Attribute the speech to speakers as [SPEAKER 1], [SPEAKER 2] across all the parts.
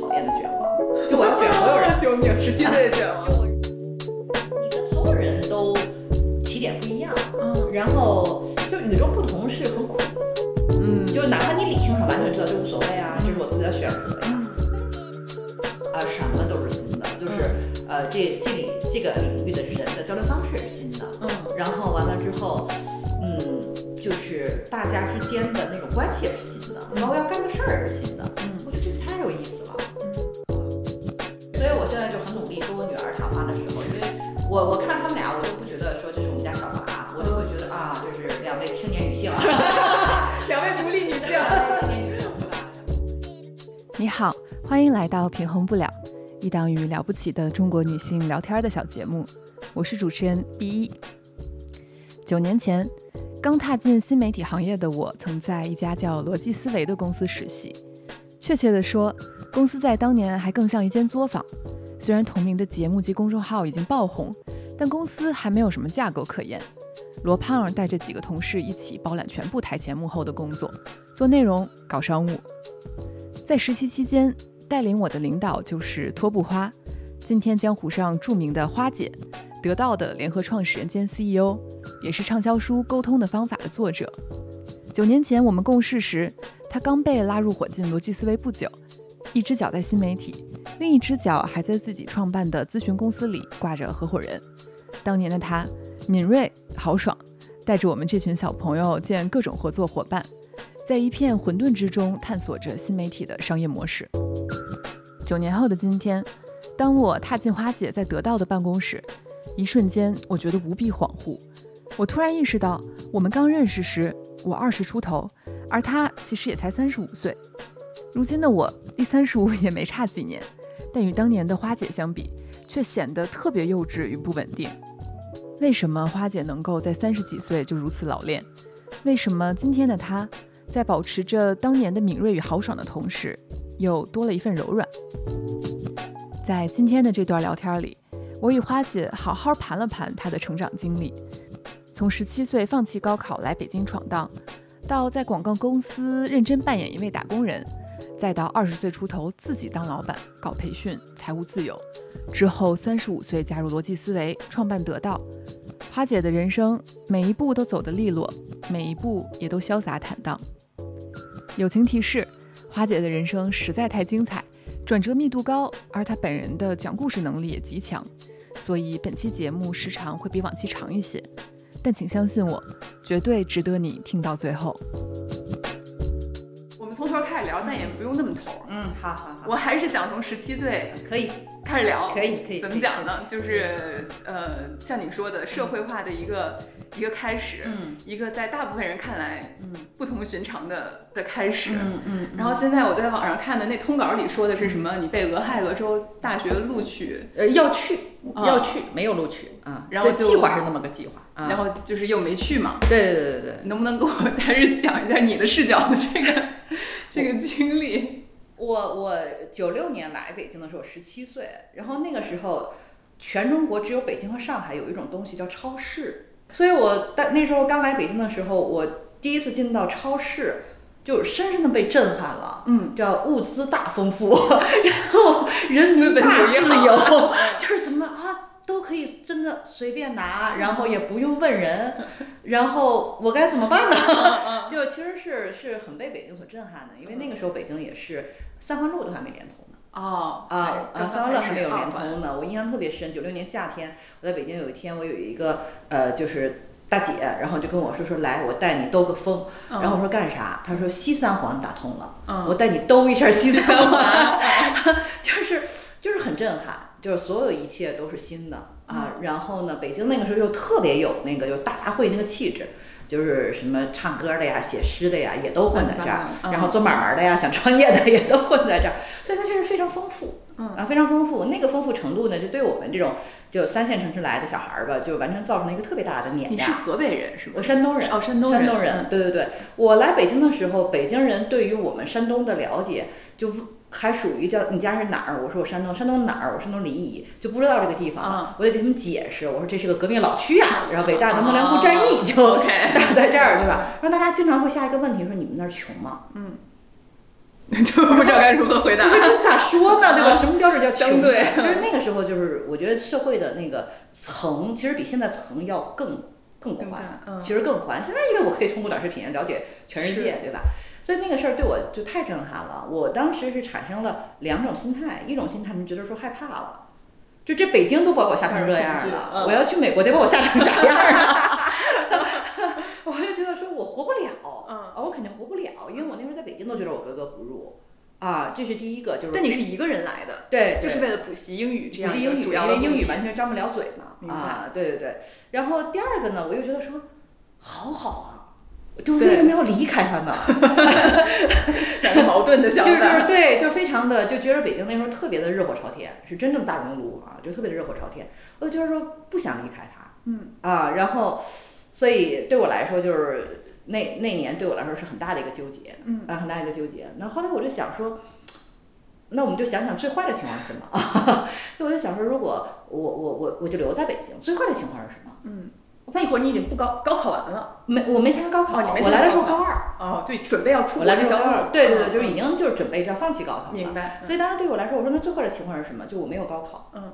[SPEAKER 1] 讨厌的卷王，就我要卷所有人。
[SPEAKER 2] 救命！十七岁的卷
[SPEAKER 1] 就
[SPEAKER 2] 王，
[SPEAKER 1] 我你跟所有人都起点不一样，
[SPEAKER 2] 嗯
[SPEAKER 1] 然后就与众不同是很苦的，
[SPEAKER 2] 嗯
[SPEAKER 1] 就哪怕你理性上完全知道这无所谓啊，这是我自己的选择呀，啊，什么都是新的，就是呃，这这里这个领域的人的交流方式是新的，
[SPEAKER 2] 嗯
[SPEAKER 1] 然后完了之后，嗯，就是大家之间的那种关系也是新的，包括要干的事儿也是新的，
[SPEAKER 2] 嗯
[SPEAKER 1] 我觉得这太有意思了。所以我现在就很努力跟我女儿谈话的时候，因为我我看他们俩，我就不觉得说这是我们家小马，我就会觉得啊，就是两位青年女性，
[SPEAKER 2] 两位独立女性。
[SPEAKER 1] 两位青年女性。对吧
[SPEAKER 3] 你好，欢迎来到《平衡不了》，一档与了不起的中国女性聊天的小节目。我是主持人 B 一。九年前，刚踏进新媒体行业的我，曾在一家叫逻辑思维的公司实习。确切地说，公司在当年还更像一间作坊。虽然同名的节目及公众号已经爆红，但公司还没有什么架构可言。罗胖带着几个同事一起包揽全部台前幕后的工作，做内容，搞商务。在实习期间，带领我的领导就是托布花，今天江湖上著名的花姐，得到的联合创始人兼 CEO，也是畅销书《沟通的方法》的作者。九年前我们共事时，她刚被拉入伙进逻辑思维不久，一只脚在新媒体，另一只脚还在自己创办的咨询公司里挂着合伙人。当年的她敏锐豪爽，带着我们这群小朋友见各种合作伙伴。在一片混沌之中探索着新媒体的商业模式。九年后的今天，当我踏进花姐在得到的办公室，一瞬间我觉得无比恍惚。我突然意识到，我们刚认识时，我二十出头，而她其实也才三十五岁。如今的我离三十五也没差几年，但与当年的花姐相比，却显得特别幼稚与不稳定。为什么花姐能够在三十几岁就如此老练？为什么今天的她在保持着当年的敏锐与豪爽的同时，又多了一份柔软。在今天的这段聊天里，我与花姐好好盘了盘她的成长经历，从十七岁放弃高考来北京闯荡，到在广告公司认真扮演一位打工人，再到二十岁出头自己当老板搞培训，财务自由，之后三十五岁加入逻辑思维，创办得到。花姐的人生每一步都走得利落，每一步也都潇洒坦荡。友情提示：花姐的人生实在太精彩，转折密度高，而她本人的讲故事能力也极强，所以本期节目时长会比往期长一些。但请相信我，绝对值得你听到最后。
[SPEAKER 2] 我们从头开始聊，但也不用那么头。
[SPEAKER 1] 嗯，好好好，
[SPEAKER 2] 我还是想从十七岁
[SPEAKER 1] 可以，
[SPEAKER 2] 开始聊。
[SPEAKER 1] 可以，可以。
[SPEAKER 2] 怎么讲呢？就是呃，像你说的，社会化的一个一个开始，
[SPEAKER 1] 嗯？
[SPEAKER 2] 一个在大部分人看来
[SPEAKER 1] 嗯
[SPEAKER 2] 不同寻常的的开始。
[SPEAKER 1] 嗯嗯
[SPEAKER 2] 然后现在我在网上看的那通稿里说的是什么？你被俄亥俄州大学录取，
[SPEAKER 1] 呃，要去，
[SPEAKER 2] 啊
[SPEAKER 1] 要去，没有录取啊。
[SPEAKER 2] 然后
[SPEAKER 1] 这
[SPEAKER 2] 就
[SPEAKER 1] 计划是那么个计划啊。
[SPEAKER 2] 然后就是又没去嘛。
[SPEAKER 1] 对，对对对对，
[SPEAKER 2] 能不能给我还是讲一下你的视角的这个 这个经历？
[SPEAKER 1] 我我九六年来北京的时候，十七岁，然后那个时候，全中国只有北京和上海有一种东西叫超市，所以我当那时候刚来北京的时候，我第一次进到超市，就深深的被震撼了。
[SPEAKER 2] 嗯，
[SPEAKER 1] 叫物资大丰富， 然后人民
[SPEAKER 2] 资本
[SPEAKER 1] 大
[SPEAKER 2] 主义
[SPEAKER 1] 自
[SPEAKER 2] 好
[SPEAKER 1] 由， 就是怎么啊都可以真的随便拿，然后也不用问人，然后我该怎么办呢？
[SPEAKER 2] 嗯
[SPEAKER 1] 就其实是是很被北京所震撼的，因为那个时候北京也是三环路都还没连通呢。
[SPEAKER 2] 哦
[SPEAKER 1] 啊
[SPEAKER 2] 刚
[SPEAKER 1] 啊！
[SPEAKER 2] 刚
[SPEAKER 1] 三环路
[SPEAKER 2] 开
[SPEAKER 1] 还
[SPEAKER 2] 始
[SPEAKER 1] 没有
[SPEAKER 2] 二
[SPEAKER 1] 连
[SPEAKER 2] 环
[SPEAKER 1] 通呢，我印象特别深。九六年夏天，我在北京有一天，我有一个呃，就是大姐，然后就跟我说说，来，我带你兜个风。
[SPEAKER 2] 嗯
[SPEAKER 1] 然后我说干啥？她说西三环打通了，
[SPEAKER 2] 嗯
[SPEAKER 1] 我带你兜一下西三 环， 就是就是很震撼，就是所有一切都是新的啊。
[SPEAKER 2] 嗯
[SPEAKER 1] 然后呢，北京那个时候又特别有那个就是大杂烩那个气质。就是什么唱歌的呀、写诗的呀，也都混在这儿
[SPEAKER 2] 嗯。嗯嗯
[SPEAKER 1] 然后做买卖的呀、想创业的也都混 在这儿，所以它确实非常丰富。
[SPEAKER 2] 嗯
[SPEAKER 1] 啊，非常丰富。那个丰富程度呢，就对我们这种就三线城市来的小孩儿吧，就完全造成了一个特别大的碾
[SPEAKER 2] 你是
[SPEAKER 1] 压。
[SPEAKER 2] 河北人是吗？
[SPEAKER 1] 我山东人，
[SPEAKER 2] 哦山东人
[SPEAKER 1] 山东人，对对对。我来北京的时候，北京人对于我们山东的了解，就还属于叫你家是哪儿？我说我山东，山东哪儿？我山东临沂，就不知道这个地方
[SPEAKER 2] 嗯
[SPEAKER 1] 了。我得给他们解释，我说这是个革命老区啊，然后北大的莫良崮战
[SPEAKER 2] 嗯
[SPEAKER 1] 役就
[SPEAKER 2] 哦 OK
[SPEAKER 1] 打在这儿，对吧？然后大家经常会下一个问题说你们那儿穷吗？
[SPEAKER 2] 嗯，就不知道该如何 回答。嗯
[SPEAKER 1] 这咋说呢？对吧？什么标准叫
[SPEAKER 2] 相
[SPEAKER 1] 穷？
[SPEAKER 2] 对
[SPEAKER 1] 其实那个时候就是，我觉得社会的那个层，其实比现在层要更更
[SPEAKER 2] 更大
[SPEAKER 1] 宽，
[SPEAKER 2] 嗯
[SPEAKER 1] 其实更宽。现在因为我可以通过短视频了解全世界，对吧？所以那个事儿对我就太震撼了。我当时是产生了两种心态，一种心态是觉得说害怕了。就这北京都把我吓成这样
[SPEAKER 2] 恐惧
[SPEAKER 1] 了，
[SPEAKER 2] 嗯
[SPEAKER 1] 我要去美国得把我吓成啥样啊？ 我就觉得说我活不了，
[SPEAKER 2] 嗯
[SPEAKER 1] 啊，我肯定活不了，因为我那时候在北京都觉得我格格不入，啊，这是第一个，就是
[SPEAKER 2] 但你是一个人来的，
[SPEAKER 1] 对，
[SPEAKER 2] 就是
[SPEAKER 1] 对
[SPEAKER 2] 为了补习英语
[SPEAKER 1] 不
[SPEAKER 2] 这样
[SPEAKER 1] 是
[SPEAKER 2] 一
[SPEAKER 1] 英
[SPEAKER 2] 个
[SPEAKER 1] 语，
[SPEAKER 2] 主要
[SPEAKER 1] 因
[SPEAKER 2] 的
[SPEAKER 1] 为英语完
[SPEAKER 2] 目
[SPEAKER 1] 全张不了嘴
[SPEAKER 2] 明
[SPEAKER 1] 嘛。
[SPEAKER 2] 白
[SPEAKER 1] 啊，对对对。然后第二个呢，我又觉得说，好好啊，就
[SPEAKER 2] 对
[SPEAKER 1] 为什么要离开 他呢？
[SPEAKER 2] 的 两个矛盾的
[SPEAKER 1] 就
[SPEAKER 2] 想
[SPEAKER 1] 是就
[SPEAKER 2] 法。
[SPEAKER 1] 是对，就非常的就觉得北京那时候特别的热火朝天，是真正大熔炉啊，就特别的热火朝天。我就觉得说不想离开他，
[SPEAKER 2] 嗯
[SPEAKER 1] 啊，然后所以对我来说就是那那年对我来说是很大的一个纠结，
[SPEAKER 2] 嗯
[SPEAKER 1] 啊，很大一个纠结。那后来我就想说，那我们就想想最坏的情况是什么 啊？那我就想说，如果我我我我就留在北京，最坏的情况是什么？
[SPEAKER 2] 嗯，那会儿你已经不高高考完了
[SPEAKER 1] 没，我没参加高考，
[SPEAKER 2] 哦你没
[SPEAKER 1] 我
[SPEAKER 2] 参加
[SPEAKER 1] 来的时候
[SPEAKER 2] 高
[SPEAKER 1] 高二，
[SPEAKER 2] 哦，对，准备要出
[SPEAKER 1] 我
[SPEAKER 2] 国
[SPEAKER 1] 来的
[SPEAKER 2] 这
[SPEAKER 1] 时候
[SPEAKER 2] 条
[SPEAKER 1] 高二
[SPEAKER 2] 路，，
[SPEAKER 1] 对对对，就是
[SPEAKER 2] 嗯
[SPEAKER 1] 已经就是准备要放弃高考了
[SPEAKER 2] 明。白。
[SPEAKER 1] 所以当时对我来说，我说那最坏的情况是什么？就我没有高考，
[SPEAKER 2] 嗯，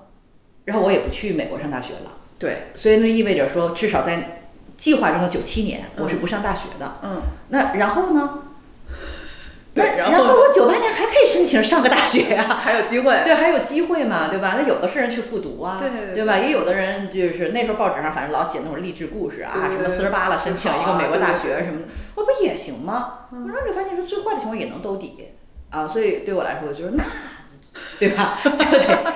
[SPEAKER 1] 然后我也不去美国上大学了，
[SPEAKER 2] 对，
[SPEAKER 1] 所以那意味着说，至少在计划中的九七年，我是不上大学的。
[SPEAKER 2] 嗯，
[SPEAKER 1] 那然后呢？那
[SPEAKER 2] 对然后
[SPEAKER 1] 然我九八年还可以申请上个大学啊。
[SPEAKER 2] 还有机会。
[SPEAKER 1] 对，还有机会嘛，对吧？那有的是人去复读啊，
[SPEAKER 2] 对对对
[SPEAKER 1] 吧？也有的人就是那时候报纸上反正老写那种励志故事啊，
[SPEAKER 2] 对对
[SPEAKER 1] 什么
[SPEAKER 2] 对啊
[SPEAKER 1] 四十八了申请一个美国大
[SPEAKER 2] 对嗯
[SPEAKER 1] 学什么的，我不也行吗？我说你发现说最坏的情况也能兜底啊，所以对我来说就是那， 对吧？就得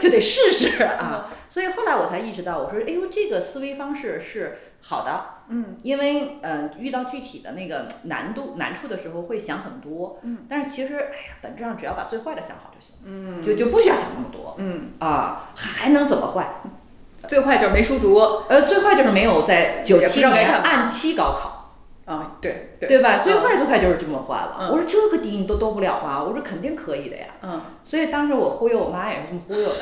[SPEAKER 1] 就得试试啊。
[SPEAKER 2] 嗯
[SPEAKER 1] 所以后来我才意识到，我说哎呦，这个思维方式是好的，
[SPEAKER 2] 嗯，
[SPEAKER 1] 因为呃遇到具体的那个难度难处的时候会想很多，
[SPEAKER 2] 嗯，
[SPEAKER 1] 但是其实哎呀，本质上只要把最坏的想好就行，
[SPEAKER 2] 嗯，
[SPEAKER 1] 就就不需要想那么多
[SPEAKER 2] 嗯，
[SPEAKER 1] 啊，还还能怎么坏？
[SPEAKER 2] 最坏就是没书读啊、
[SPEAKER 1] 呃，最坏就是没有在
[SPEAKER 2] 也
[SPEAKER 1] 九
[SPEAKER 2] 不知
[SPEAKER 1] 七
[SPEAKER 2] 道该
[SPEAKER 1] 年
[SPEAKER 2] 干嘛
[SPEAKER 1] 按期高考，
[SPEAKER 2] 啊对对，
[SPEAKER 1] 对吧？最坏最坏就是这么坏了。
[SPEAKER 2] 嗯
[SPEAKER 1] 我说这个底你都兜不了啊，我说肯定可以的呀。
[SPEAKER 2] 嗯
[SPEAKER 1] 所以当时我忽悠我妈也是这么忽悠的，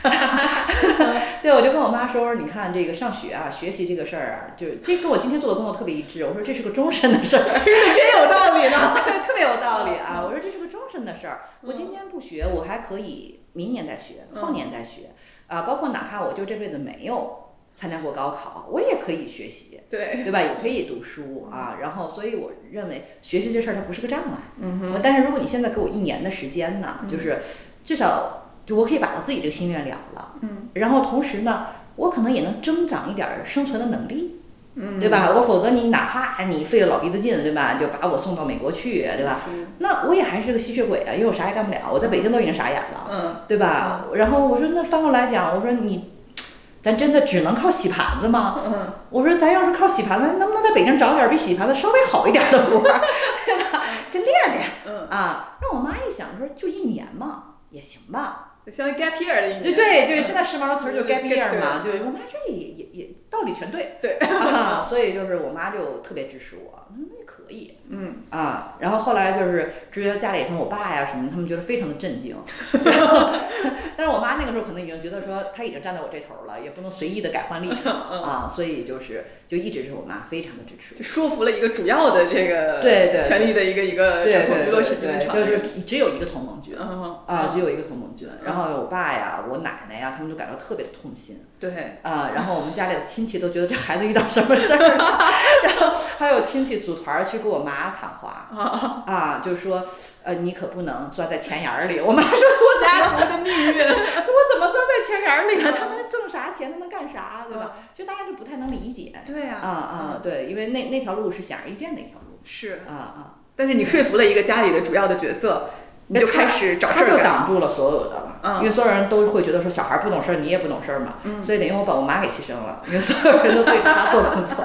[SPEAKER 1] 对，我就跟我妈说，我说你看这个上学啊，学习这个事儿啊，就是这跟我今天做的工作特别一致，我说这是个终身的事儿。
[SPEAKER 2] 真有道理呢。
[SPEAKER 1] 对，特别有道理啊！我说这是个终身的事儿，我今天不学，我还可以明年再学，后年再学啊。包括哪怕我就这辈子没有参加过高考，我也可以学习，
[SPEAKER 2] 对，
[SPEAKER 1] 对吧？也可以读书啊。然后，所以我认为学习这事儿它不是个障碍。
[SPEAKER 2] 嗯哼，
[SPEAKER 1] 但是如果你现在给我一年的时间呢，就是至少就我可以把我自己这个心愿了了，
[SPEAKER 2] 嗯，
[SPEAKER 1] 然后同时呢，我可能也能增长一点儿生存的能力。
[SPEAKER 2] 嗯
[SPEAKER 1] 对？吧？我否则你哪怕你费了老鼻子劲，对吧？就把我送到美国去，对吧？那我也还是个吸血鬼啊，因为我啥也干不了，我在北京都已经傻眼了，
[SPEAKER 2] 嗯，
[SPEAKER 1] 对吧？然后我说那翻过来讲，我说你，咱真的只能靠洗盘子吗？
[SPEAKER 2] 嗯，
[SPEAKER 1] 我说咱要是靠洗盘子，能不能在北京找点比洗盘子稍微好一点的活儿， 对吧？先练练，
[SPEAKER 2] 嗯
[SPEAKER 1] 啊。让我妈一想说，就一年嘛，也行吧。
[SPEAKER 2] 嗯相当于 gap year 的一年。
[SPEAKER 1] 对对对，现在时髦的词儿就是 gap
[SPEAKER 2] 对对
[SPEAKER 1] year 嘛，对我妈说也也也道理全对，
[SPEAKER 2] 对
[SPEAKER 1] 啊，所以就是我妈就特别支持我，嗯那可以
[SPEAKER 2] 嗯，
[SPEAKER 1] 啊。然后后来就是至于家里朋友我爸呀什么，他们觉得非常的震惊，但是我妈那个时候可能已经觉得说她已经站在我这头儿了，也不能随意的改换立场啊，所以就是就一直是我妈非常的支持我
[SPEAKER 2] 就。说服了一个主要的这个
[SPEAKER 1] 对对对
[SPEAKER 2] 权力的一个一个
[SPEAKER 1] 对
[SPEAKER 2] 整个
[SPEAKER 1] 对
[SPEAKER 2] 娱乐市
[SPEAKER 1] 对
[SPEAKER 2] 场，
[SPEAKER 1] 对，就是只有一个同盟军
[SPEAKER 2] 嗯
[SPEAKER 1] 啊，只有一个同盟军。然后我爸呀、我奶奶呀，他们就感到特别的痛心。
[SPEAKER 2] 对，
[SPEAKER 1] 啊、然后我们家里的亲戚都觉得这孩子遇到什么事儿了， 然后还有亲戚组团儿去跟我妈谈 话，
[SPEAKER 2] 哦
[SPEAKER 1] 啊，就说，呃，你可不能钻在钱眼儿里。我妈说，我怎
[SPEAKER 2] 家
[SPEAKER 1] 么，
[SPEAKER 2] 族的命运，
[SPEAKER 1] 我怎么钻在钱眼儿
[SPEAKER 2] 啊
[SPEAKER 1] 里了？他能挣啥钱？他能干啥？对
[SPEAKER 2] 嗯
[SPEAKER 1] 吧？就大家就不太能理解。
[SPEAKER 2] 对嗯
[SPEAKER 1] 啊啊，对，因为那那条路是显而易见的一条路。
[SPEAKER 2] 是。
[SPEAKER 1] 啊啊，
[SPEAKER 2] 但是你说服了一个家里的主要的角色，你就开始找事
[SPEAKER 1] 哎他
[SPEAKER 2] 儿
[SPEAKER 1] 就
[SPEAKER 2] 干。
[SPEAKER 1] 挡住了所有的了，
[SPEAKER 2] 嗯
[SPEAKER 1] 因为所有人都会觉得说小孩儿不懂事儿，你也不懂事儿嘛，所以等于我把我妈给牺牲了，因为所有人都对她做工作，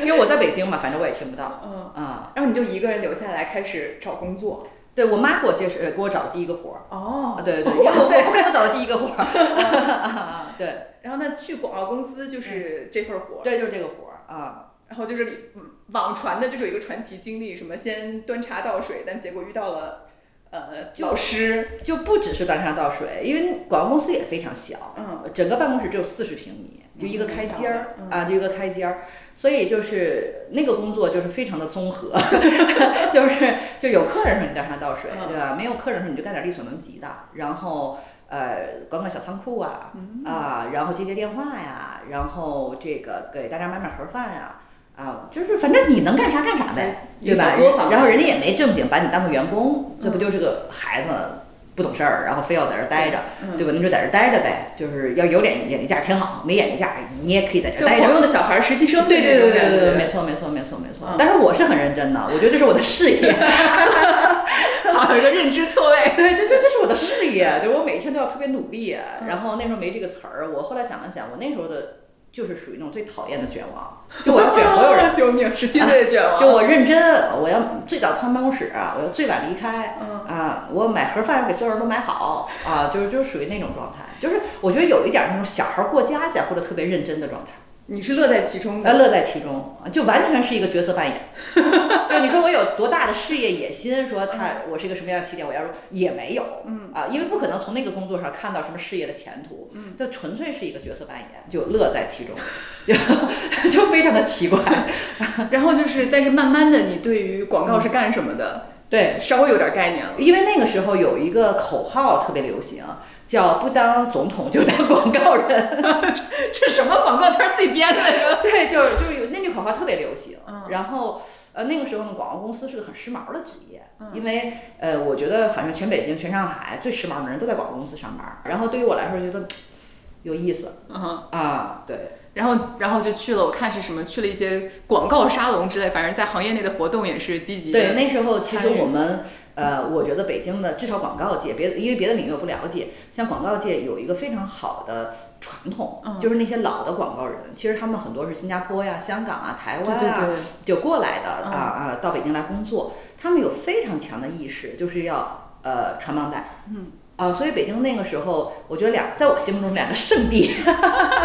[SPEAKER 1] 因为我在北京嘛，反正我也听不到
[SPEAKER 2] 嗯，
[SPEAKER 1] 啊。
[SPEAKER 2] 然后你就一个人留下来开始找工作。
[SPEAKER 1] 对我妈给我介绍，呃给我找的第一个活儿，
[SPEAKER 2] 哦
[SPEAKER 1] 啊，对对，因为我我给我找的第一个活儿， 对
[SPEAKER 2] 然后呢，去广告公司
[SPEAKER 1] 嗯
[SPEAKER 2] 就是这份活儿，
[SPEAKER 1] 对，就是这个活儿啊，
[SPEAKER 2] 然后就是里嗯网传的，就是有一个传奇经历，什么先端茶倒水，但结果遇到了
[SPEAKER 1] 呃，
[SPEAKER 2] 老
[SPEAKER 1] 就
[SPEAKER 2] 师，
[SPEAKER 1] 就不只是端茶倒水，因为广告公司也非常小，
[SPEAKER 2] 嗯，
[SPEAKER 1] 整个办公室只有四十平米，就一个开间儿、
[SPEAKER 2] 嗯
[SPEAKER 1] 啊，就一个开间儿，所以就是那个工作就是非常的综合， 就是就有客人的时候你端茶倒水，
[SPEAKER 2] 嗯
[SPEAKER 1] 对吧？没有客人的时候你就干点力所能及的，然后呃管管小仓库啊
[SPEAKER 2] 嗯
[SPEAKER 1] 啊，然后接接电话呀，然后这个给大家买买盒饭呀。啊，就是反正你能干啥干啥呗，
[SPEAKER 2] 对
[SPEAKER 1] 对吧
[SPEAKER 2] 一个小作坊？
[SPEAKER 1] 然后人家也没正经把你当个员工，这不就是个孩子不懂事儿，然后非要在这儿待着，
[SPEAKER 2] 嗯
[SPEAKER 1] 对吧？那就在这儿待着呗，就是要有眼眼力见儿挺好，没眼力见儿你也可以在这
[SPEAKER 2] 就
[SPEAKER 1] 儿待着
[SPEAKER 2] 朋。友的小孩儿，实习生，
[SPEAKER 1] 对对对对对对，没
[SPEAKER 2] 没
[SPEAKER 1] 错没错没错没错
[SPEAKER 2] 嗯。
[SPEAKER 1] 但是我是很认真的，我觉得这是我的事业，
[SPEAKER 2] 错，有一个认知错位，
[SPEAKER 1] 对，这这这是我的事业，对我每一天都要特别努力。
[SPEAKER 2] 嗯
[SPEAKER 1] 然后那时候没这个词儿，我后来想了想，我那时候的就是属于那种最讨厌的卷王， 就我要卷所有 人，，
[SPEAKER 2] 救命！十七岁的卷王，
[SPEAKER 1] 就我认真，我要最早上办公室，啊我要最晚离开，
[SPEAKER 2] 嗯
[SPEAKER 1] 啊，我买盒饭给所有人都买好啊，就是就是属于那种状态，就是我觉得有一点儿那种小孩儿过家家或者特别认真的状态，
[SPEAKER 2] 你是乐在其中
[SPEAKER 1] 呃，
[SPEAKER 2] 的，
[SPEAKER 1] 乐在其中，啊就完全是一个角色扮演。 就你说我有多大的事业野心，说他我是一个什么样的起点，我要是也没有，
[SPEAKER 2] 嗯
[SPEAKER 1] 啊，因为不可能从那个工作上看到什么事业的前途，
[SPEAKER 2] 嗯，
[SPEAKER 1] 就纯粹是一个角色扮演，就乐在其中，就 就非常的奇怪，呃
[SPEAKER 2] 然后就是，但是慢慢的，你对于广告是干什么的，
[SPEAKER 1] 对。
[SPEAKER 2] 稍微有点概念了。
[SPEAKER 1] 因为那个时候有一个口号特别流行，叫“不当总统就当广告人
[SPEAKER 2] 这什么广告词儿自己编的 呀？”，
[SPEAKER 1] 对，就是就是有那句口号特别流行。
[SPEAKER 2] 嗯
[SPEAKER 1] 然后呃，那个时候呢，广告公司是个很时髦的职业，
[SPEAKER 2] 嗯
[SPEAKER 1] 因为呃，我觉得好像全北京、全上海最时髦的人都在广告公司上班儿。然后对于我来说，觉得有意思
[SPEAKER 2] 嗯，
[SPEAKER 1] 啊，对，
[SPEAKER 2] 然后然后就去了，我看是什么，去了一些广告沙龙之类，反正在行业内的活动也是积极的。
[SPEAKER 1] 对，那时候其实
[SPEAKER 2] 参与
[SPEAKER 1] 我们呃，我觉得北京的至少广告界，别因为别的领域我不了解，像广告界有一个非常好的传统，
[SPEAKER 2] 嗯
[SPEAKER 1] 就是那些老的广告人，其实他们很多是新加坡呀、香港啊、台
[SPEAKER 2] 对
[SPEAKER 1] 湾啊
[SPEAKER 2] 对对，
[SPEAKER 1] 就过来的
[SPEAKER 2] 嗯
[SPEAKER 1] 啊啊，到北京来工作，他们有非常强的意识，就是要呃传帮带，
[SPEAKER 2] 嗯。
[SPEAKER 1] 啊，所以北京那个时候，我觉得两在我心目中两个圣地，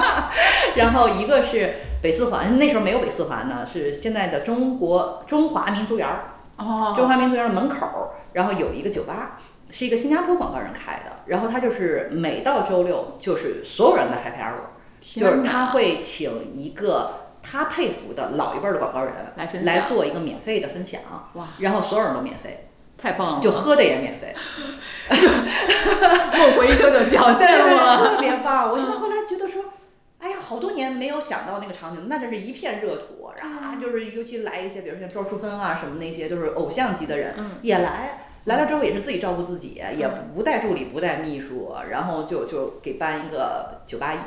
[SPEAKER 1] 然后一个是北四环，那时候没有北四环呢，是现在的中国中华民族园儿，
[SPEAKER 2] 哦，
[SPEAKER 1] 中华民族园的门口儿，然后有一个酒吧，是一个新加坡广告人开的，然后他就是每到周六就是所有人的 happy hour，
[SPEAKER 2] 天
[SPEAKER 1] 就
[SPEAKER 2] 哪
[SPEAKER 1] 是他会请一个他佩服的老一辈儿的广告人
[SPEAKER 2] 来分享
[SPEAKER 1] 来做一个免费的分享，
[SPEAKER 2] 哇，
[SPEAKER 1] 然后所有人都免费，
[SPEAKER 2] 太棒了，
[SPEAKER 1] 就喝的也免费，
[SPEAKER 2] 梦回一九九七，好
[SPEAKER 1] 对
[SPEAKER 2] 羡
[SPEAKER 1] 对
[SPEAKER 2] 慕
[SPEAKER 1] 对
[SPEAKER 2] 啊！
[SPEAKER 1] 特别棒。我现在后来觉得说，哎呀，好多年没有想到那个场景，那真是一片热土。啊，就是尤其来一些，比如像赵淑芬啊什么那些，就是偶像级的人、
[SPEAKER 2] 嗯
[SPEAKER 1] 也来。来了之后也是自己照顾自己，也不带助理，不带秘书，然后就就给搬一个酒吧椅，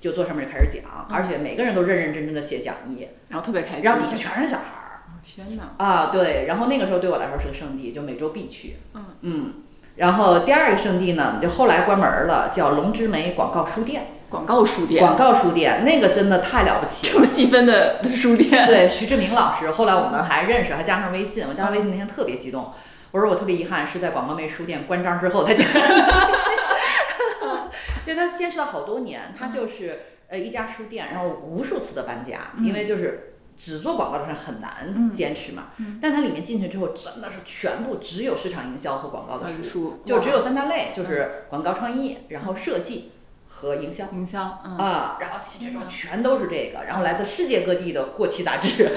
[SPEAKER 1] 就坐上面就开始讲，
[SPEAKER 2] 嗯
[SPEAKER 1] 而且每个人都认认真真的写讲义，
[SPEAKER 2] 然后特别开心，
[SPEAKER 1] 然后底下全是小孩儿
[SPEAKER 2] 哦天哪，
[SPEAKER 1] 啊，对，然后那个时候对我来说是个圣地，就每周必去，
[SPEAKER 2] 嗯
[SPEAKER 1] 然后第二个圣地呢，就后来关门了，叫龙之梅广告书店。
[SPEAKER 2] 广告书店
[SPEAKER 1] 广告书店，那个真的太了不起
[SPEAKER 2] 这
[SPEAKER 1] 了。
[SPEAKER 2] 么细分的的书 店，
[SPEAKER 1] 对，徐志明老师，后来我们还认识，还加上微信。我加上微信那天特别激动，我说我特别遗憾是在广告妹书店关张之后才加上微信， 因为他坚持了好多年，
[SPEAKER 2] 嗯
[SPEAKER 1] 他就是呃一家书店，然后无数次的搬家，因为就是。只做广告的人很难
[SPEAKER 2] 嗯
[SPEAKER 1] 坚持嘛，
[SPEAKER 2] 嗯
[SPEAKER 1] 但它里面进去之后，真的是全部只有市场营销和广告的
[SPEAKER 2] 呃
[SPEAKER 1] 书，
[SPEAKER 2] 书
[SPEAKER 1] 就只
[SPEAKER 2] 有
[SPEAKER 1] 有三大类，
[SPEAKER 2] 嗯
[SPEAKER 1] 就是广告创意，然后设计和营销。
[SPEAKER 2] 营销，嗯，
[SPEAKER 1] 啊，然后进去之后全都是这个，然后来自世界各地的过期杂志，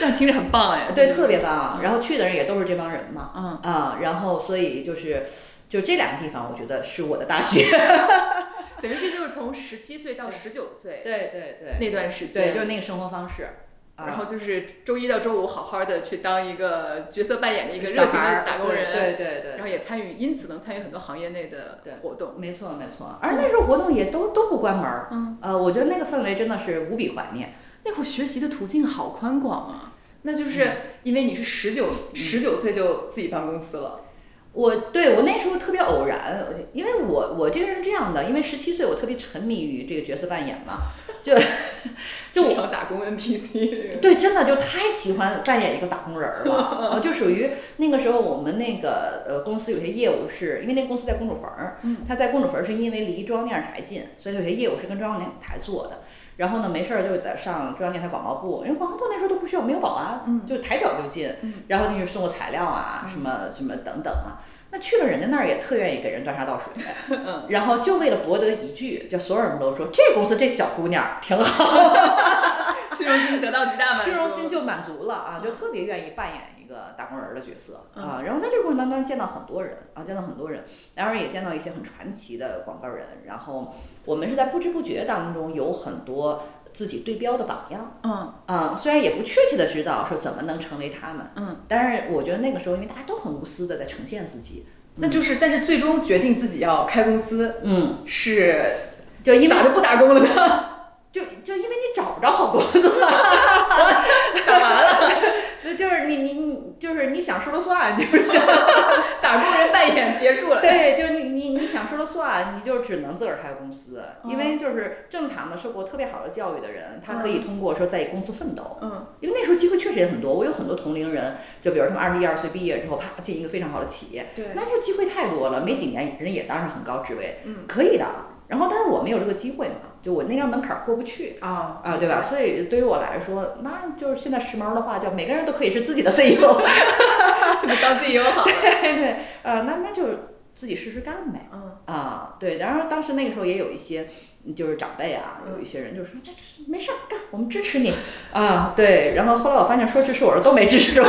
[SPEAKER 2] 那听着很棒哎，
[SPEAKER 1] 对，，特别棒。然后去的人也都是这帮人嘛，
[SPEAKER 2] 嗯，
[SPEAKER 1] 啊，然后所以就是，就这两个地方，我觉得是我的大学。
[SPEAKER 2] 等于这就是从十七岁到十九岁
[SPEAKER 1] 对对对，
[SPEAKER 2] 那段时间，
[SPEAKER 1] 对，就是那个生活方式。啊
[SPEAKER 2] 然后就是周一到周五好好的去当一个角色扮演的一个
[SPEAKER 1] 小
[SPEAKER 2] 热情
[SPEAKER 1] 孩儿
[SPEAKER 2] 的打工人，
[SPEAKER 1] 对对对
[SPEAKER 2] 然后也参与，因此能参与很多行业内的
[SPEAKER 1] 对
[SPEAKER 2] 活动。
[SPEAKER 1] 没错没错。而那时候活动也都都不关门儿，
[SPEAKER 2] 嗯，
[SPEAKER 1] 呃，我觉得那个氛围真的是无比怀念。
[SPEAKER 2] 那会儿学习的途径好宽广啊，那就是因为你是十九十九岁就自己办公司了，
[SPEAKER 1] 我对我那时候特别偶然，因为我我这个人是这样的，因为十七岁我特别沉迷于这个角色扮演嘛，就 就
[SPEAKER 2] 职场打工 NPC，
[SPEAKER 1] 对，真的就太喜欢扮演一个打工人儿了， 呃就属于那个时候我们那个呃公司有些业务是因为那公司在公主坟儿，
[SPEAKER 2] 嗯
[SPEAKER 1] 它在公主坟儿是因为离中央电视台近，所以有些业务是跟中央电视台做的。然后呢，没事儿就得上中央电台广告部，因为广告部那时候都不需要没有保安，
[SPEAKER 2] 嗯
[SPEAKER 1] 就抬脚就进，
[SPEAKER 2] 嗯
[SPEAKER 1] 然后进去送个材料啊，什么什么等等啊。那去了人家那儿也特愿意给人端茶倒 水，
[SPEAKER 2] 嗯
[SPEAKER 1] 然后就为了博得一句，就所有人都说这公司这小姑娘儿挺好。
[SPEAKER 2] 虚荣心得到极大满足，嗯
[SPEAKER 1] 虚荣心就满足了啊，就特别愿意扮演一个打工人儿的角色啊。然后在这个过程当中见到很多人啊，见到很多人，当然也见到一些很传奇的广告人。然后我们是在不知不觉当中有很多自己对标的榜样
[SPEAKER 2] 嗯
[SPEAKER 1] 啊，虽然也不确切的知道说怎么能成为他们，
[SPEAKER 2] 嗯，
[SPEAKER 1] 但是我觉得那个时候因为大家都很无私的在呈现自己，
[SPEAKER 2] 那就是，但是最终决定自己要开公司
[SPEAKER 1] 嗯，
[SPEAKER 2] 是，
[SPEAKER 1] 就因为
[SPEAKER 2] 咋就不打工了 呢？
[SPEAKER 1] 就就因为你找不着好工作了，
[SPEAKER 2] 干嘛了？
[SPEAKER 1] 那 就是你你你就是你想说了算，就是想。
[SPEAKER 2] 打工人扮演结束了。
[SPEAKER 1] 对，就是你你你想说了算，你就只能自个儿开公司，因为就是正常的受过特别好的教育的人，他可以通过说在公司奋斗，
[SPEAKER 2] 嗯，
[SPEAKER 1] 因为那时候机会确实也很多。我有很多同龄人，就比如他们二十一二岁毕业之后，啪进一个非常好的企业，
[SPEAKER 2] 对
[SPEAKER 1] 那就机会太多了，没几年人家也当上很高职位，
[SPEAKER 2] 嗯，
[SPEAKER 1] 可以的。然后但是我没有这个机会嘛，就我那张门槛儿过不去。
[SPEAKER 2] 啊
[SPEAKER 1] 啊，对吧？所以对于我来说，那就是现在时髦的话，叫每个人都可以是自己的 CEO，
[SPEAKER 2] 当自己友 好了。
[SPEAKER 1] 对 对，呃，那那就自己试试干呗。
[SPEAKER 2] 嗯，
[SPEAKER 1] 啊，对，然后当时那个时候也有一些，嗯就是长辈啊，
[SPEAKER 2] 嗯
[SPEAKER 1] 有一些人就说这这没事儿干，我们支持你啊，对。然后后来我发现说支持我的都没支持我，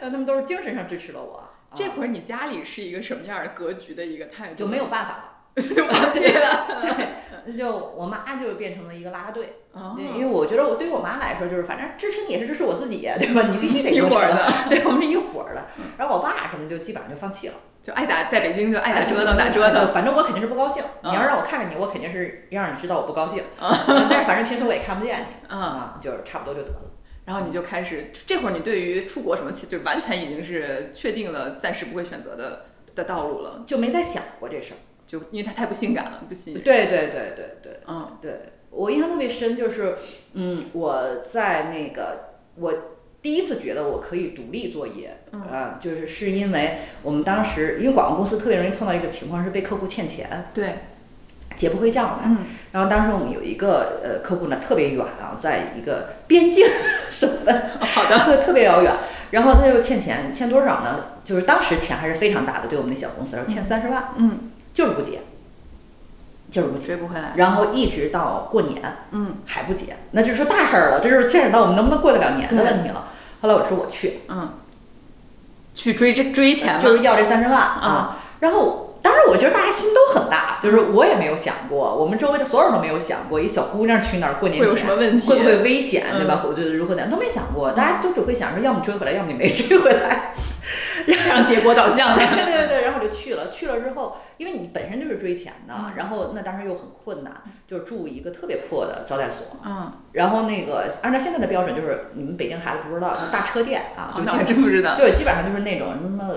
[SPEAKER 1] 呃他们都是精神上支持了我，啊
[SPEAKER 2] 这会儿你家里是一个什么样的格局的一个态度？
[SPEAKER 1] 就没有办法了。
[SPEAKER 2] 就忘记了。
[SPEAKER 1] 嗯那就我妈就变成了一个啦啦队，
[SPEAKER 2] 哦
[SPEAKER 1] 对，因为我觉得我对于我妈来说，就是反正支持你也是支持我自己，啊对吧？你必须得
[SPEAKER 2] 一
[SPEAKER 1] 给我
[SPEAKER 2] 伙儿
[SPEAKER 1] 成
[SPEAKER 2] 的，
[SPEAKER 1] 对，我们是一伙儿的。然后我爸什么就基本上就放弃了。
[SPEAKER 2] 就爱咋在北京就爱咋哎折腾咋折腾。，
[SPEAKER 1] 哎反正我肯定是不高兴。
[SPEAKER 2] 嗯
[SPEAKER 1] 你要让我看着你，我肯定是要让你知道我不高兴。嗯但是反正平时我也看不见你
[SPEAKER 2] 嗯
[SPEAKER 1] 啊，就是差不多就得了。
[SPEAKER 2] 然后你就开始，这会儿你对于出国什么，就完全已经是确定了，暂时不会选择的的道路了。
[SPEAKER 1] 就没再想过这事儿。
[SPEAKER 2] 就因为他太不性感了，不吸引
[SPEAKER 1] 对
[SPEAKER 2] 人。
[SPEAKER 1] 对对对对
[SPEAKER 2] 嗯
[SPEAKER 1] 对，我印象特别深，就是嗯，我在那个我第一次觉得我可以独立作业，
[SPEAKER 2] 嗯
[SPEAKER 1] 啊，就是是因为我们当时因为广告公司特别容易碰到一个情况是被客户欠钱，
[SPEAKER 2] 对，
[SPEAKER 1] 结不回账来。
[SPEAKER 2] 嗯
[SPEAKER 1] 然后当时我们有一个呃客户呢特别远啊，在一个边 境省份。
[SPEAKER 2] 哦好的，
[SPEAKER 1] 特特别遥远。然后他就欠钱，欠多少呢？就是当时钱还是非常大的，对我们那小公司来说，欠三十万，
[SPEAKER 2] 嗯，
[SPEAKER 1] 就是不结，就是不结。
[SPEAKER 2] 追不回来。
[SPEAKER 1] 然后一直到过年
[SPEAKER 2] 嗯
[SPEAKER 1] 还不结，那就是大事儿了，这就是牵扯到我们能不能过得了年的
[SPEAKER 2] 对
[SPEAKER 1] 问题了。后来我说我去，
[SPEAKER 2] 嗯，去追这追钱嘛，嗯
[SPEAKER 1] 就是要这三十万啊。然后当然，我觉得大家心都很大，就是我也没有想过，我们周围的所有人都没有想过，一小姑娘去那儿过年
[SPEAKER 2] 会有
[SPEAKER 1] 前
[SPEAKER 2] 什么问题？嗯
[SPEAKER 1] 会不会危险，对吧？我就如何怎样都没想过，大家就只会想说，要么追回来，要么你没追回来。
[SPEAKER 2] 非常结果导向
[SPEAKER 1] 对 对
[SPEAKER 2] 的？
[SPEAKER 1] 对对，然后我就去了。去了之后，因为你本身就是追钱的，
[SPEAKER 2] 嗯
[SPEAKER 1] 然后那当时又很困难，就住一个特别破的招待所。
[SPEAKER 2] 嗯，
[SPEAKER 1] 然后那个按照现在的标准，就是你们北京孩子不知道，那大车店啊，就基
[SPEAKER 2] 好哦
[SPEAKER 1] 本
[SPEAKER 2] 那我
[SPEAKER 1] 上
[SPEAKER 2] 真不知道。
[SPEAKER 1] 对，基本上就是那种什么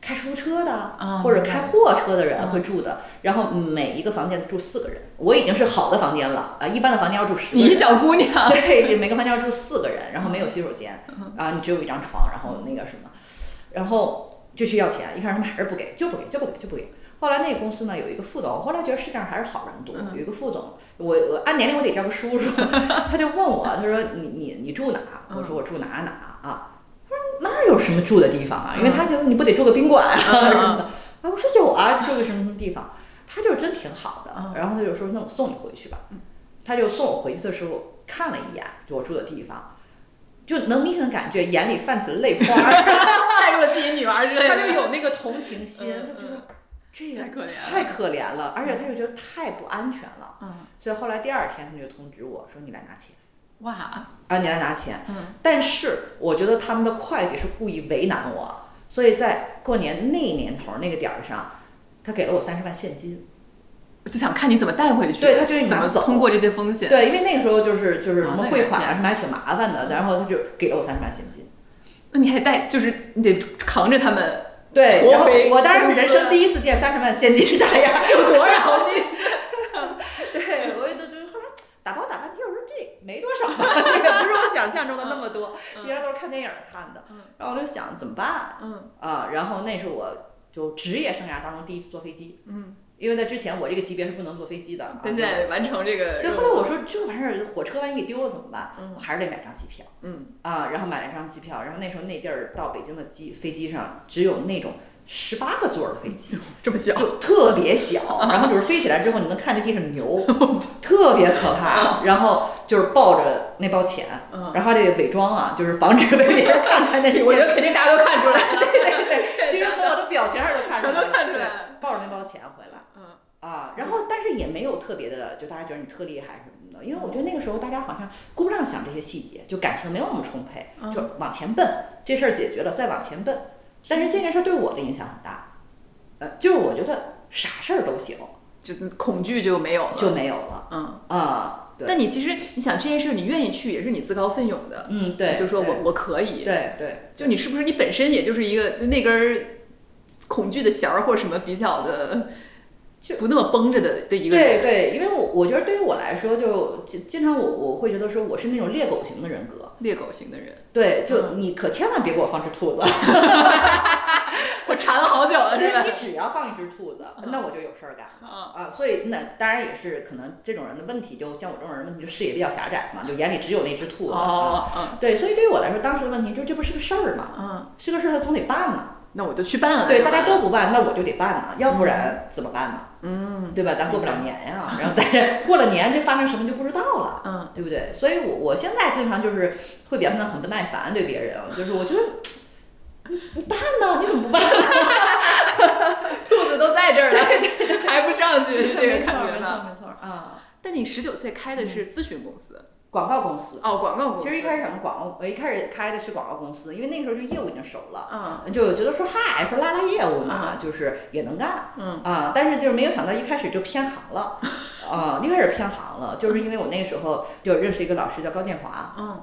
[SPEAKER 1] 开出租车的，
[SPEAKER 2] 啊
[SPEAKER 1] 或者
[SPEAKER 2] 明白啊
[SPEAKER 1] 开货车的人会住的。然后每一个房间住四个人，我已经是好的房间了啊，一般的房间要住十个
[SPEAKER 2] 你
[SPEAKER 1] 人。
[SPEAKER 2] 小姑 娘，
[SPEAKER 1] 对，每个房间要住四个人，然后没有洗手间，啊，你只有一张床，然后那个什么，然后就去要钱，一开始他们还是不给，就不给，就不给，就不给。后来那个公司呢有一个副总，我后来觉得世界上还是好人多，有一个副总，我我按年龄我得叫个叔叔，他就问我，他说你你你住哪？我说我住哪哪啊？他说哪有什么住的地方啊？因为他觉得你不得住个宾馆啊什么的，啊，我说有啊，住个什么什么地方，他就真挺好的
[SPEAKER 2] 嗯，
[SPEAKER 1] 然后他就说那我送你回去吧，嗯他就送我回去的时候看了一眼就我住的地方，就能明显的感觉眼里泛起了泪花 儿，
[SPEAKER 2] 带入了自己女儿之类
[SPEAKER 1] 他
[SPEAKER 2] 的，
[SPEAKER 1] 就有那个同情心，
[SPEAKER 2] 嗯
[SPEAKER 1] 他觉得这也
[SPEAKER 2] 太可怜了
[SPEAKER 1] 太可怜了，而且他就觉得太不安全了，
[SPEAKER 2] 嗯，
[SPEAKER 1] 所以后来第二天他们就通知我说你来拿钱。
[SPEAKER 2] 哇，
[SPEAKER 1] 啊，你来拿钱。
[SPEAKER 2] 嗯，
[SPEAKER 1] 但是我觉得他们的会计是故意为难我，所以在过年那年头儿那个点儿上，他给了我三十万现金。
[SPEAKER 2] 就想看你怎么带回去，
[SPEAKER 1] 对他就是你
[SPEAKER 2] 怎么
[SPEAKER 1] 拿走
[SPEAKER 2] 通过这些风险，
[SPEAKER 1] 对，因为那个时候就是就是
[SPEAKER 2] 哦
[SPEAKER 1] 什么
[SPEAKER 2] 那
[SPEAKER 1] 汇
[SPEAKER 2] 个
[SPEAKER 1] 款啊
[SPEAKER 2] 钱
[SPEAKER 1] 什么还挺麻烦的，然后他就给了我三十万现金。
[SPEAKER 2] 那你还带，就是你得扛着他们，
[SPEAKER 1] 对，
[SPEAKER 2] 驼
[SPEAKER 1] 然后
[SPEAKER 2] 背
[SPEAKER 1] 我当然是
[SPEAKER 2] 公
[SPEAKER 1] 人
[SPEAKER 2] 司
[SPEAKER 1] 生第一次见三十 万现金是啥样，
[SPEAKER 2] 这有多少你？
[SPEAKER 1] 对，我也都就是后来打包打包没多 少，也不是我想象中的那么多，
[SPEAKER 2] 嗯
[SPEAKER 1] 别人都是看电影儿看的
[SPEAKER 2] 嗯。
[SPEAKER 1] 然后我就想怎么办
[SPEAKER 2] 嗯
[SPEAKER 1] 啊？然后那是我就职业生涯当中第一次坐飞机，
[SPEAKER 2] 嗯，
[SPEAKER 1] 因为在之前我这个级别是不能坐飞机的啊。
[SPEAKER 2] 但现在完成这个
[SPEAKER 1] 对，
[SPEAKER 2] 任务，
[SPEAKER 1] 后来我说这玩意儿火车万一给丢了怎么办？
[SPEAKER 2] 嗯
[SPEAKER 1] 我还是得买张机票
[SPEAKER 2] 嗯
[SPEAKER 1] 啊，然后买了张机票，然后那时候那地儿到北京的机飞机上只有那种十八个座儿的飞机，
[SPEAKER 2] 这么小， 啊
[SPEAKER 1] 就特别小，然后就是飞起来之后你能看见地上 牛，特别可
[SPEAKER 2] 啊
[SPEAKER 1] 怕，然后就是抱着那包钱，
[SPEAKER 2] 嗯，
[SPEAKER 1] 然后这个伪装啊，就是防止被别人看出来那是
[SPEAKER 2] 我觉
[SPEAKER 1] 件
[SPEAKER 2] 得肯定大家都看出来，
[SPEAKER 1] 对 对对，其实从我的表情上都看出来，
[SPEAKER 2] 全都看出来
[SPEAKER 1] 对，抱着那包钱回来。
[SPEAKER 2] 嗯
[SPEAKER 1] 啊，然后但是也没有特别的，就大家觉得你特厉害什么的，因为我觉得那个时候大家好像顾不上想这些细节，就感情没有那么充沛，
[SPEAKER 2] 嗯
[SPEAKER 1] 就往前奔，这事儿解决了再往前奔。但是这件事儿对我的影响很大，呃，就是我觉得啥事儿都行，
[SPEAKER 2] 就恐惧就没有了，
[SPEAKER 1] 就没有了
[SPEAKER 2] 嗯。
[SPEAKER 1] 啊、对，
[SPEAKER 2] 但你其实你想这件事，你愿意去也是你自告奋勇的，
[SPEAKER 1] 嗯，对，
[SPEAKER 2] 就说
[SPEAKER 1] 对
[SPEAKER 2] 我我可以，
[SPEAKER 1] 对对
[SPEAKER 2] 就你是不是你本身也就是一个就那根儿恐惧的弦儿或者什么比较的，
[SPEAKER 1] 就
[SPEAKER 2] 不那么绷着的的一个
[SPEAKER 1] 对
[SPEAKER 2] 人，
[SPEAKER 1] 对，因为我我觉得对于我来说，就经经常我我会觉得说我是那种猎狗型的人格，
[SPEAKER 2] 猎狗型的人。
[SPEAKER 1] 对，
[SPEAKER 2] 嗯
[SPEAKER 1] 就你可千万别给我放只兔子。
[SPEAKER 2] 啊我馋了好久了，这
[SPEAKER 1] 对你
[SPEAKER 2] 个。
[SPEAKER 1] 只要放一只兔子，
[SPEAKER 2] 嗯
[SPEAKER 1] 那我就有事儿干了
[SPEAKER 2] 啊，
[SPEAKER 1] 啊。所以那当然也是可能这种人的问题，就像我这种人问题，就视野比较狭窄嘛，就眼里只有那只兔子。啊
[SPEAKER 2] 哦，
[SPEAKER 1] 对，所以对于我来说，当时的问题就是这不是个事儿嘛，
[SPEAKER 2] 嗯，
[SPEAKER 1] 是个事儿，它总得办呢。
[SPEAKER 2] 那我就去办了。
[SPEAKER 1] 对，
[SPEAKER 2] 就
[SPEAKER 1] 大
[SPEAKER 2] 完
[SPEAKER 1] 家
[SPEAKER 2] 了
[SPEAKER 1] 都不办，那我就得办呢，要不然怎么办呢？
[SPEAKER 2] 嗯
[SPEAKER 1] 对吧？咱过不了年呀、然后但是过了年，这发生什么就不知道了。
[SPEAKER 2] 嗯，
[SPEAKER 1] 对不对？所以我我现在经常就是会表现得很不耐烦对别人，就是我觉得你你办呢，你怎么不办？
[SPEAKER 2] 兔子都在这儿了，还不上 去，这
[SPEAKER 1] 没
[SPEAKER 2] 个
[SPEAKER 1] 错
[SPEAKER 2] 感
[SPEAKER 1] 儿
[SPEAKER 2] 觉
[SPEAKER 1] 没错儿
[SPEAKER 2] 吧？
[SPEAKER 1] 没错儿啊。
[SPEAKER 2] 但你十九岁开的是咨询公司
[SPEAKER 1] 广告公司。
[SPEAKER 2] 哦，广告公
[SPEAKER 1] 嗯
[SPEAKER 2] 司。
[SPEAKER 1] 其实一开始想广告，我一开始开的是广告公司，因为那个时候就业务已经熟了，
[SPEAKER 2] 嗯
[SPEAKER 1] 就觉得说嗨，说拉拉业务嘛，就是也能干
[SPEAKER 2] 嗯
[SPEAKER 1] 啊。但是就是没有想到一开始就偏行 了，啊，一开始偏行了，就是因为我那时候就认识一个老师叫高建华，
[SPEAKER 2] 嗯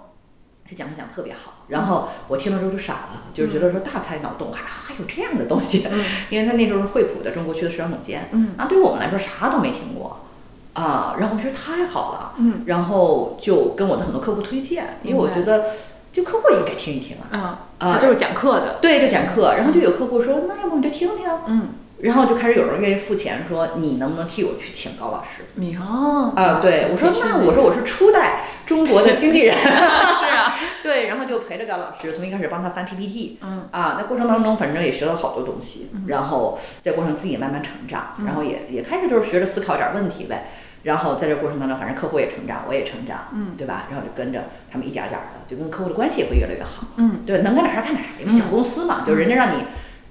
[SPEAKER 1] 他讲课讲得特别好，然后我听了之后就傻了，就是觉得说大开脑洞，还还有这样的东西，
[SPEAKER 2] 嗯
[SPEAKER 1] 因为他那时候是惠普的中国区的市场总监，
[SPEAKER 2] 嗯
[SPEAKER 1] 那对于我们来说啥都没听过，啊，然后我觉得太好了，
[SPEAKER 2] 嗯
[SPEAKER 1] 然后就跟我的很多客户推荐，因为我觉得就客户也应该听一听啊。
[SPEAKER 2] 嗯，
[SPEAKER 1] 啊
[SPEAKER 2] 他就是讲课的。
[SPEAKER 1] 对，就讲课，然后就有客户说，那要不你就听听，
[SPEAKER 2] 嗯，
[SPEAKER 1] 然后就开始有人愿意付钱，说你能不能替我去请高老师？
[SPEAKER 2] 米哦
[SPEAKER 1] 啊，对，我说
[SPEAKER 2] 培训
[SPEAKER 1] 那
[SPEAKER 2] 的
[SPEAKER 1] 我说我是初代中国的经纪人，
[SPEAKER 2] 是啊，
[SPEAKER 1] 对，然后就陪着高老师从一开始帮他翻 PPT，
[SPEAKER 2] 嗯
[SPEAKER 1] 啊，那过程当中反正也学了好多东西，然后在过程自己也慢慢成长，
[SPEAKER 2] 嗯
[SPEAKER 1] 然后也也开始就是学着思考点问题呗，然后在这过程当中，反正客户也成长，我也成长，
[SPEAKER 2] 嗯
[SPEAKER 1] 对吧？然后就跟着他们一点儿点儿的，就跟客户的关系也会越来越好，
[SPEAKER 2] 嗯
[SPEAKER 1] 对，能干点啥干点啥，因为小公司嘛，就人家让你。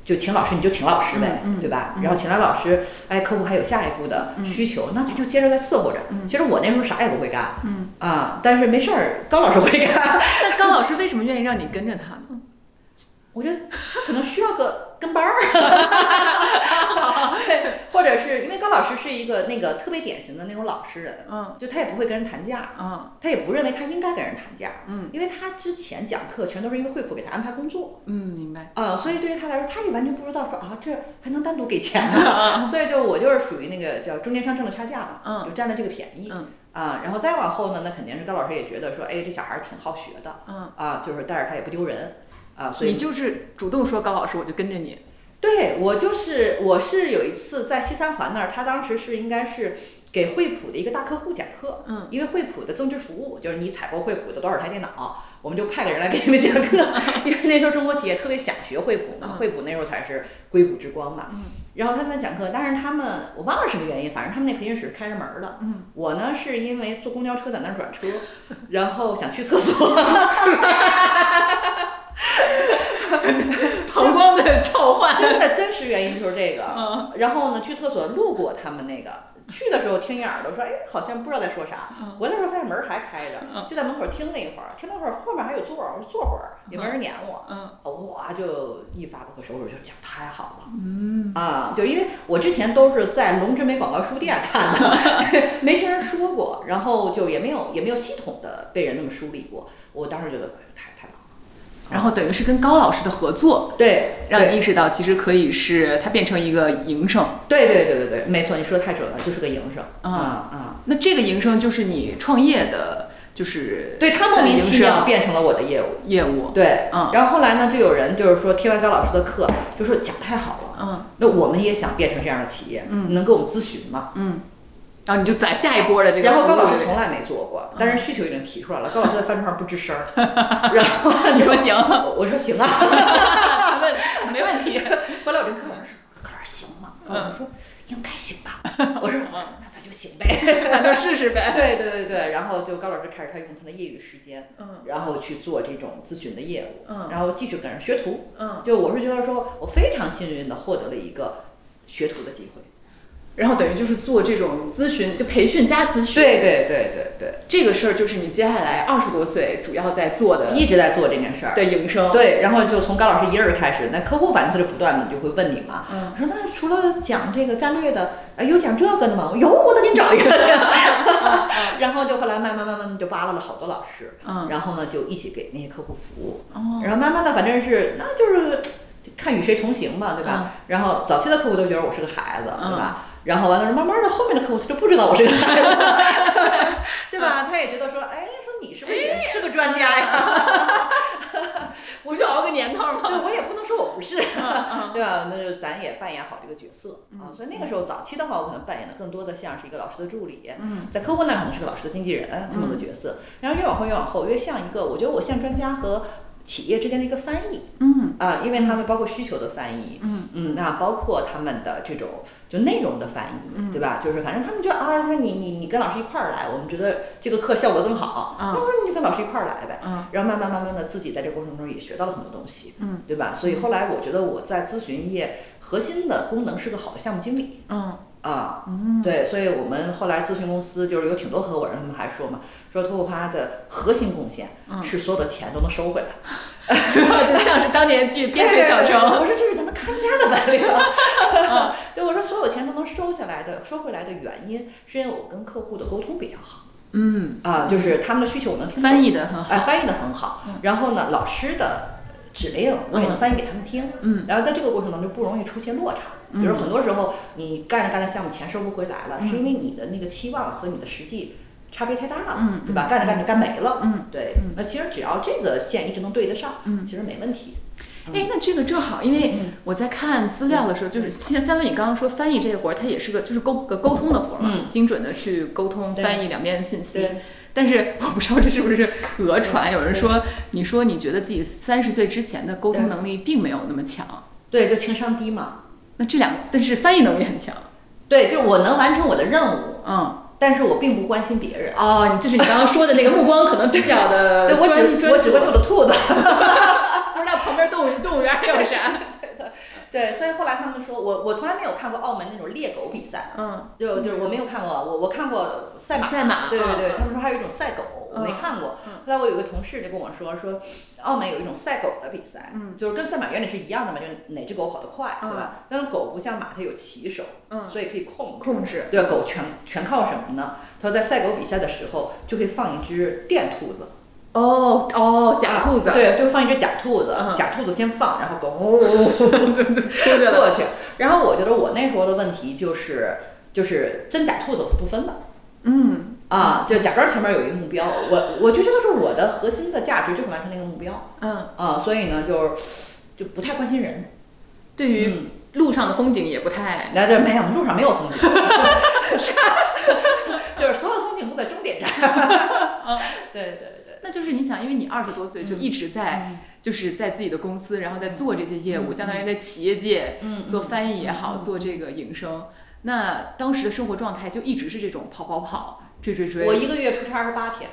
[SPEAKER 1] 就请老师，你就请老师呗，
[SPEAKER 2] 嗯嗯
[SPEAKER 1] 对吧？然后请来老师，哎，客户还有下一步的需求，那咱就接着再伺候着。其实我那时候啥也不会干
[SPEAKER 2] 嗯。
[SPEAKER 1] 啊，但是没事儿，高老师会干，
[SPEAKER 2] 那高老师为什么愿意让你跟着他呢？
[SPEAKER 1] 我觉得他可能需要个 跟班儿，对，或者是因为高老师是一个那个特别典型的那种老实人，
[SPEAKER 2] 嗯
[SPEAKER 1] 就他也不会跟人谈价，
[SPEAKER 2] 嗯
[SPEAKER 1] 他也不认为他应该跟人谈价，
[SPEAKER 2] 嗯
[SPEAKER 1] 因为他之前讲课全都是因为惠普给他安排工作，
[SPEAKER 2] 嗯，明白。
[SPEAKER 1] 啊、所以对于他来说，他也完全不知道说啊这还能单独给钱 呢，所以就我就是属于那个叫中间商挣的差价吧，
[SPEAKER 2] 嗯
[SPEAKER 1] 就占了这个便宜，
[SPEAKER 2] 嗯
[SPEAKER 1] 啊，然后再往后呢，那肯定是高老师也觉得说，哎，这小孩儿挺好学的，
[SPEAKER 2] 嗯，
[SPEAKER 1] 啊，就是带着他也不丢人，啊，所以
[SPEAKER 2] 你就是主动说高老师，我就跟着你。
[SPEAKER 1] 对我就是我是有一次在西三环那儿，他当时是应该是给惠普的一个大客户讲课，
[SPEAKER 2] 嗯，
[SPEAKER 1] 因为惠普的增值服务就是你采购惠普的多少台电脑，我们就派个人来给你们讲课， 因为那时候中国企业特别想学惠普嘛，
[SPEAKER 2] 嗯
[SPEAKER 1] 惠普那时候才是硅谷之光嘛，
[SPEAKER 2] 嗯，
[SPEAKER 1] 然后他在那讲课，但是他们我忘了什么原因，反正他们那培训室开着门儿了，
[SPEAKER 2] 嗯，
[SPEAKER 1] 我呢是因为坐公交车在那儿转车，然后想去厕所，
[SPEAKER 2] 膀胱 的召唤。
[SPEAKER 1] 真的真实原因就是这个。
[SPEAKER 2] 嗯
[SPEAKER 1] 然后呢，去厕所路过他们那个，去的时候听一耳朵说，哎，好像不知道在说啥。
[SPEAKER 2] 嗯
[SPEAKER 1] 回来的时候发现门还开着，就在门口听了一会儿，听了一会儿后面还有座儿，我说坐会儿，也没人撵我。
[SPEAKER 2] 嗯
[SPEAKER 1] 哇，就一发不可收拾，就讲太好了
[SPEAKER 2] 嗯
[SPEAKER 1] 啊！就因为我之前都是在龙之美广告书店看的， 没听人说过，然后就也没有也没有系统的被人那么梳理过。我当时觉得哎太太棒了，
[SPEAKER 2] 然后等于是跟高老师的合作，
[SPEAKER 1] 对，
[SPEAKER 2] 让
[SPEAKER 1] 对
[SPEAKER 2] 你意识到其实可以是它变成一个营生。
[SPEAKER 1] 对对对对对，没错，你说的太准了，就是个营生
[SPEAKER 2] 嗯
[SPEAKER 1] 啊啊。
[SPEAKER 2] 那这个营生就是你创业的，就是
[SPEAKER 1] 对他莫名其妙变成了我的业务。
[SPEAKER 2] 业务，
[SPEAKER 1] 对，
[SPEAKER 2] 嗯
[SPEAKER 1] 然后后来呢，就有人就是说听完高老师的课，就说讲太好了，
[SPEAKER 2] 嗯，
[SPEAKER 1] 那我们也想变成这样的企业，嗯，能给我们咨询吗？
[SPEAKER 2] 然后你就把下一波的这个
[SPEAKER 1] 然后
[SPEAKER 2] 服务
[SPEAKER 1] 高老
[SPEAKER 2] 这
[SPEAKER 1] 师
[SPEAKER 2] 个
[SPEAKER 1] 从来没做过，
[SPEAKER 2] 嗯
[SPEAKER 1] 但是需求已经提出来了，高老师在饭桌上不吱 声儿，然后
[SPEAKER 2] 你 说行，
[SPEAKER 1] 我我说行啊，
[SPEAKER 2] 他问 没问题，
[SPEAKER 1] 后来我就跟高老师说，高老师行吗？高老师说
[SPEAKER 2] 嗯
[SPEAKER 1] 应该行 吧，我说那咱就行呗。
[SPEAKER 2] 咱就试试呗。
[SPEAKER 1] 对对对对，然后就高老师开始他用他的业余时间，
[SPEAKER 4] 嗯
[SPEAKER 1] 然后去做这种咨询的业务，
[SPEAKER 4] 嗯
[SPEAKER 1] 然后继续跟人学徒。
[SPEAKER 4] 嗯，
[SPEAKER 1] 就我是觉得说，我非常幸运的获得了一个学徒的机会。
[SPEAKER 2] 然后等于就是做这种咨询，就培训加咨询，
[SPEAKER 1] 对对对对对，
[SPEAKER 2] 这个事儿就是你接下来二十多岁主要在做的
[SPEAKER 1] 一直在做这件事儿。
[SPEAKER 2] 的营生。
[SPEAKER 1] 对，然后就从高老师一个人开始，那客户反正他就不断的就会问你嘛，
[SPEAKER 2] 嗯
[SPEAKER 1] 我说那除了讲这个战略的，呃，有讲这个的吗？我有，我再给你找
[SPEAKER 2] 嗯
[SPEAKER 1] 一个。然后就后来慢慢慢慢地就扒拉了好多老师，
[SPEAKER 2] 嗯，
[SPEAKER 1] 然后呢就一起给那些客户服务，
[SPEAKER 2] 哦，
[SPEAKER 1] 然后慢慢的反正是那就是看与谁同行嘛，对
[SPEAKER 2] 嗯
[SPEAKER 1] 吧？然后早期的客户都觉得我是个孩子，对吧？然后完了，慢慢的后面的客户他就不知道我是个孩子， 对吧？他也觉得说，哎，说你是不是也是个专家呀？
[SPEAKER 2] 我就熬个年头嘛。
[SPEAKER 1] 对，我也不能说我不是， 对吧？那就咱也扮演好这个角色啊。所以那个时候早期的话，我可能扮演的更多的像是一个老师的助理，
[SPEAKER 2] 嗯，
[SPEAKER 1] 在客户那可能是个老师的经纪人这么个角色。然后越往后越往后，越像一个，我觉得我像专家和企业之间的一个翻译，
[SPEAKER 2] 嗯
[SPEAKER 1] 啊，因为他们包括需求的翻译，
[SPEAKER 2] 嗯
[SPEAKER 1] 嗯，那包括他们的这种就内容的翻译，
[SPEAKER 2] 嗯
[SPEAKER 1] 对吧？就是反正他们就啊，说你你你跟老师一块儿来，我们觉得这个课效果更好，
[SPEAKER 2] 嗯
[SPEAKER 1] 那我说你就跟老师一块儿来呗。
[SPEAKER 2] 嗯
[SPEAKER 1] 然后慢慢慢慢的自己在这过程中也学到了很多东西，
[SPEAKER 2] 嗯，
[SPEAKER 1] 对吧？所以后来我觉得我在咨询业核心的功能是个好的项目经理，
[SPEAKER 2] 嗯
[SPEAKER 1] 啊，对，所以我们后来咨询公司就是有挺多合伙人，他们还说嘛，说托普花的核心贡献是所有的钱都能收回来，
[SPEAKER 2] 嗯， 就像是当年剧《边陲小嗯城》
[SPEAKER 1] 对对对对我说这是咱们看家的 本 领，对，我说所有钱都能收下来的，收回来的原因是因为我跟客户的沟通比较好
[SPEAKER 2] 嗯，
[SPEAKER 1] 啊，就是他们的需求我能听懂
[SPEAKER 2] 翻译的很好。嗯
[SPEAKER 1] 哎，翻译的很好。然后呢，老师的指令我也能翻译给他们听。
[SPEAKER 2] 嗯，
[SPEAKER 1] 然后在这个过程当中就不容易出现落差。比如很多时候你干着干着项目钱收不回来了，
[SPEAKER 2] 嗯
[SPEAKER 1] 是因为你的那个期望和你的实际。差别太大了，
[SPEAKER 2] 嗯
[SPEAKER 1] 对吧？干着干着干没了，
[SPEAKER 2] 嗯，
[SPEAKER 1] 对。那其实只要这个线一直能对得上，嗯，其实没问题。
[SPEAKER 2] 哎，那这个正好，因为
[SPEAKER 1] 嗯
[SPEAKER 2] 我在看资料的时候，就是相相当于你刚刚说翻译这活儿，它也是个就是沟个沟通的活儿嘛，
[SPEAKER 1] 嗯
[SPEAKER 2] 精准的去沟通
[SPEAKER 1] 对
[SPEAKER 2] 翻译两边的信息。但是我不知道这是不是讹传，有人说你说你觉得自己三十岁之前的沟通
[SPEAKER 1] 对
[SPEAKER 2] 能力并没有那么强，
[SPEAKER 1] 对，就情商低嘛。
[SPEAKER 2] 那这两但是翻译能力很强，
[SPEAKER 1] 对，就我能完成我的任务，
[SPEAKER 2] 嗯，
[SPEAKER 1] 但是我并不关心别人。
[SPEAKER 2] 哦，你就是你刚刚说的那个目光可能比较 的
[SPEAKER 1] 对我
[SPEAKER 2] 呃专
[SPEAKER 1] 只我
[SPEAKER 2] 专
[SPEAKER 1] 只
[SPEAKER 2] 注，啊
[SPEAKER 1] 关注我的兔子，
[SPEAKER 2] 不知道旁边动物动物园还有 啥，
[SPEAKER 1] 对。所以后来他们说我我从来没有看过澳门那种猎狗比赛，
[SPEAKER 2] 嗯，
[SPEAKER 1] 就就是我没有看过，我我看过赛马，
[SPEAKER 2] 赛马
[SPEAKER 1] 对对
[SPEAKER 2] 嗯
[SPEAKER 1] 对
[SPEAKER 2] 嗯，
[SPEAKER 1] 他们说还有一种赛狗，我没看过。后来我有个同事就跟我说，说澳门有一种赛狗的比赛，
[SPEAKER 2] 嗯
[SPEAKER 1] 就是跟赛马原理是一样的嘛，就是哪只狗跑得快，对吧？但是狗不像马，它有骑手，所以可以控制。
[SPEAKER 2] 嗯控制，
[SPEAKER 1] 对，狗全全靠什么呢？他说在赛狗比赛的时候，就会放一只电兔子，
[SPEAKER 2] 哦哦，假兔子，
[SPEAKER 1] 啊对，就会放一只假兔子，
[SPEAKER 2] 嗯
[SPEAKER 1] 假兔子先放，然后狗 呜呜呜
[SPEAKER 2] 出去了，
[SPEAKER 1] 过去。然后我觉得我那时候的问题就是，就是真假兔子我是不分的。
[SPEAKER 2] 嗯。
[SPEAKER 1] 啊，就假装前面有一个目标，我我就觉得是我的核心的价值就是完成那个目标
[SPEAKER 2] 嗯，
[SPEAKER 1] 啊，所以呢就是就不太关心人，
[SPEAKER 2] 对
[SPEAKER 1] 嗯
[SPEAKER 2] 于路上的风景也不太，
[SPEAKER 1] 来这没有路上没有风景， 就是所有的风景都在终点站，
[SPEAKER 2] 嗯
[SPEAKER 1] 对对对，
[SPEAKER 2] 那就是你想，因为你二十多岁就一直在，
[SPEAKER 1] 嗯
[SPEAKER 2] 就是在自己的公司，然后在做这些业务，相当于在企业界
[SPEAKER 1] 嗯
[SPEAKER 2] 做翻译也好，做这个营生。那当时的生活状态就一直是这种跑跑跑、追追追。
[SPEAKER 1] 我一个月出差二十八天，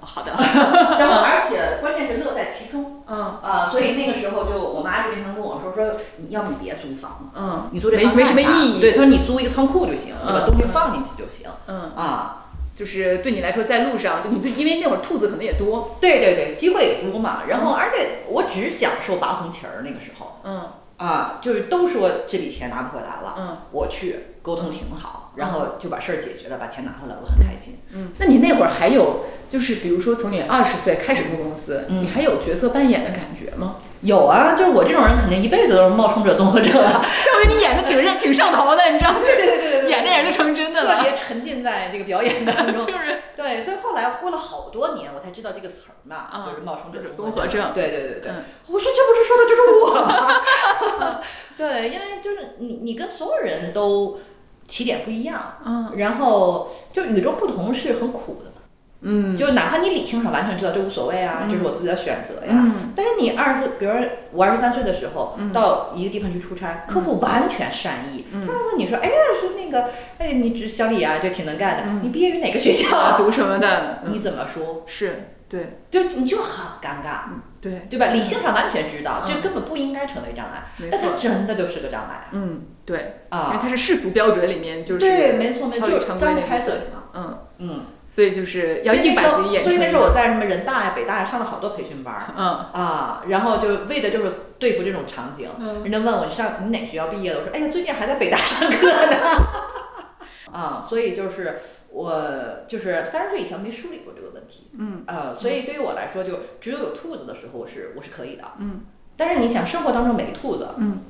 [SPEAKER 2] 好 的，
[SPEAKER 1] 然后而且关键是乐在其中
[SPEAKER 2] 嗯
[SPEAKER 1] 啊，所以那个时候就我妈就经常跟我说说，你要不你别租房了，
[SPEAKER 2] 嗯
[SPEAKER 1] 你租这
[SPEAKER 2] 没
[SPEAKER 1] 房
[SPEAKER 2] 没
[SPEAKER 1] 干
[SPEAKER 2] 什么
[SPEAKER 1] 嘛
[SPEAKER 2] 意义
[SPEAKER 1] 对，她说你租一个仓库就行，你把
[SPEAKER 2] 嗯
[SPEAKER 1] 东西放进去就行
[SPEAKER 2] 嗯，
[SPEAKER 1] 啊，
[SPEAKER 2] 就是对你来说，在路上，就你就因为那会儿兔子可能也多，
[SPEAKER 1] 对对对，机会也多嘛。然后，而且我只享受拔红旗儿那个时候
[SPEAKER 2] 嗯
[SPEAKER 1] 啊，就是都说这笔钱拿不回来了，
[SPEAKER 2] 嗯。
[SPEAKER 1] 我去沟通挺好，然后就把事儿解决了，把钱拿回来，我很开心。
[SPEAKER 2] 嗯，那你那会儿还有就是，比如说从你二十岁开始入公司，
[SPEAKER 1] 嗯
[SPEAKER 2] 你还有角色扮演的感觉吗？
[SPEAKER 1] 有啊，就是我这种人肯定一辈子都是冒充者综合症啊，
[SPEAKER 2] 我觉得你演的挺认、挺上头的，你知道吗？对对对对演着演着就成真的
[SPEAKER 1] 特
[SPEAKER 2] 了，
[SPEAKER 1] 别沉浸在这个表演当中。
[SPEAKER 2] 就是
[SPEAKER 1] 对，所以后来呼了好多年，我才知道这个词儿嘛，
[SPEAKER 2] 啊
[SPEAKER 1] 就是冒充者
[SPEAKER 2] 这种
[SPEAKER 1] 综
[SPEAKER 2] 综合症
[SPEAKER 1] 对对对对，
[SPEAKER 2] 嗯
[SPEAKER 1] 我说这不是说的就是我吗？ 对，因为就是你你跟所有人都起点不一样，
[SPEAKER 2] 嗯
[SPEAKER 1] 然后就与众不同是很苦的嘛。
[SPEAKER 2] 嗯
[SPEAKER 1] 就哪怕你理性上完全知道这无所谓啊，
[SPEAKER 2] 嗯
[SPEAKER 1] 这是我自己的选择呀。
[SPEAKER 2] 嗯
[SPEAKER 1] 但是你二十，比如说我二十三岁的时候，到一个地方去出差，
[SPEAKER 2] 嗯
[SPEAKER 1] 客户完全善意，他会问你说：“哎呀，是那个，哎，你这小李啊，这挺能干的，你毕业于哪个学校啊？”
[SPEAKER 2] 啊，读什么的，
[SPEAKER 1] 你
[SPEAKER 2] 嗯
[SPEAKER 1] 怎么说？
[SPEAKER 2] 是对
[SPEAKER 1] 就你就很尴尬，
[SPEAKER 2] 对，
[SPEAKER 1] 对吧？理性上完全知道，
[SPEAKER 2] 嗯
[SPEAKER 1] 这根本不应该成为障碍，
[SPEAKER 2] 没
[SPEAKER 1] 但它
[SPEAKER 2] 错
[SPEAKER 1] 真的就是个障碍
[SPEAKER 2] 嗯对，因为
[SPEAKER 1] 啊！
[SPEAKER 2] 它是世俗标准里面就是
[SPEAKER 1] 对，没错，没
[SPEAKER 2] 超
[SPEAKER 1] 错，
[SPEAKER 2] 越
[SPEAKER 1] 就
[SPEAKER 2] 常
[SPEAKER 1] 张不
[SPEAKER 2] 规的
[SPEAKER 1] 开
[SPEAKER 2] 部
[SPEAKER 1] 嘴
[SPEAKER 2] 分
[SPEAKER 1] 嘛。
[SPEAKER 2] 嗯，
[SPEAKER 1] 嗯，
[SPEAKER 2] 所以就是要
[SPEAKER 1] 所以
[SPEAKER 2] 硬
[SPEAKER 1] 那时
[SPEAKER 2] 把自
[SPEAKER 1] 候
[SPEAKER 2] 己，演
[SPEAKER 1] 所以那时
[SPEAKER 2] 成
[SPEAKER 1] 候
[SPEAKER 2] 一
[SPEAKER 1] 我
[SPEAKER 2] 个
[SPEAKER 1] 在什么人大呀、北大呀上了好多培训班儿
[SPEAKER 2] 嗯
[SPEAKER 1] 啊，然后就为的就是对付这种场景。
[SPEAKER 2] 嗯
[SPEAKER 1] 人家问我你上你哪学校毕业的？我说哎呀，最近还在北大上课呢。 啊，所以就是我就是三十岁以前没梳理过这个问题，
[SPEAKER 2] 嗯，
[SPEAKER 1] 呃，所以对于我来说，就只有有兔子的时候，我是我是可以的，
[SPEAKER 2] 嗯。
[SPEAKER 1] 但是你想，生活当中没兔子，
[SPEAKER 2] 嗯，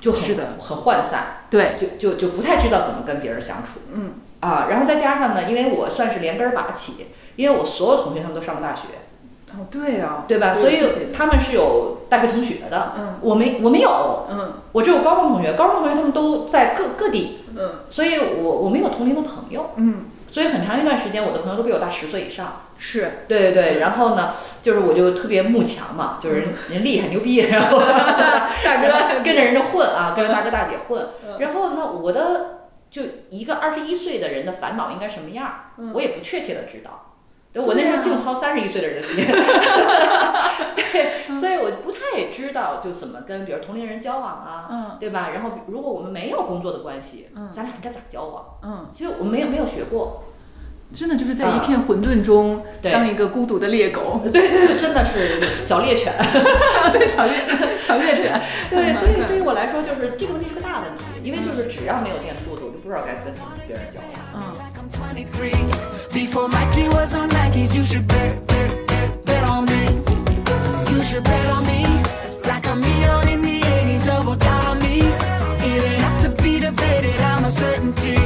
[SPEAKER 1] 就很
[SPEAKER 2] 是的
[SPEAKER 1] 很涣散，
[SPEAKER 2] 对，
[SPEAKER 1] 就就就不太知道怎么跟别人相处，
[SPEAKER 2] 嗯
[SPEAKER 1] 啊，然后再加上呢，因为我算是连根儿拔起，因为我所有同学他们都上过大学，
[SPEAKER 2] 哦对啊，
[SPEAKER 1] 对吧？
[SPEAKER 2] 我
[SPEAKER 1] 所以
[SPEAKER 2] 自己
[SPEAKER 1] 他们是有大学同学的，
[SPEAKER 2] 嗯
[SPEAKER 1] 我没我没有，
[SPEAKER 2] 嗯
[SPEAKER 1] 我只有高中同学，高中同学他们都在各各地，
[SPEAKER 2] 嗯
[SPEAKER 1] 所以我我没有同龄的朋友，
[SPEAKER 2] 嗯
[SPEAKER 1] 所以很长一段时间我的朋友都比我大十岁以上。
[SPEAKER 2] 是，
[SPEAKER 1] 对对对，然后呢，就是我就特别慕强嘛，就是人人厉害牛逼，然后
[SPEAKER 2] 大哥
[SPEAKER 1] 跟着人家混 啊，跟着大哥大姐混
[SPEAKER 2] 嗯。
[SPEAKER 1] 然后呢，我的就一个二十一岁的人的烦恼应该什么样，
[SPEAKER 2] 嗯
[SPEAKER 1] 我也不确切的知道。对
[SPEAKER 2] 对
[SPEAKER 1] 我那时
[SPEAKER 2] 啊
[SPEAKER 1] 候净操三十一岁的人的 心，
[SPEAKER 2] 嗯
[SPEAKER 1] 对，所以我不太知道就怎么跟比如同龄人交往啊，
[SPEAKER 2] 嗯
[SPEAKER 1] 对吧？然后如果我们没有工作的关系，
[SPEAKER 2] 嗯
[SPEAKER 1] 咱俩应该咋交往？
[SPEAKER 2] 嗯，
[SPEAKER 1] 其实我没有没有学过，
[SPEAKER 2] 真的就是在一片混沌中
[SPEAKER 1] 对
[SPEAKER 2] 当一个孤独的猎狗，
[SPEAKER 1] 对对对，真的是小猎犬。
[SPEAKER 2] 对 强烈强烈犬，
[SPEAKER 1] 对，所以对于我来说，就是这个问题是个大问题，因为就是只要没有电兔子，我就不知道该跟怎么别人交往。
[SPEAKER 2] 嗯。
[SPEAKER 5] Like I'm 23. Before Mikey was on Nikes, you should bet, bet, bet, bet on me. You should bet on me. Like a million in the 80s, double down on me. It ain't up to be debated, I'm a certainty.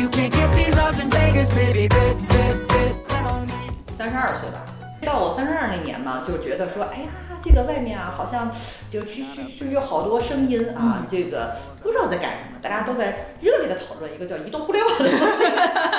[SPEAKER 5] You can't get these odds in Vegas, baby. Bet, bet, bet, bet on me.
[SPEAKER 1] 三十二岁吧，到我三十二那年嘛，就觉得说，哎呀，这个外面啊，好像就去去去有好多声音啊，这个不知道在干什么，大家都在热烈的讨论一个叫移动互联网的东西。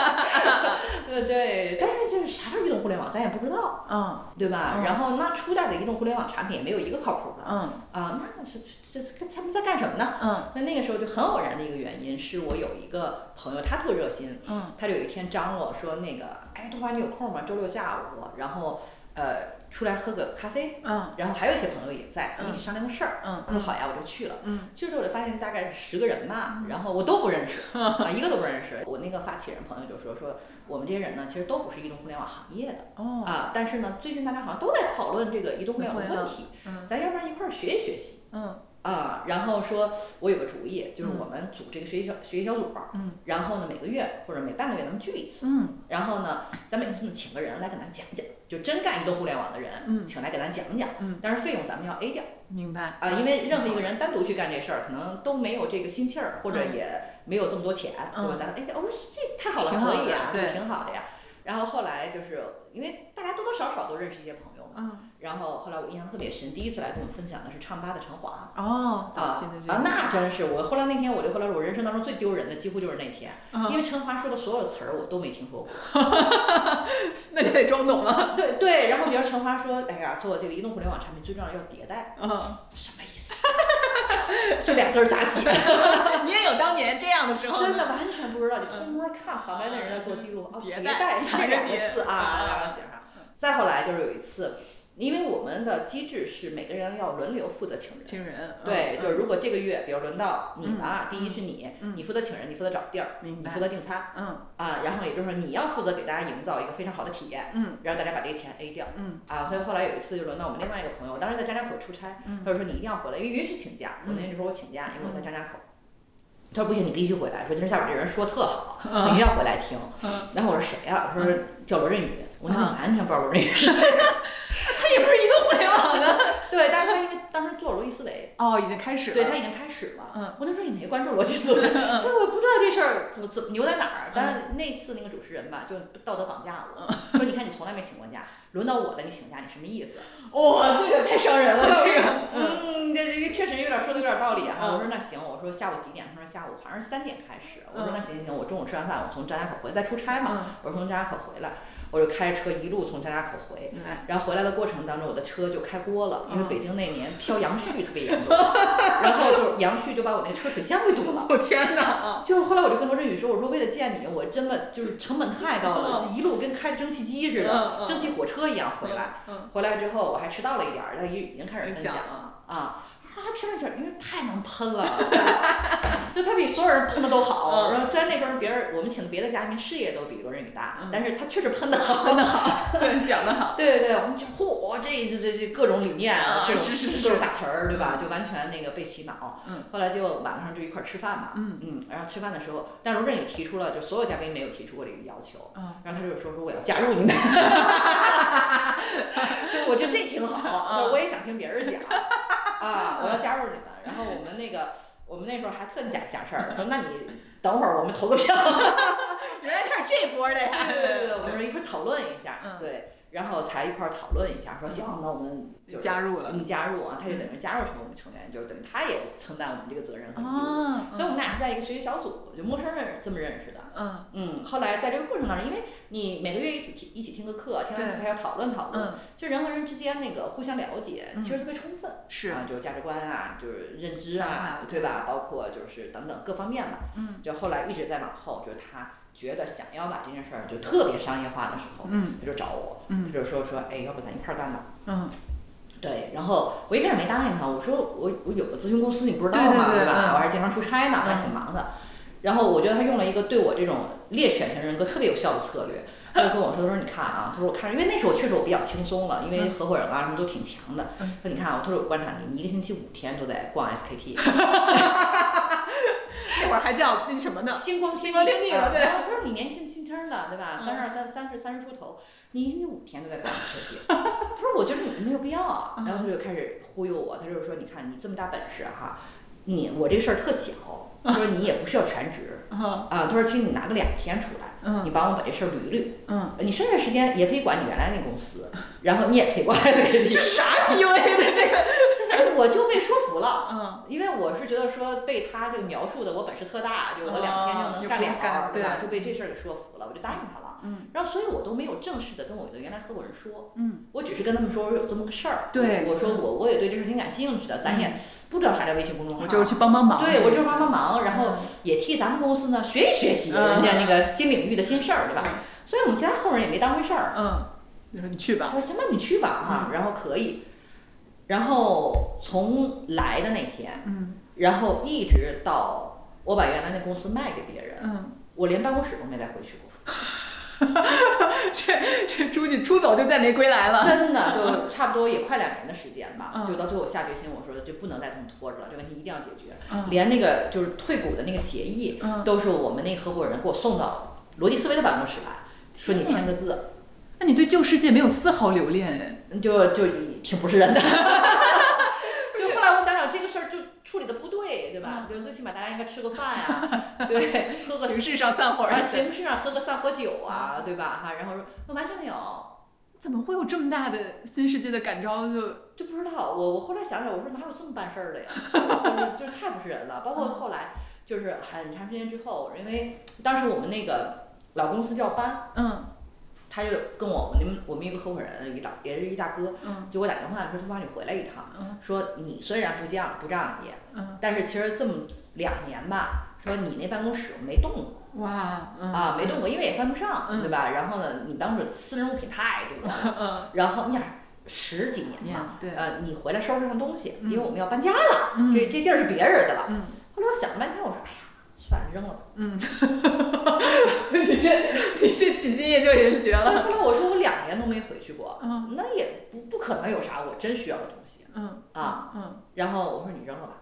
[SPEAKER 1] 呃，对，但是就是啥叫移动互联网，咱也不知道，
[SPEAKER 2] 嗯
[SPEAKER 1] 对吧？
[SPEAKER 2] 嗯
[SPEAKER 1] 然后那初代的移动互联网产品也没有一个靠谱的
[SPEAKER 2] 嗯
[SPEAKER 1] 啊，那是这这这他们在干什么呢？
[SPEAKER 2] 嗯
[SPEAKER 1] 那那个时候就很偶然的一个原因，是我有一个朋友，他特热心，
[SPEAKER 2] 嗯
[SPEAKER 1] 他就有一天张罗说那个，哎，豆花你有空吗？周六下午，然后呃出来喝个咖啡，
[SPEAKER 2] 嗯
[SPEAKER 1] 然后还有一些朋友也在，就一起商量个事儿。
[SPEAKER 2] 嗯
[SPEAKER 1] 我说好呀，我就去了。
[SPEAKER 2] 嗯
[SPEAKER 1] 去了之后我就发现大概十个人吧，然后我都不 认识啊，一个都不认识。我那个发起人朋友就说说，我们这些人呢，其实都不是移动互联网行业的
[SPEAKER 2] 哦
[SPEAKER 1] 啊，但是呢，最近大家好像都在讨论这个移动互联网的问题，
[SPEAKER 2] 嗯
[SPEAKER 1] 咱要不然一块儿学一学习。
[SPEAKER 2] 嗯
[SPEAKER 1] 啊、然后说我有个主意，就是我们组这个学习小、学习小组儿，
[SPEAKER 2] 嗯
[SPEAKER 1] 然后呢每个月或者每半个月咱们聚一次，
[SPEAKER 2] 嗯
[SPEAKER 1] 然后呢咱每次呢请个人来给咱讲讲，就真干移动互联网的人，
[SPEAKER 2] 嗯
[SPEAKER 1] 请来给咱讲讲，
[SPEAKER 2] 嗯
[SPEAKER 1] 但是费用咱们要 A 掉
[SPEAKER 2] 明白
[SPEAKER 1] 啊，因为任何一个人单独去干这事儿，可能都没有这个心气儿，或者也没有这么多钱，
[SPEAKER 2] 嗯
[SPEAKER 1] 对吧？咱哎，我说这太好了，
[SPEAKER 2] 挺好的
[SPEAKER 1] 可以啊，
[SPEAKER 2] 对
[SPEAKER 1] 就挺好的呀。然后后来就是因为大家多多少少都认识一些朋友嘛，
[SPEAKER 2] 嗯
[SPEAKER 1] 然后后来我印象特别深，第一次来跟我们分享的是唱吧的陈华，
[SPEAKER 2] 哦早期的这
[SPEAKER 1] 啊，
[SPEAKER 2] 个
[SPEAKER 1] 那真是我后来那天我就后来我人生当中最丢人的几乎就是那天，
[SPEAKER 2] 嗯
[SPEAKER 1] 因为陈华说的所有词儿我都没听说过。
[SPEAKER 2] 那你得装懂啊
[SPEAKER 1] 对对，然后比如陈华说，哎呀，做这个移动互联网产品最重要要迭代，
[SPEAKER 2] 嗯
[SPEAKER 1] 什么意思？ 这俩字儿咋 写？
[SPEAKER 2] 你也有当年这样的时候
[SPEAKER 1] 真
[SPEAKER 2] 呢嗯
[SPEAKER 1] 的完全不知道，就偷摸看旁边的人在做记录，哦，
[SPEAKER 2] 迭
[SPEAKER 1] 迭
[SPEAKER 2] 代
[SPEAKER 1] 代
[SPEAKER 2] 哪
[SPEAKER 1] 是
[SPEAKER 2] 个
[SPEAKER 1] 两个
[SPEAKER 2] 迭
[SPEAKER 1] 字啊，
[SPEAKER 2] 啊
[SPEAKER 1] 然后写上。再后来就是有一次，因为我们的机制是每个人要轮流负责请人。
[SPEAKER 2] 亲人
[SPEAKER 1] 对，
[SPEAKER 2] 嗯
[SPEAKER 1] 就是如果这个月，比如轮到你了啊，第一是你，
[SPEAKER 2] 嗯
[SPEAKER 1] 你负责请人，你负责找地儿，
[SPEAKER 2] 明
[SPEAKER 1] 你
[SPEAKER 2] 白
[SPEAKER 1] 负责订餐
[SPEAKER 2] 嗯
[SPEAKER 1] 啊，然后也就是说你要负责给大家营造一个非常好的体验，
[SPEAKER 2] 嗯
[SPEAKER 1] 然后大家把这个钱 A 掉
[SPEAKER 2] 嗯
[SPEAKER 1] 啊。所以后来有一次就轮到我们另外一个朋友，我当时在张家口出差，
[SPEAKER 2] 嗯
[SPEAKER 1] 他就说你一定要回来，因为允许请假。我
[SPEAKER 2] 嗯
[SPEAKER 1] 那就说我请假，因为我在
[SPEAKER 2] 嗯
[SPEAKER 1] 张家口。他说不行，你必须回来。说今天下午这人说特好，你
[SPEAKER 2] 嗯
[SPEAKER 1] 一定要回来听。
[SPEAKER 2] 嗯
[SPEAKER 1] 然后我说谁呀、我说叫罗振宇。我那
[SPEAKER 2] 嗯
[SPEAKER 1] 完全不知道罗振宇是谁。
[SPEAKER 2] 他也不是移动互联网的
[SPEAKER 1] 对，但是他因为当时做逻辑思维，
[SPEAKER 3] 哦，已经开始了。
[SPEAKER 1] 对他已经开始了。
[SPEAKER 3] 嗯，
[SPEAKER 1] 我那时候也没关注逻辑思维，
[SPEAKER 2] 嗯
[SPEAKER 1] 所以我也不知道这事儿怎么怎么牛在哪儿。但是那次那个主持人吧，就道德绑架
[SPEAKER 2] 嗯
[SPEAKER 1] 我，说你看你从来没请过假，轮到我了你请假，你什么意思？
[SPEAKER 2] 哇、这个太伤人了，这个，嗯，
[SPEAKER 1] 嗯，这这这确实有点说的有点道理哈、
[SPEAKER 2] 嗯
[SPEAKER 1] 我说那行，我说下午几点？他说下午好像是三点开始。我说
[SPEAKER 2] 嗯
[SPEAKER 1] 那行行行，我中午吃完饭，我从张家口回来，在出差嘛，
[SPEAKER 2] 嗯
[SPEAKER 1] 我说从张家口回来，我就开着车一路从张家口回。
[SPEAKER 2] 哎
[SPEAKER 1] 然后回来的过程当中，我的车就开锅了，因为
[SPEAKER 2] 嗯
[SPEAKER 1] 北京那年飘杨絮特别严重，然后 就是杨絮就把我那车水箱给堵了。
[SPEAKER 2] 我天哪啊！
[SPEAKER 1] 就是后来我就跟罗振宇说，我说为了见你，我真的就是成本太高了，一路跟开蒸汽机似
[SPEAKER 2] 嗯
[SPEAKER 1] 的，
[SPEAKER 2] 嗯
[SPEAKER 1] 蒸汽火车一样回来。
[SPEAKER 2] 嗯，
[SPEAKER 1] 回来之后我还迟到了一点儿，但已已经开始分享
[SPEAKER 2] 分
[SPEAKER 1] 了啊。他评论圈因为太能喷了， 就他比所有人喷的都好。
[SPEAKER 2] 嗯
[SPEAKER 1] 然后虽然那时候别人我们请的别的嘉宾事业都比罗振宇大，
[SPEAKER 2] 嗯
[SPEAKER 1] 但是他确实喷的好。
[SPEAKER 2] 嗯对，你讲的好，
[SPEAKER 1] 对对对，我们讲嚯，这这这这各种理念
[SPEAKER 2] 啊
[SPEAKER 1] 各种
[SPEAKER 2] 是是是
[SPEAKER 1] 各种大词儿，对吧？就完全那个被洗脑。
[SPEAKER 2] 嗯。
[SPEAKER 1] 后来就晚上就一块儿吃饭嘛。
[SPEAKER 2] 嗯
[SPEAKER 1] 嗯。然后吃饭的时候，但罗振宇提出了，就所有嘉宾没有提出过这个要求。
[SPEAKER 2] 嗯，
[SPEAKER 1] 然后他就说说我要加入你们， 对，我觉得这挺好，我也想听别人讲啊，我要加入你们。然后我们那个我们那时候还特假假事儿，说那你等会儿我们投个票，
[SPEAKER 2] 原来他是这波的呀，
[SPEAKER 1] 对对对，我们说一块儿讨论一下，
[SPEAKER 2] 嗯
[SPEAKER 1] 对，然后才一块儿讨论一下，说行，那我们嗯就是
[SPEAKER 2] 加入了
[SPEAKER 1] 嗯加入啊，他就等于加入成为我们成员，就是等于他也承担我们这个责任和义务。
[SPEAKER 2] 啊
[SPEAKER 1] 所以我们俩是在一个学习小组，就陌生人这么认识的。
[SPEAKER 2] 嗯
[SPEAKER 1] 嗯，后来在这个过程当中，因为你每个月一起听一起听个课，听完课
[SPEAKER 2] 对
[SPEAKER 1] 还要讨论讨论，
[SPEAKER 2] 嗯，
[SPEAKER 1] 就人和人之间那个互相了解，
[SPEAKER 2] 嗯
[SPEAKER 1] 其实特别充分。
[SPEAKER 2] 是
[SPEAKER 1] 啊，就是价值观啊，就是认知
[SPEAKER 2] 想法
[SPEAKER 1] 啊，
[SPEAKER 2] 对
[SPEAKER 1] 对吧？包括就是等等各方面吧。
[SPEAKER 2] 嗯，
[SPEAKER 1] 就后来一直在往后，就是他觉得想要把这件事儿就特别商业化的时候，
[SPEAKER 2] 嗯
[SPEAKER 1] 他就找我，
[SPEAKER 2] 嗯
[SPEAKER 1] 他就说说，哎，要不咱一块儿干吧？
[SPEAKER 2] 嗯，
[SPEAKER 1] 对，然后我一开始没答应他，我说我我有个咨询公司，你不知道
[SPEAKER 2] 对对
[SPEAKER 1] 吗？
[SPEAKER 2] 对
[SPEAKER 1] 吧？
[SPEAKER 2] 嗯
[SPEAKER 1] 我还是经常出差呢，还挺忙的。然后我觉得他用了一个对我这种猎犬型人格特别有效的策略，他就跟我说：“他说你看啊，他说我看，因为那时候我确实我比较轻松了，因为合伙人啊什么都挺强的。
[SPEAKER 2] 嗯
[SPEAKER 1] 他说你看啊，他说我观察你，你一个星期五天都在逛 SKP，
[SPEAKER 2] 那会儿还叫那什么呢？
[SPEAKER 1] 星光
[SPEAKER 2] 星光天地了对
[SPEAKER 1] 然后他说你年轻轻轻的，对吧？
[SPEAKER 2] 嗯
[SPEAKER 1] 三十二、三三十、三十出头，你一个星期五天都在逛 SKP。他 说我觉得你没有必要啊。
[SPEAKER 2] 嗯
[SPEAKER 1] 然后他就开始忽悠我，他就说你看你这么大本事哈，你我这事儿特小，他说你也不需要全职
[SPEAKER 2] 嗯
[SPEAKER 1] 啊，他说其实你拿个两天出来，
[SPEAKER 2] 嗯
[SPEAKER 1] 你帮我把这事儿捋一捋，
[SPEAKER 2] 嗯，
[SPEAKER 1] 你剩下时间也可以管你原来那公司，然后你也可以管 SKP。
[SPEAKER 2] 这啥 PUA 的这个？
[SPEAKER 1] 哎，我就被说服了。
[SPEAKER 2] 嗯
[SPEAKER 1] 因为我是觉得说被他这个描述的我本事特大，就我两天就
[SPEAKER 2] 哦
[SPEAKER 1] 能
[SPEAKER 2] 就
[SPEAKER 1] 干
[SPEAKER 2] 不
[SPEAKER 1] 俩
[SPEAKER 2] 用干
[SPEAKER 1] 活儿，对吧？
[SPEAKER 2] 对
[SPEAKER 1] 就被这事儿给说服了，我就答应他了。
[SPEAKER 2] 嗯
[SPEAKER 1] 然后，所以我都没有正式的跟我的原来合伙人说，
[SPEAKER 2] 嗯，
[SPEAKER 1] 我只是跟他们说我有这么个事儿。
[SPEAKER 2] 对嗯
[SPEAKER 1] 我说我我也对这事儿挺感兴趣的，咱也不知道啥叫微信公众号，
[SPEAKER 2] 我就是去嗯帮帮忙，
[SPEAKER 1] 对我就是是帮帮忙，然后也替咱们公司呢学一学习人
[SPEAKER 2] 嗯
[SPEAKER 1] 家那个新领域的新事儿，对吧？所以我们其他合伙人也没当回事儿，
[SPEAKER 2] 嗯，你说你去吧，
[SPEAKER 1] 他说行吧，你去吧
[SPEAKER 2] 嗯
[SPEAKER 1] 哈，然后可以。然后从来的那天，
[SPEAKER 2] 嗯
[SPEAKER 1] 然后一直到我把原来那公司卖给别人，
[SPEAKER 2] 嗯，
[SPEAKER 1] 我连办公室都没再回去 过，
[SPEAKER 2] 这这出去出走就再没归来了，
[SPEAKER 1] 真的就差不多也快两年的时间吧，
[SPEAKER 2] 嗯
[SPEAKER 1] 就到最后我下决心，我说就不能再这么拖着了，这问题一定要解决，
[SPEAKER 2] 嗯
[SPEAKER 1] 连那个就是退股的那个协议，
[SPEAKER 2] 嗯
[SPEAKER 1] 都是我们那个合伙人给我送到逻辑思维的办公室来，说你签个字，
[SPEAKER 2] 那你对旧世界没有丝毫留恋哎？
[SPEAKER 1] 就就挺不是人的。 就后来我想想这个事儿就处理的不对，对
[SPEAKER 2] 嗯
[SPEAKER 1] 吧？就最起码大家应该吃个饭 呀、对，喝个
[SPEAKER 2] 形式上散伙
[SPEAKER 1] 然
[SPEAKER 2] 而
[SPEAKER 1] 后
[SPEAKER 2] 且
[SPEAKER 1] 啊形式上喝个散伙酒啊，对吧？哈，然后说那完全没有，
[SPEAKER 2] 怎么会有这么大的新世界的感召？就
[SPEAKER 1] 就不知道。我我后来想想，我说哪有这么办事儿的呀？ 就是就是太不是人了。包括后来就是很长时间之后，因为当时我们那个老公司就要搬，
[SPEAKER 2] 嗯
[SPEAKER 1] 他就跟我我们我们一个合伙人一大也是一大哥，
[SPEAKER 2] 嗯
[SPEAKER 1] 就给我打电话说他帮你回来一趟，
[SPEAKER 2] 嗯
[SPEAKER 1] 说你虽然不降不仗义，
[SPEAKER 2] 嗯，
[SPEAKER 1] 但是其实这么两年吧，说你那办公室我没动过。
[SPEAKER 2] 哇，嗯
[SPEAKER 1] 啊，没动过，因为也翻不上，
[SPEAKER 2] 嗯
[SPEAKER 1] 对吧？然后呢，你当时私人物品太多了，
[SPEAKER 2] 嗯
[SPEAKER 1] 然后你想十几年
[SPEAKER 2] 年
[SPEAKER 1] 嘛，
[SPEAKER 2] 对
[SPEAKER 1] 呃，你回来收拾上东西，因为
[SPEAKER 2] 嗯
[SPEAKER 1] 我们要搬家了，
[SPEAKER 2] 嗯
[SPEAKER 1] 这这地儿是别人的了。
[SPEAKER 2] 嗯
[SPEAKER 1] 后来我想了半天，我说，哎呀，算了，扔了吧。
[SPEAKER 2] 嗯，你这你这起心也就也是绝
[SPEAKER 1] 但
[SPEAKER 2] 了，
[SPEAKER 1] 后来我说我两年都没回去过，
[SPEAKER 2] 嗯
[SPEAKER 1] 那也不不可能有啥我真需要的东西。
[SPEAKER 2] 嗯
[SPEAKER 1] 啊
[SPEAKER 2] 嗯
[SPEAKER 1] 然后我说你扔了吧。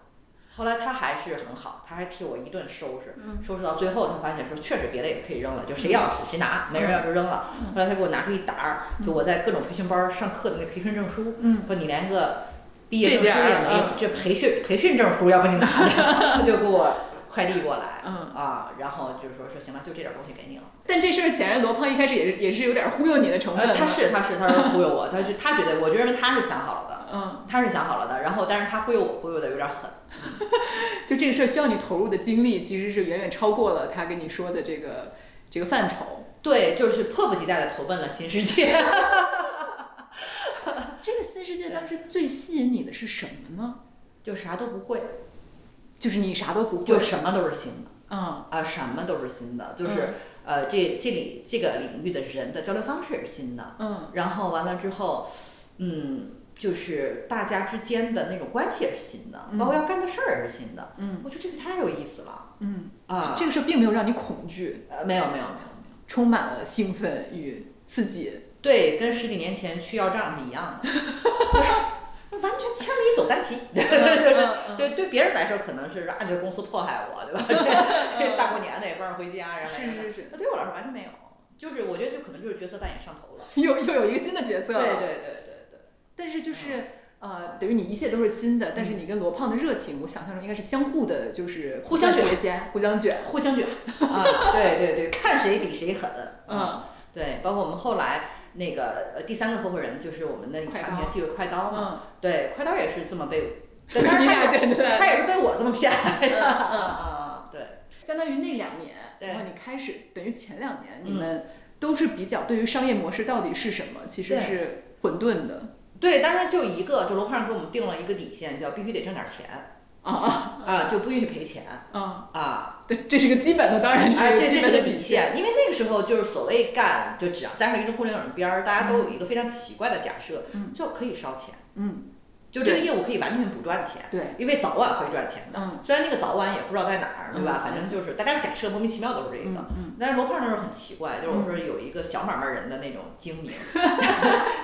[SPEAKER 1] 后来他还是很好，他还替我一顿收拾，
[SPEAKER 2] 嗯
[SPEAKER 1] 收拾到最后，他发现说确实别的也可以扔了，就谁要谁拿，
[SPEAKER 2] 嗯
[SPEAKER 1] 没人要就扔了。后来他给我拿出一沓儿，就我在各种培训班儿上课的那培训证书，
[SPEAKER 2] 嗯
[SPEAKER 1] 说你连个毕业证
[SPEAKER 2] 这点
[SPEAKER 1] 书
[SPEAKER 2] 儿
[SPEAKER 1] 也没有
[SPEAKER 2] 嗯，
[SPEAKER 1] 这培训培训证书要不你拿着，他 就给我快递过来，
[SPEAKER 2] 嗯
[SPEAKER 1] 啊，然后就是说说行了，就这点儿东西给你了。
[SPEAKER 2] 但这事儿显然罗胖一开始也是也是有点忽悠你的成分
[SPEAKER 1] 呃，
[SPEAKER 2] 的。
[SPEAKER 1] 他是他是他是忽悠我，他是他觉得我觉得他是想好了的，
[SPEAKER 2] 嗯，
[SPEAKER 1] 他是想好了的，然后但是他忽悠我忽悠的有点狠，
[SPEAKER 2] 就这个事儿需要你投入的精力其实是远远超过了他跟你说的这个这个范畴。
[SPEAKER 1] 对，就是迫不及待的投奔了新世界。
[SPEAKER 2] 呃这个新世界当时最吸引你的是什么呢？
[SPEAKER 1] 就啥都不会，
[SPEAKER 2] 就是你啥都不会，
[SPEAKER 1] 就什么都是新的
[SPEAKER 2] 嗯
[SPEAKER 1] 啊，什么都是新的，就是、
[SPEAKER 2] 嗯
[SPEAKER 1] 呃，这这里这个领域的人的交流方式也是新的，
[SPEAKER 2] 嗯
[SPEAKER 1] 然后完了之后，嗯，就是大家之间的那种关系也是新的，包括要干的事儿也是新的，
[SPEAKER 2] 嗯
[SPEAKER 1] 我觉得这个太有意思了
[SPEAKER 2] 嗯，
[SPEAKER 1] 啊！
[SPEAKER 2] 这个事儿并没有让你恐惧，
[SPEAKER 1] 呃，没有没有没有没有，
[SPEAKER 2] 充满了兴奋与刺激。
[SPEAKER 1] 对，跟十几年前去要账是一样的，就是 完全千里走单 骑，就是
[SPEAKER 2] 嗯
[SPEAKER 1] 对对别人来说可能是啊，这公司迫害我，对吧？ 这这大过年的也不让回家，然后
[SPEAKER 2] 是是是
[SPEAKER 1] 那对我来说完全没有，就是我觉得这可能就是角色扮演上头了，
[SPEAKER 2] 又又有一个新的角色
[SPEAKER 1] 对
[SPEAKER 2] 了。
[SPEAKER 1] 对对对对。
[SPEAKER 2] 但是就是。呃，等于你一切都是新的，但是你跟罗胖的热情，我想象中应该是相互的，就是
[SPEAKER 1] 互相卷
[SPEAKER 2] 叠加，互相卷。
[SPEAKER 1] 互相卷 啊，对对对，看谁比谁狠。
[SPEAKER 2] 嗯，
[SPEAKER 1] 对，包括我们后来那个呃第三个合伙人就是我们的
[SPEAKER 2] 快
[SPEAKER 1] 产
[SPEAKER 2] 刀
[SPEAKER 1] 品技术快刀嘛，
[SPEAKER 2] 嗯，
[SPEAKER 1] 对，快刀也是这么 被，
[SPEAKER 2] 你
[SPEAKER 1] 对但是
[SPEAKER 2] 俩
[SPEAKER 1] 他也
[SPEAKER 2] 卷起来
[SPEAKER 1] 他
[SPEAKER 2] 了，
[SPEAKER 1] 也是被我这么 骗来的
[SPEAKER 2] 嗯
[SPEAKER 1] 啊，对，
[SPEAKER 2] 相当于那两年，
[SPEAKER 1] 对
[SPEAKER 2] 然后你开始，等于前两年
[SPEAKER 1] 嗯
[SPEAKER 2] 你们都是比较对于商业模式到底是什么，其实
[SPEAKER 1] 对
[SPEAKER 2] 是混沌的
[SPEAKER 1] 对，当然就一个，就罗胖给我们定了一个底线，叫必须得挣点钱
[SPEAKER 2] 啊
[SPEAKER 1] 啊，就不允许赔钱
[SPEAKER 2] 啊，
[SPEAKER 1] 啊，
[SPEAKER 2] 对，这是个基本的，当然
[SPEAKER 1] 哎，
[SPEAKER 2] 是
[SPEAKER 1] 这
[SPEAKER 2] 基
[SPEAKER 1] 这
[SPEAKER 2] 本
[SPEAKER 1] 是
[SPEAKER 2] 的
[SPEAKER 1] 个底线，因为那个时候就是所谓干，就只要加上一个互联网边儿，大家都有一个非常奇怪的假设，
[SPEAKER 2] 嗯
[SPEAKER 1] 就可以烧钱，
[SPEAKER 2] 嗯，
[SPEAKER 1] 就这个业务可以完全不赚钱，
[SPEAKER 2] 对，
[SPEAKER 1] 因为早晚会赚钱的。
[SPEAKER 2] 嗯，
[SPEAKER 1] 虽然那个早晚也不知道在哪儿，对吧
[SPEAKER 2] 嗯？
[SPEAKER 1] 反正就是大家假设莫名其妙都是这个。
[SPEAKER 2] 嗯
[SPEAKER 1] 但是罗胖那时候很奇怪，就是我说有一个小买卖人的那种精 明，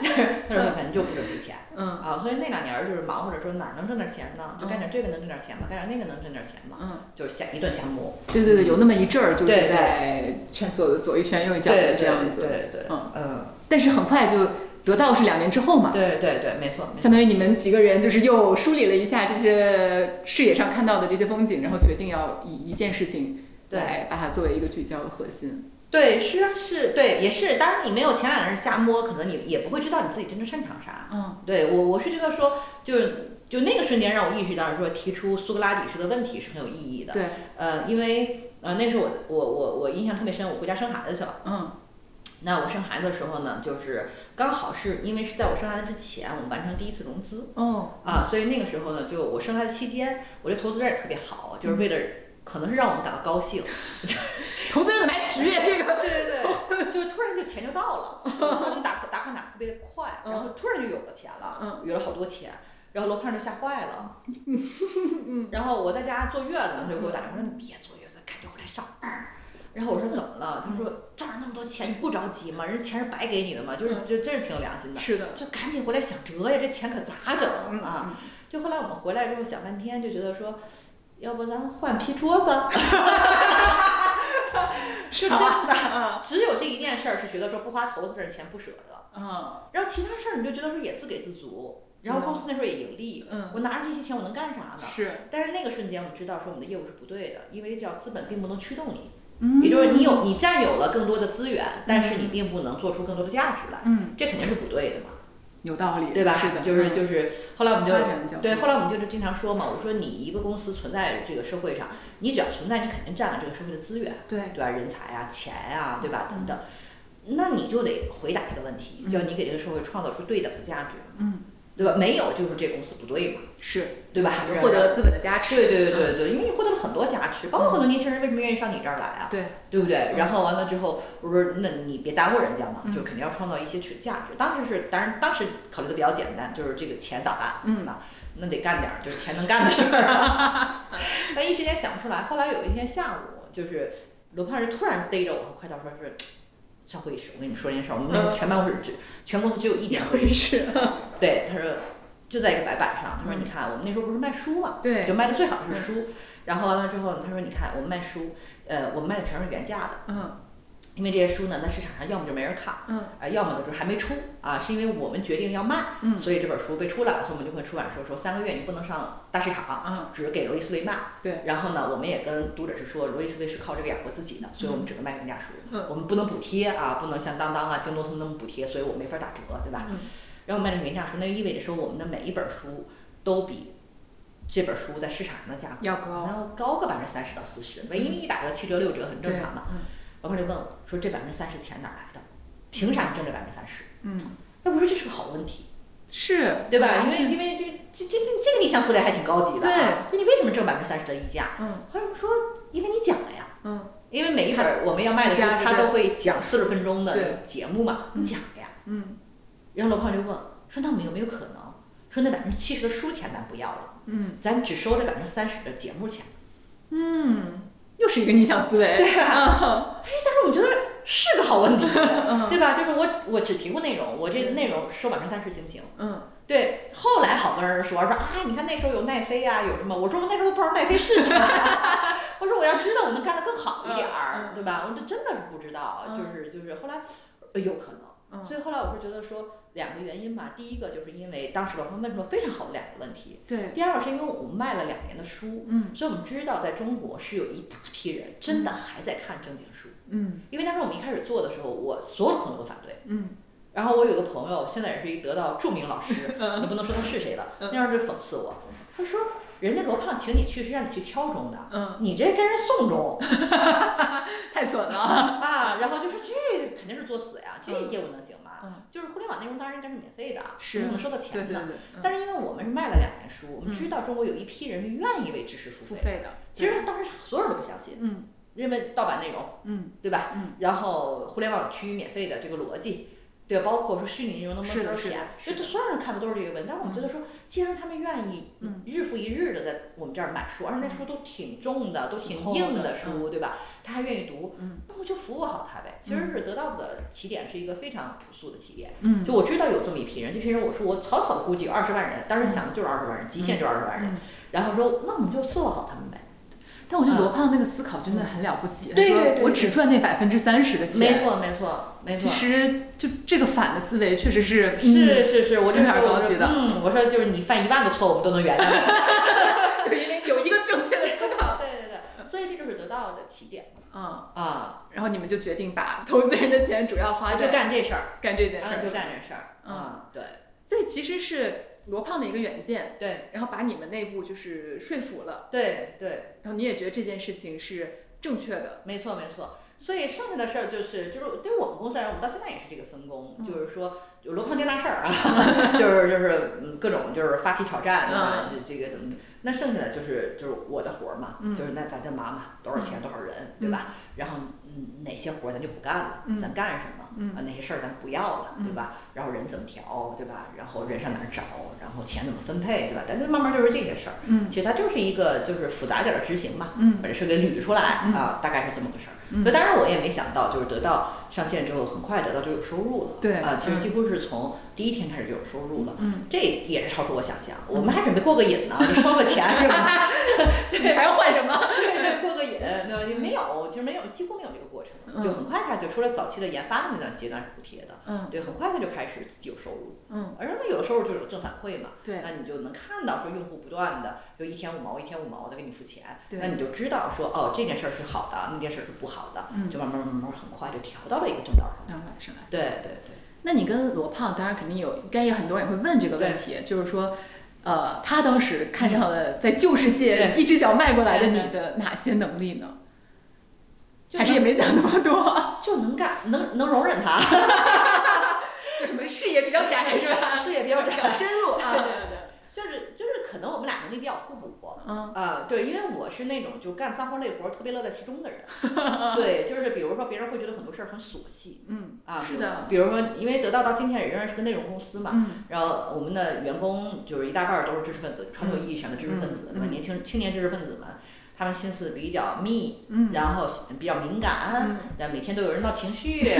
[SPEAKER 1] 就是他说反正就不准备钱
[SPEAKER 2] 嗯
[SPEAKER 1] 啊，所以那两年儿就是忙活着说哪儿能挣点钱呢？就干点这个能挣点钱吗？干点那个能挣点钱吗？
[SPEAKER 2] 嗯，
[SPEAKER 1] 就是瞎一顿瞎摸，
[SPEAKER 2] 对对对，有那么一阵儿就是
[SPEAKER 1] 对对
[SPEAKER 2] 在圈左左一圈右一脚的
[SPEAKER 1] 对
[SPEAKER 2] 这样子，
[SPEAKER 1] 对对，对
[SPEAKER 2] 嗯
[SPEAKER 1] 嗯，
[SPEAKER 2] 但是很快就得到是两年之后嘛，
[SPEAKER 1] 对对对，没错，没错
[SPEAKER 2] 相当于你们几个人就是又梳理了一下这些视野上看到的这些风景，然后决定要以一件事情
[SPEAKER 1] 对
[SPEAKER 2] 来把它作为一个聚焦的核心。
[SPEAKER 1] 对是啊是，对也是。当然你没有前两年瞎摸，可能你也不会知道你自己真正擅长啥。
[SPEAKER 2] 嗯
[SPEAKER 1] 对我，我是觉得说，就是就那个瞬间让我意识到，说提出苏格拉底式的问题是很有意义的。
[SPEAKER 2] 对，
[SPEAKER 1] 呃，因为呃那时候我我我我印象特别深，我回家生孩子去了。
[SPEAKER 2] 嗯
[SPEAKER 1] 那我生孩子的时候呢，就是刚好是因为是在我生孩子之前，我们完成第一次融资
[SPEAKER 2] 哦
[SPEAKER 1] 啊，所以那个时候呢，就我生孩子期间，我这投资人也特别好，就是为了。可能是让我们感到高兴，
[SPEAKER 2] 投资人怎么还取悦这个？
[SPEAKER 1] 对对对，就是突然就钱就到 了，我们打打款打得特别的快，然后
[SPEAKER 2] 嗯
[SPEAKER 1] 突然就有了钱了，有了好多钱，然后罗胖就吓坏了，
[SPEAKER 2] 嗯
[SPEAKER 1] 然后我在家坐月子呢，他就给我打电话说你别坐月子，赶紧回来上班儿。然后我说怎么了？他
[SPEAKER 2] 嗯
[SPEAKER 1] 说这儿那么多钱，你不着急吗？人钱是白给你的吗？就是就真 是挺有良心的，
[SPEAKER 2] 嗯是的，
[SPEAKER 1] 就赶紧回来想辙呀，这钱可咋整
[SPEAKER 2] 嗯
[SPEAKER 1] 啊？就后来我们回来之后想半天，就觉得说，要不咱们换批桌子。 是真的，只有这一件事儿是觉得说不花投资人钱不舍得，
[SPEAKER 2] 嗯
[SPEAKER 1] 然后其他事儿你就觉得说也自给自足，然后公司那时候也盈利，
[SPEAKER 2] 嗯，
[SPEAKER 1] 我拿着这些钱我能干啥呢？
[SPEAKER 2] 是，
[SPEAKER 1] 但是那个瞬间我们知道说我们的业务是不对的，因为叫资本并不能驱动你，
[SPEAKER 2] 嗯
[SPEAKER 1] 也就是你有你占有了更多的资源，但是你并不能做出更多的价值来，
[SPEAKER 2] 嗯，
[SPEAKER 1] 这肯定是不对的嘛。
[SPEAKER 2] 有道理，
[SPEAKER 1] 对吧？
[SPEAKER 2] 是的，
[SPEAKER 1] 就是
[SPEAKER 2] 嗯
[SPEAKER 1] 就是，后来我们
[SPEAKER 2] 发展的角
[SPEAKER 1] 就
[SPEAKER 2] 度
[SPEAKER 1] 对，后来我们就是经常说嘛，我说你一个公司存在这个社会上，你只要存在，你肯定占了这个社会的资源，
[SPEAKER 2] 对嗯
[SPEAKER 1] 对吧？人才啊、钱啊，对吧？等等，那你就得回答一个问题，叫你给这个社会创造出对等的价值，
[SPEAKER 2] 嗯，
[SPEAKER 1] 对吧？没有就是这公司不对嘛，
[SPEAKER 2] 是，
[SPEAKER 1] 对吧
[SPEAKER 2] 就获得了嗯资本的加持，
[SPEAKER 1] 啊对对对对对，因为你获得了很多价值，包括很多年轻人为什么愿意上你这儿来啊？
[SPEAKER 2] 对嗯
[SPEAKER 1] 对不对？然后完了之后，我说那你别耽误人家嘛，就肯定要创造一些去价值。当时是，当然当时考虑的比较简单，就是这个钱咋办，
[SPEAKER 2] 嗯
[SPEAKER 1] 对吧？那得干点儿就是钱能干的事儿。啊 但一时间想不出来。后来有一天下午，就是罗胖就突然逮着我和快刀说是。上会议室，我跟你们说件事儿，我们那
[SPEAKER 2] 嗯
[SPEAKER 1] 全办公室只全公司只有一间会议室。
[SPEAKER 2] 是，
[SPEAKER 1] 对，他说就在一个白板上，他说你看我们那时候不是卖书嘛，
[SPEAKER 2] 嗯对嗯
[SPEAKER 1] 就卖的最好的是书。然后完了之后，他说你看我们卖书，呃，我们卖的全是原价的。
[SPEAKER 2] 嗯
[SPEAKER 1] 因为这些书呢，在市场上要么就没人看，
[SPEAKER 2] 嗯，
[SPEAKER 1] 啊，要么呢就是还没出啊，是因为我们决定要卖，
[SPEAKER 2] 嗯
[SPEAKER 1] 所以这本书被出来了，所以我们就跟出版社说，三个月你不能上大市场，
[SPEAKER 2] 嗯
[SPEAKER 1] 只给罗伊斯威卖，
[SPEAKER 2] 对，
[SPEAKER 1] 然后呢，我们也跟读者是说，罗伊斯威是靠这个养活自己的，所以我们只能卖平价书，
[SPEAKER 2] 嗯
[SPEAKER 1] 我们不能补贴啊，不能像当当啊、京东他们那么补贴，所以我没法打折，对吧？
[SPEAKER 2] 嗯
[SPEAKER 1] 然后卖成平价书，那就意味着说我们的每一本书都比这本书在市场上的价格
[SPEAKER 2] 要高
[SPEAKER 1] 然后高个百分之三十到四十，唯一一打折、七折、六折很正
[SPEAKER 2] 对
[SPEAKER 1] 常嘛。
[SPEAKER 2] 嗯
[SPEAKER 1] 老板就问我说：“这百分之三十钱哪儿来的？凭啥你挣这百分之三十
[SPEAKER 2] 嗯，？”
[SPEAKER 1] 那我说这是个好问题，
[SPEAKER 2] 是
[SPEAKER 1] 对吧？因为因为这这这这个逆向思维还挺高级的、啊，对，就你为什么挣百分之三十的溢价？
[SPEAKER 2] 嗯
[SPEAKER 1] 后来我们说，因为你讲了呀，
[SPEAKER 2] 嗯
[SPEAKER 1] 因为每一本我们要卖的书，
[SPEAKER 2] 加着
[SPEAKER 1] 它
[SPEAKER 2] 干
[SPEAKER 1] 都会讲四十分钟
[SPEAKER 2] 对
[SPEAKER 1] 的节目嘛，你讲了呀。
[SPEAKER 2] 嗯
[SPEAKER 1] 然后罗胖就问说：“那我们有没有可能说那百分之七十的书钱咱不要了，
[SPEAKER 2] 嗯
[SPEAKER 1] 咱只收这百分之三十的节目钱？”
[SPEAKER 2] 嗯，又是一个逆向思维，
[SPEAKER 1] 对
[SPEAKER 2] 啊，
[SPEAKER 1] 哎但是我们觉得是个好问 题，
[SPEAKER 2] 嗯
[SPEAKER 1] 对吧？就是我我只提供内容，我这内容收百分之三十行不行？
[SPEAKER 2] 嗯
[SPEAKER 1] 对，后来好多人说说啊，你看那时候有奈飞啊，有什么？我说我那时候都不知道奈飞是 啥，我说我要知道我能干得更好一点
[SPEAKER 2] 嗯
[SPEAKER 1] 儿，
[SPEAKER 2] 嗯
[SPEAKER 1] 对吧？我这真的是不知道，
[SPEAKER 2] 嗯
[SPEAKER 1] 就是就是后来呃有可能。
[SPEAKER 2] 嗯，
[SPEAKER 1] 所以后来我是觉得说两个原因吧，第一个就是因为当时老师问出了非常好的两个问题，
[SPEAKER 2] 对，
[SPEAKER 1] 第二个是因为我们卖了两年的书，
[SPEAKER 2] 嗯
[SPEAKER 1] 所以我们知道在中国是有一大批人真的还在看正经书，
[SPEAKER 2] 嗯
[SPEAKER 1] 因为当时我们一开始做的时候，我所有的朋友都反对。
[SPEAKER 2] 嗯
[SPEAKER 1] 然后我有个朋友，现在也是一得到著名老师，
[SPEAKER 2] 嗯
[SPEAKER 1] 也不能说他是谁了，
[SPEAKER 2] 嗯
[SPEAKER 1] 那样就讽刺我。他说：“人家罗胖请你去是让你去敲钟的，
[SPEAKER 2] 嗯，
[SPEAKER 1] 你这跟人送钟
[SPEAKER 2] 太损了，
[SPEAKER 1] 啊！”然后就说：“这肯定是作死呀，这业务能行吗？”
[SPEAKER 2] 嗯
[SPEAKER 1] 就是互联网内容当然应该是免费的，
[SPEAKER 2] 是
[SPEAKER 1] 不能收到钱的。
[SPEAKER 2] 对对对，嗯
[SPEAKER 1] 但是因为我们是卖了两年书，我们
[SPEAKER 2] 嗯
[SPEAKER 1] 知道中国有一批人是愿意为知识付
[SPEAKER 2] 付
[SPEAKER 1] 费。
[SPEAKER 2] 费的，
[SPEAKER 1] 其实当时所有人都不相信，
[SPEAKER 2] 嗯
[SPEAKER 1] 认为盗版内容
[SPEAKER 2] 嗯
[SPEAKER 1] 对吧？
[SPEAKER 2] 嗯
[SPEAKER 1] 然后互联网趋于免费的这个逻辑，对，包括说虚拟内容能不能
[SPEAKER 2] 是
[SPEAKER 1] 收
[SPEAKER 2] 的是的
[SPEAKER 1] 钱，
[SPEAKER 2] 是
[SPEAKER 1] 就
[SPEAKER 2] 的
[SPEAKER 1] 这所有人看的都是这个问题。但是我们觉得说，既然他们愿意
[SPEAKER 2] 嗯
[SPEAKER 1] 日复一日的在我们这儿买书，而且那书都挺重的，都挺
[SPEAKER 2] 挺厚
[SPEAKER 1] 硬
[SPEAKER 2] 的
[SPEAKER 1] 的书，对吧？他还愿意读，
[SPEAKER 2] 嗯
[SPEAKER 1] 那我就服务好他呗。其实是得到的起点是一个非常朴素的起点。
[SPEAKER 2] 嗯
[SPEAKER 1] 就我知道有这么一批人，这批人我说我草草的估计有二十万人，当时想的就是二十万人，极限就是二十万人
[SPEAKER 2] 嗯。
[SPEAKER 1] 然后说，那我们就伺候好他们呗。
[SPEAKER 2] 但我觉得罗胖那个思考真的很了不起，
[SPEAKER 1] 对
[SPEAKER 2] 他说
[SPEAKER 1] 对对
[SPEAKER 2] 我只赚那百分之三十的钱，
[SPEAKER 1] 没，错，没错，没
[SPEAKER 2] 其
[SPEAKER 1] 错。
[SPEAKER 2] 实就这个反的思维确实
[SPEAKER 1] 嗯
[SPEAKER 2] 是
[SPEAKER 1] 是是是，我就
[SPEAKER 2] 有
[SPEAKER 1] 说
[SPEAKER 2] 点
[SPEAKER 1] 我
[SPEAKER 2] 高级
[SPEAKER 1] 说
[SPEAKER 2] 的
[SPEAKER 1] 嗯，我说就是你犯一万个错误，我们都能原谅 你。
[SPEAKER 2] 嗯就因为有一个正确的思考，
[SPEAKER 1] 对对对，所以这就是得到的起点
[SPEAKER 2] 嗯，
[SPEAKER 1] 啊，
[SPEAKER 2] 然后你们就决定把投资人的钱主要花
[SPEAKER 1] 就
[SPEAKER 2] 在
[SPEAKER 1] 干这事儿，
[SPEAKER 2] 干这件
[SPEAKER 1] 啊
[SPEAKER 2] 事，
[SPEAKER 1] 就，干这事儿，啊，对
[SPEAKER 2] 所以其实是罗胖的一个远见，
[SPEAKER 1] 对
[SPEAKER 2] 然后把你们内部就是说服了，
[SPEAKER 1] 对对，
[SPEAKER 2] 然后你也觉得这件事情是正确的，
[SPEAKER 1] 没错没错。所以剩下的事儿就是，就是对于我们公司来说，我们到现在也是这个分工，
[SPEAKER 2] 嗯
[SPEAKER 1] 就是说，就罗胖这大事儿 啊，就是就是嗯各种就是发起挑战，对吧？这这个怎么？那剩下的就是就是我的活儿嘛，
[SPEAKER 2] 嗯
[SPEAKER 1] 就是那咱就忙嘛，多少钱多少人，对吧？然后嗯哪些活儿咱就不干了，
[SPEAKER 2] 嗯
[SPEAKER 1] 咱干什么？
[SPEAKER 2] 嗯
[SPEAKER 1] 啊，那些事儿咱不要了，对
[SPEAKER 2] 嗯
[SPEAKER 1] 吧？然后人怎么调，对吧？然后人上哪儿找，然后钱怎么分配，对吧？但是慢慢就是这些事儿，
[SPEAKER 2] 嗯
[SPEAKER 1] 其实它就是一个就是复杂点儿的执行嘛，
[SPEAKER 2] 嗯
[SPEAKER 1] 把这事儿给捋出来
[SPEAKER 2] 嗯
[SPEAKER 1] 啊，大概是这么个事儿。
[SPEAKER 2] 嗯
[SPEAKER 1] 所以当然我也没想到，就是得到上线之后，很快得到就有收入了，
[SPEAKER 2] 对
[SPEAKER 1] 啊，其实
[SPEAKER 2] 嗯
[SPEAKER 1] 几乎是从第一天开始就有收入了。
[SPEAKER 2] 嗯，
[SPEAKER 1] 这也是超出我想象，我们还准备过个瘾呢，就烧个钱是吧？
[SPEAKER 2] 你还要换什 么？
[SPEAKER 1] 对对，过个瘾，对吧？也没有，其实没有，几乎没有这个过程，
[SPEAKER 2] 嗯
[SPEAKER 1] 就很快它就除了早期的研发的那段阶段是补贴的，
[SPEAKER 2] 嗯
[SPEAKER 1] 对，很快它就开始自己有收入，
[SPEAKER 2] 嗯，
[SPEAKER 1] 而那有的时候就有正反馈嘛，
[SPEAKER 2] 对
[SPEAKER 1] 那你就能看到说用户不断的就一天五毛一天五毛的给你付钱，
[SPEAKER 2] 对
[SPEAKER 1] 那你就知道说哦这件事儿是好的，那件事儿是不好的，
[SPEAKER 2] 嗯
[SPEAKER 1] 就慢慢慢慢很快就调到了一个正道上。
[SPEAKER 2] 当然是吧。
[SPEAKER 1] 对对对，
[SPEAKER 2] 那你跟罗胖，当然肯定有，应该有很多人会问这个问题，就是说，呃，他当时看上了在旧世界一只脚迈过来的你的哪些能力呢？
[SPEAKER 1] 就
[SPEAKER 2] 还是也没想那么 多，
[SPEAKER 1] 就能干，能能容忍 他，
[SPEAKER 2] 就什么视野比较窄是吧？
[SPEAKER 1] 视野比较窄
[SPEAKER 2] 比较深入啊。
[SPEAKER 1] 对
[SPEAKER 2] 对对，
[SPEAKER 1] 就是就是可能我们俩能力比较互补。
[SPEAKER 2] 嗯
[SPEAKER 1] 啊、对，因为我是那种就干脏活累活特别乐在其中的 人，对，就是比如说别人会觉得很多事儿很琐细
[SPEAKER 2] 嗯
[SPEAKER 1] 啊，
[SPEAKER 2] 是的
[SPEAKER 1] 比如说因为得到到今天也仍然是个内容公司嘛，
[SPEAKER 2] 嗯
[SPEAKER 1] 然后我们的员工就是一大半儿都是知识分子，传统意义上的知识分子，
[SPEAKER 2] 嗯
[SPEAKER 1] 对吧？
[SPEAKER 2] 嗯
[SPEAKER 1] 年轻青年知识分子们，他们心思比较密，
[SPEAKER 2] 嗯
[SPEAKER 1] 然后比较敏感
[SPEAKER 2] 嗯，
[SPEAKER 1] 但每天都有人闹情 绪，对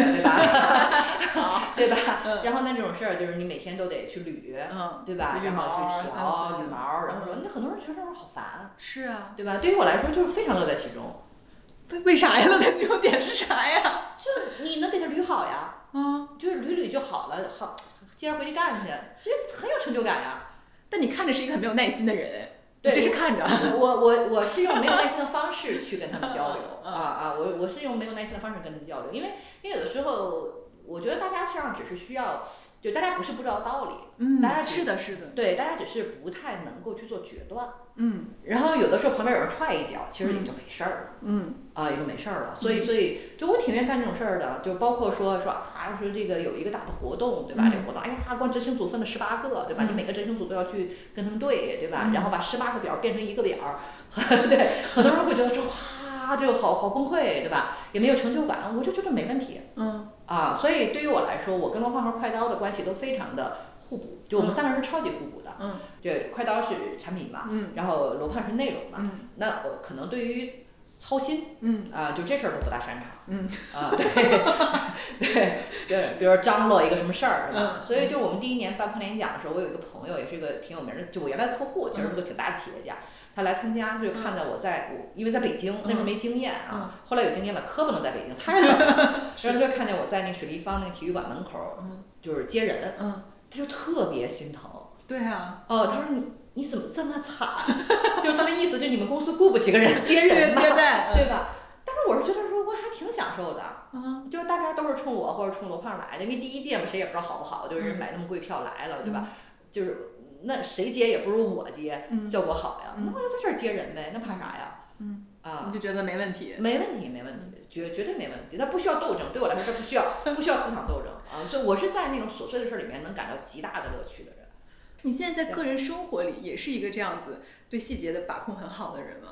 [SPEAKER 1] 吧？对吧？然后那种事儿就是你每天都得去捋，
[SPEAKER 2] 嗯，
[SPEAKER 1] 对吧？
[SPEAKER 2] 捋
[SPEAKER 1] 然后去调
[SPEAKER 2] 毛儿嗯
[SPEAKER 1] 捋毛儿，然后
[SPEAKER 2] 嗯
[SPEAKER 1] 说那很多人觉得这种好烦，
[SPEAKER 2] 是啊，
[SPEAKER 1] 对吧？对于我来说就是非常乐在其中。
[SPEAKER 2] 为为啥呀？那他最终点是啥呀？
[SPEAKER 1] 就你能给他捋好呀，
[SPEAKER 2] 啊！
[SPEAKER 1] 就是捋捋就好了，好，接着回去干去，这很有成就感呀。
[SPEAKER 2] 但你看着是一个很没有耐心的人，
[SPEAKER 1] 对
[SPEAKER 2] 你这是看着。
[SPEAKER 1] 我我我是用没有耐心的方式去跟他们交流啊啊，我我是用没有耐心的方式跟他们交流，因为因为有的时候我觉得大家实际上只是需要，就大家不是不知道道理，
[SPEAKER 2] 嗯
[SPEAKER 1] 大家只
[SPEAKER 2] 是的，是的，
[SPEAKER 1] 对，大家只是不太能够去做决断，
[SPEAKER 2] 嗯
[SPEAKER 1] 然后有的时候旁边有人踹一脚，其实也就没事儿了、
[SPEAKER 2] 嗯
[SPEAKER 1] 啊，也就没事儿了，所以所以就我挺愿意干这种事儿的，就包括说说啊说这个有一个大的活动对吧？
[SPEAKER 2] 嗯
[SPEAKER 1] 这个活动哎呀，光执行组分了十八个对吧？你每个执行组都要去跟他们对对
[SPEAKER 2] 嗯
[SPEAKER 1] 吧？然后把十八个表变成一个表， 对，很多人会觉得说哇，就好好崩溃，对吧？也没有成就感，我就觉得没问题
[SPEAKER 2] 嗯
[SPEAKER 1] 啊。所以对于我来说，我跟罗胖和快刀的关系都非常的互补，就我们三个人是超级互补的。
[SPEAKER 2] 嗯
[SPEAKER 1] 对，快刀是产品嘛，
[SPEAKER 2] 嗯
[SPEAKER 1] 然后罗胖是内容嘛，
[SPEAKER 2] 嗯
[SPEAKER 1] 那我可能对于操心
[SPEAKER 2] 嗯
[SPEAKER 1] 啊，就这事儿都不大擅长。
[SPEAKER 2] 嗯
[SPEAKER 1] 啊，对对对，比如说张罗一个什么事儿，是吧？
[SPEAKER 2] 嗯
[SPEAKER 1] 所以就我们第一年办跨年奖的时候，我有一个朋友，也是一个挺有名的，就我原来的客户，其实
[SPEAKER 2] 嗯
[SPEAKER 1] 是个挺大的企业家，他来参加，他就看到我在，我因为在北京那时候没经验
[SPEAKER 2] 嗯
[SPEAKER 1] 啊，后来有经验了，可不能在 北京，太冷了，然后他就看见我在那个水立方那个体育馆门口儿
[SPEAKER 2] 嗯，
[SPEAKER 1] 就是接人，
[SPEAKER 2] 嗯，
[SPEAKER 1] 他就特别心疼，
[SPEAKER 2] 对啊，
[SPEAKER 1] 哦，他说你你怎么这么惨？啊 就是他的意思，就是你们公司雇不起个人接人
[SPEAKER 2] 接
[SPEAKER 1] 嘛，
[SPEAKER 2] 接待，
[SPEAKER 1] 对吧？但是我是觉得说，我还挺享受的。
[SPEAKER 2] 嗯
[SPEAKER 1] 就是大家都是冲我或者冲罗胖来的，因为第一届嘛，谁也不知道好不好，就是
[SPEAKER 2] 嗯
[SPEAKER 1] 人买那么贵票来了，对吧？就是那谁接也不如我接，
[SPEAKER 2] 嗯
[SPEAKER 1] 效果好呀。
[SPEAKER 2] 嗯
[SPEAKER 1] 那我就在这儿接人呗，那怕啥呀？
[SPEAKER 2] 嗯你
[SPEAKER 1] 啊，
[SPEAKER 2] 就觉得没问题。
[SPEAKER 1] 没问题，没问题，绝绝对没问题。它不需要斗争，对我来说，它不需要不需要思想斗争啊。所以我是在那种琐碎的事儿里面能感到极大的乐趣的人。
[SPEAKER 2] 你现在在个人生活里也是一个这样子对细节的把控很好的人吗？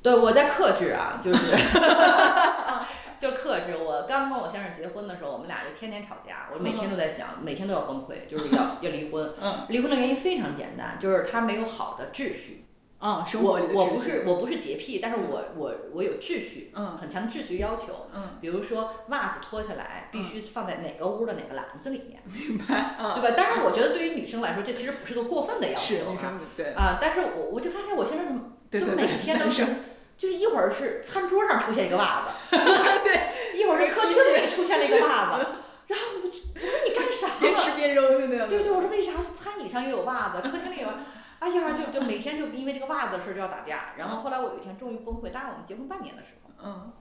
[SPEAKER 1] 对，我在克制啊，就是 就是克制。我刚跟我先生结婚的时候，我们俩就天天吵架，我每天都在想，每天都要崩溃，就是要要离婚。
[SPEAKER 2] 嗯，
[SPEAKER 1] 离婚的原因非常简单，就是他没有好的秩序。
[SPEAKER 2] 啊，生活
[SPEAKER 1] 我
[SPEAKER 2] 里的
[SPEAKER 1] 我
[SPEAKER 2] 秩
[SPEAKER 1] 不
[SPEAKER 2] 序
[SPEAKER 1] 是我不是洁癖，但是我我我有秩序，
[SPEAKER 2] 嗯
[SPEAKER 1] 很强的秩序要求。
[SPEAKER 2] 嗯，
[SPEAKER 1] 比如说袜子脱下来必须放在哪个屋的哪个篮子里面，
[SPEAKER 2] 明白啊，
[SPEAKER 1] 对吧？当然，我觉得对于女生来说，这其实不是个过分的要求
[SPEAKER 2] 是女
[SPEAKER 1] 啊。
[SPEAKER 2] 生对
[SPEAKER 1] 啊，但是我我就发现我先生怎么
[SPEAKER 2] 对
[SPEAKER 1] 就
[SPEAKER 2] 对
[SPEAKER 1] 每
[SPEAKER 2] 对，
[SPEAKER 1] 天都
[SPEAKER 2] 男
[SPEAKER 1] 是
[SPEAKER 2] 生，
[SPEAKER 1] 就是一会儿是餐桌上出现一个袜子，
[SPEAKER 2] 对，
[SPEAKER 1] 一会儿是客
[SPEAKER 2] 继
[SPEAKER 1] 厅
[SPEAKER 2] 续
[SPEAKER 1] 里出现了一 个袜子，然后我就我说你干啥
[SPEAKER 2] 边
[SPEAKER 1] 呢？
[SPEAKER 2] 吃边扔的那样。
[SPEAKER 1] 对对，我说为啥餐椅上又有袜子，客厅里有袜子？哎呀，就就每天就因为这个袜子的事儿就要打架。然后后来我有一天终于崩溃，大概我们结婚半年的时候，
[SPEAKER 2] 嗯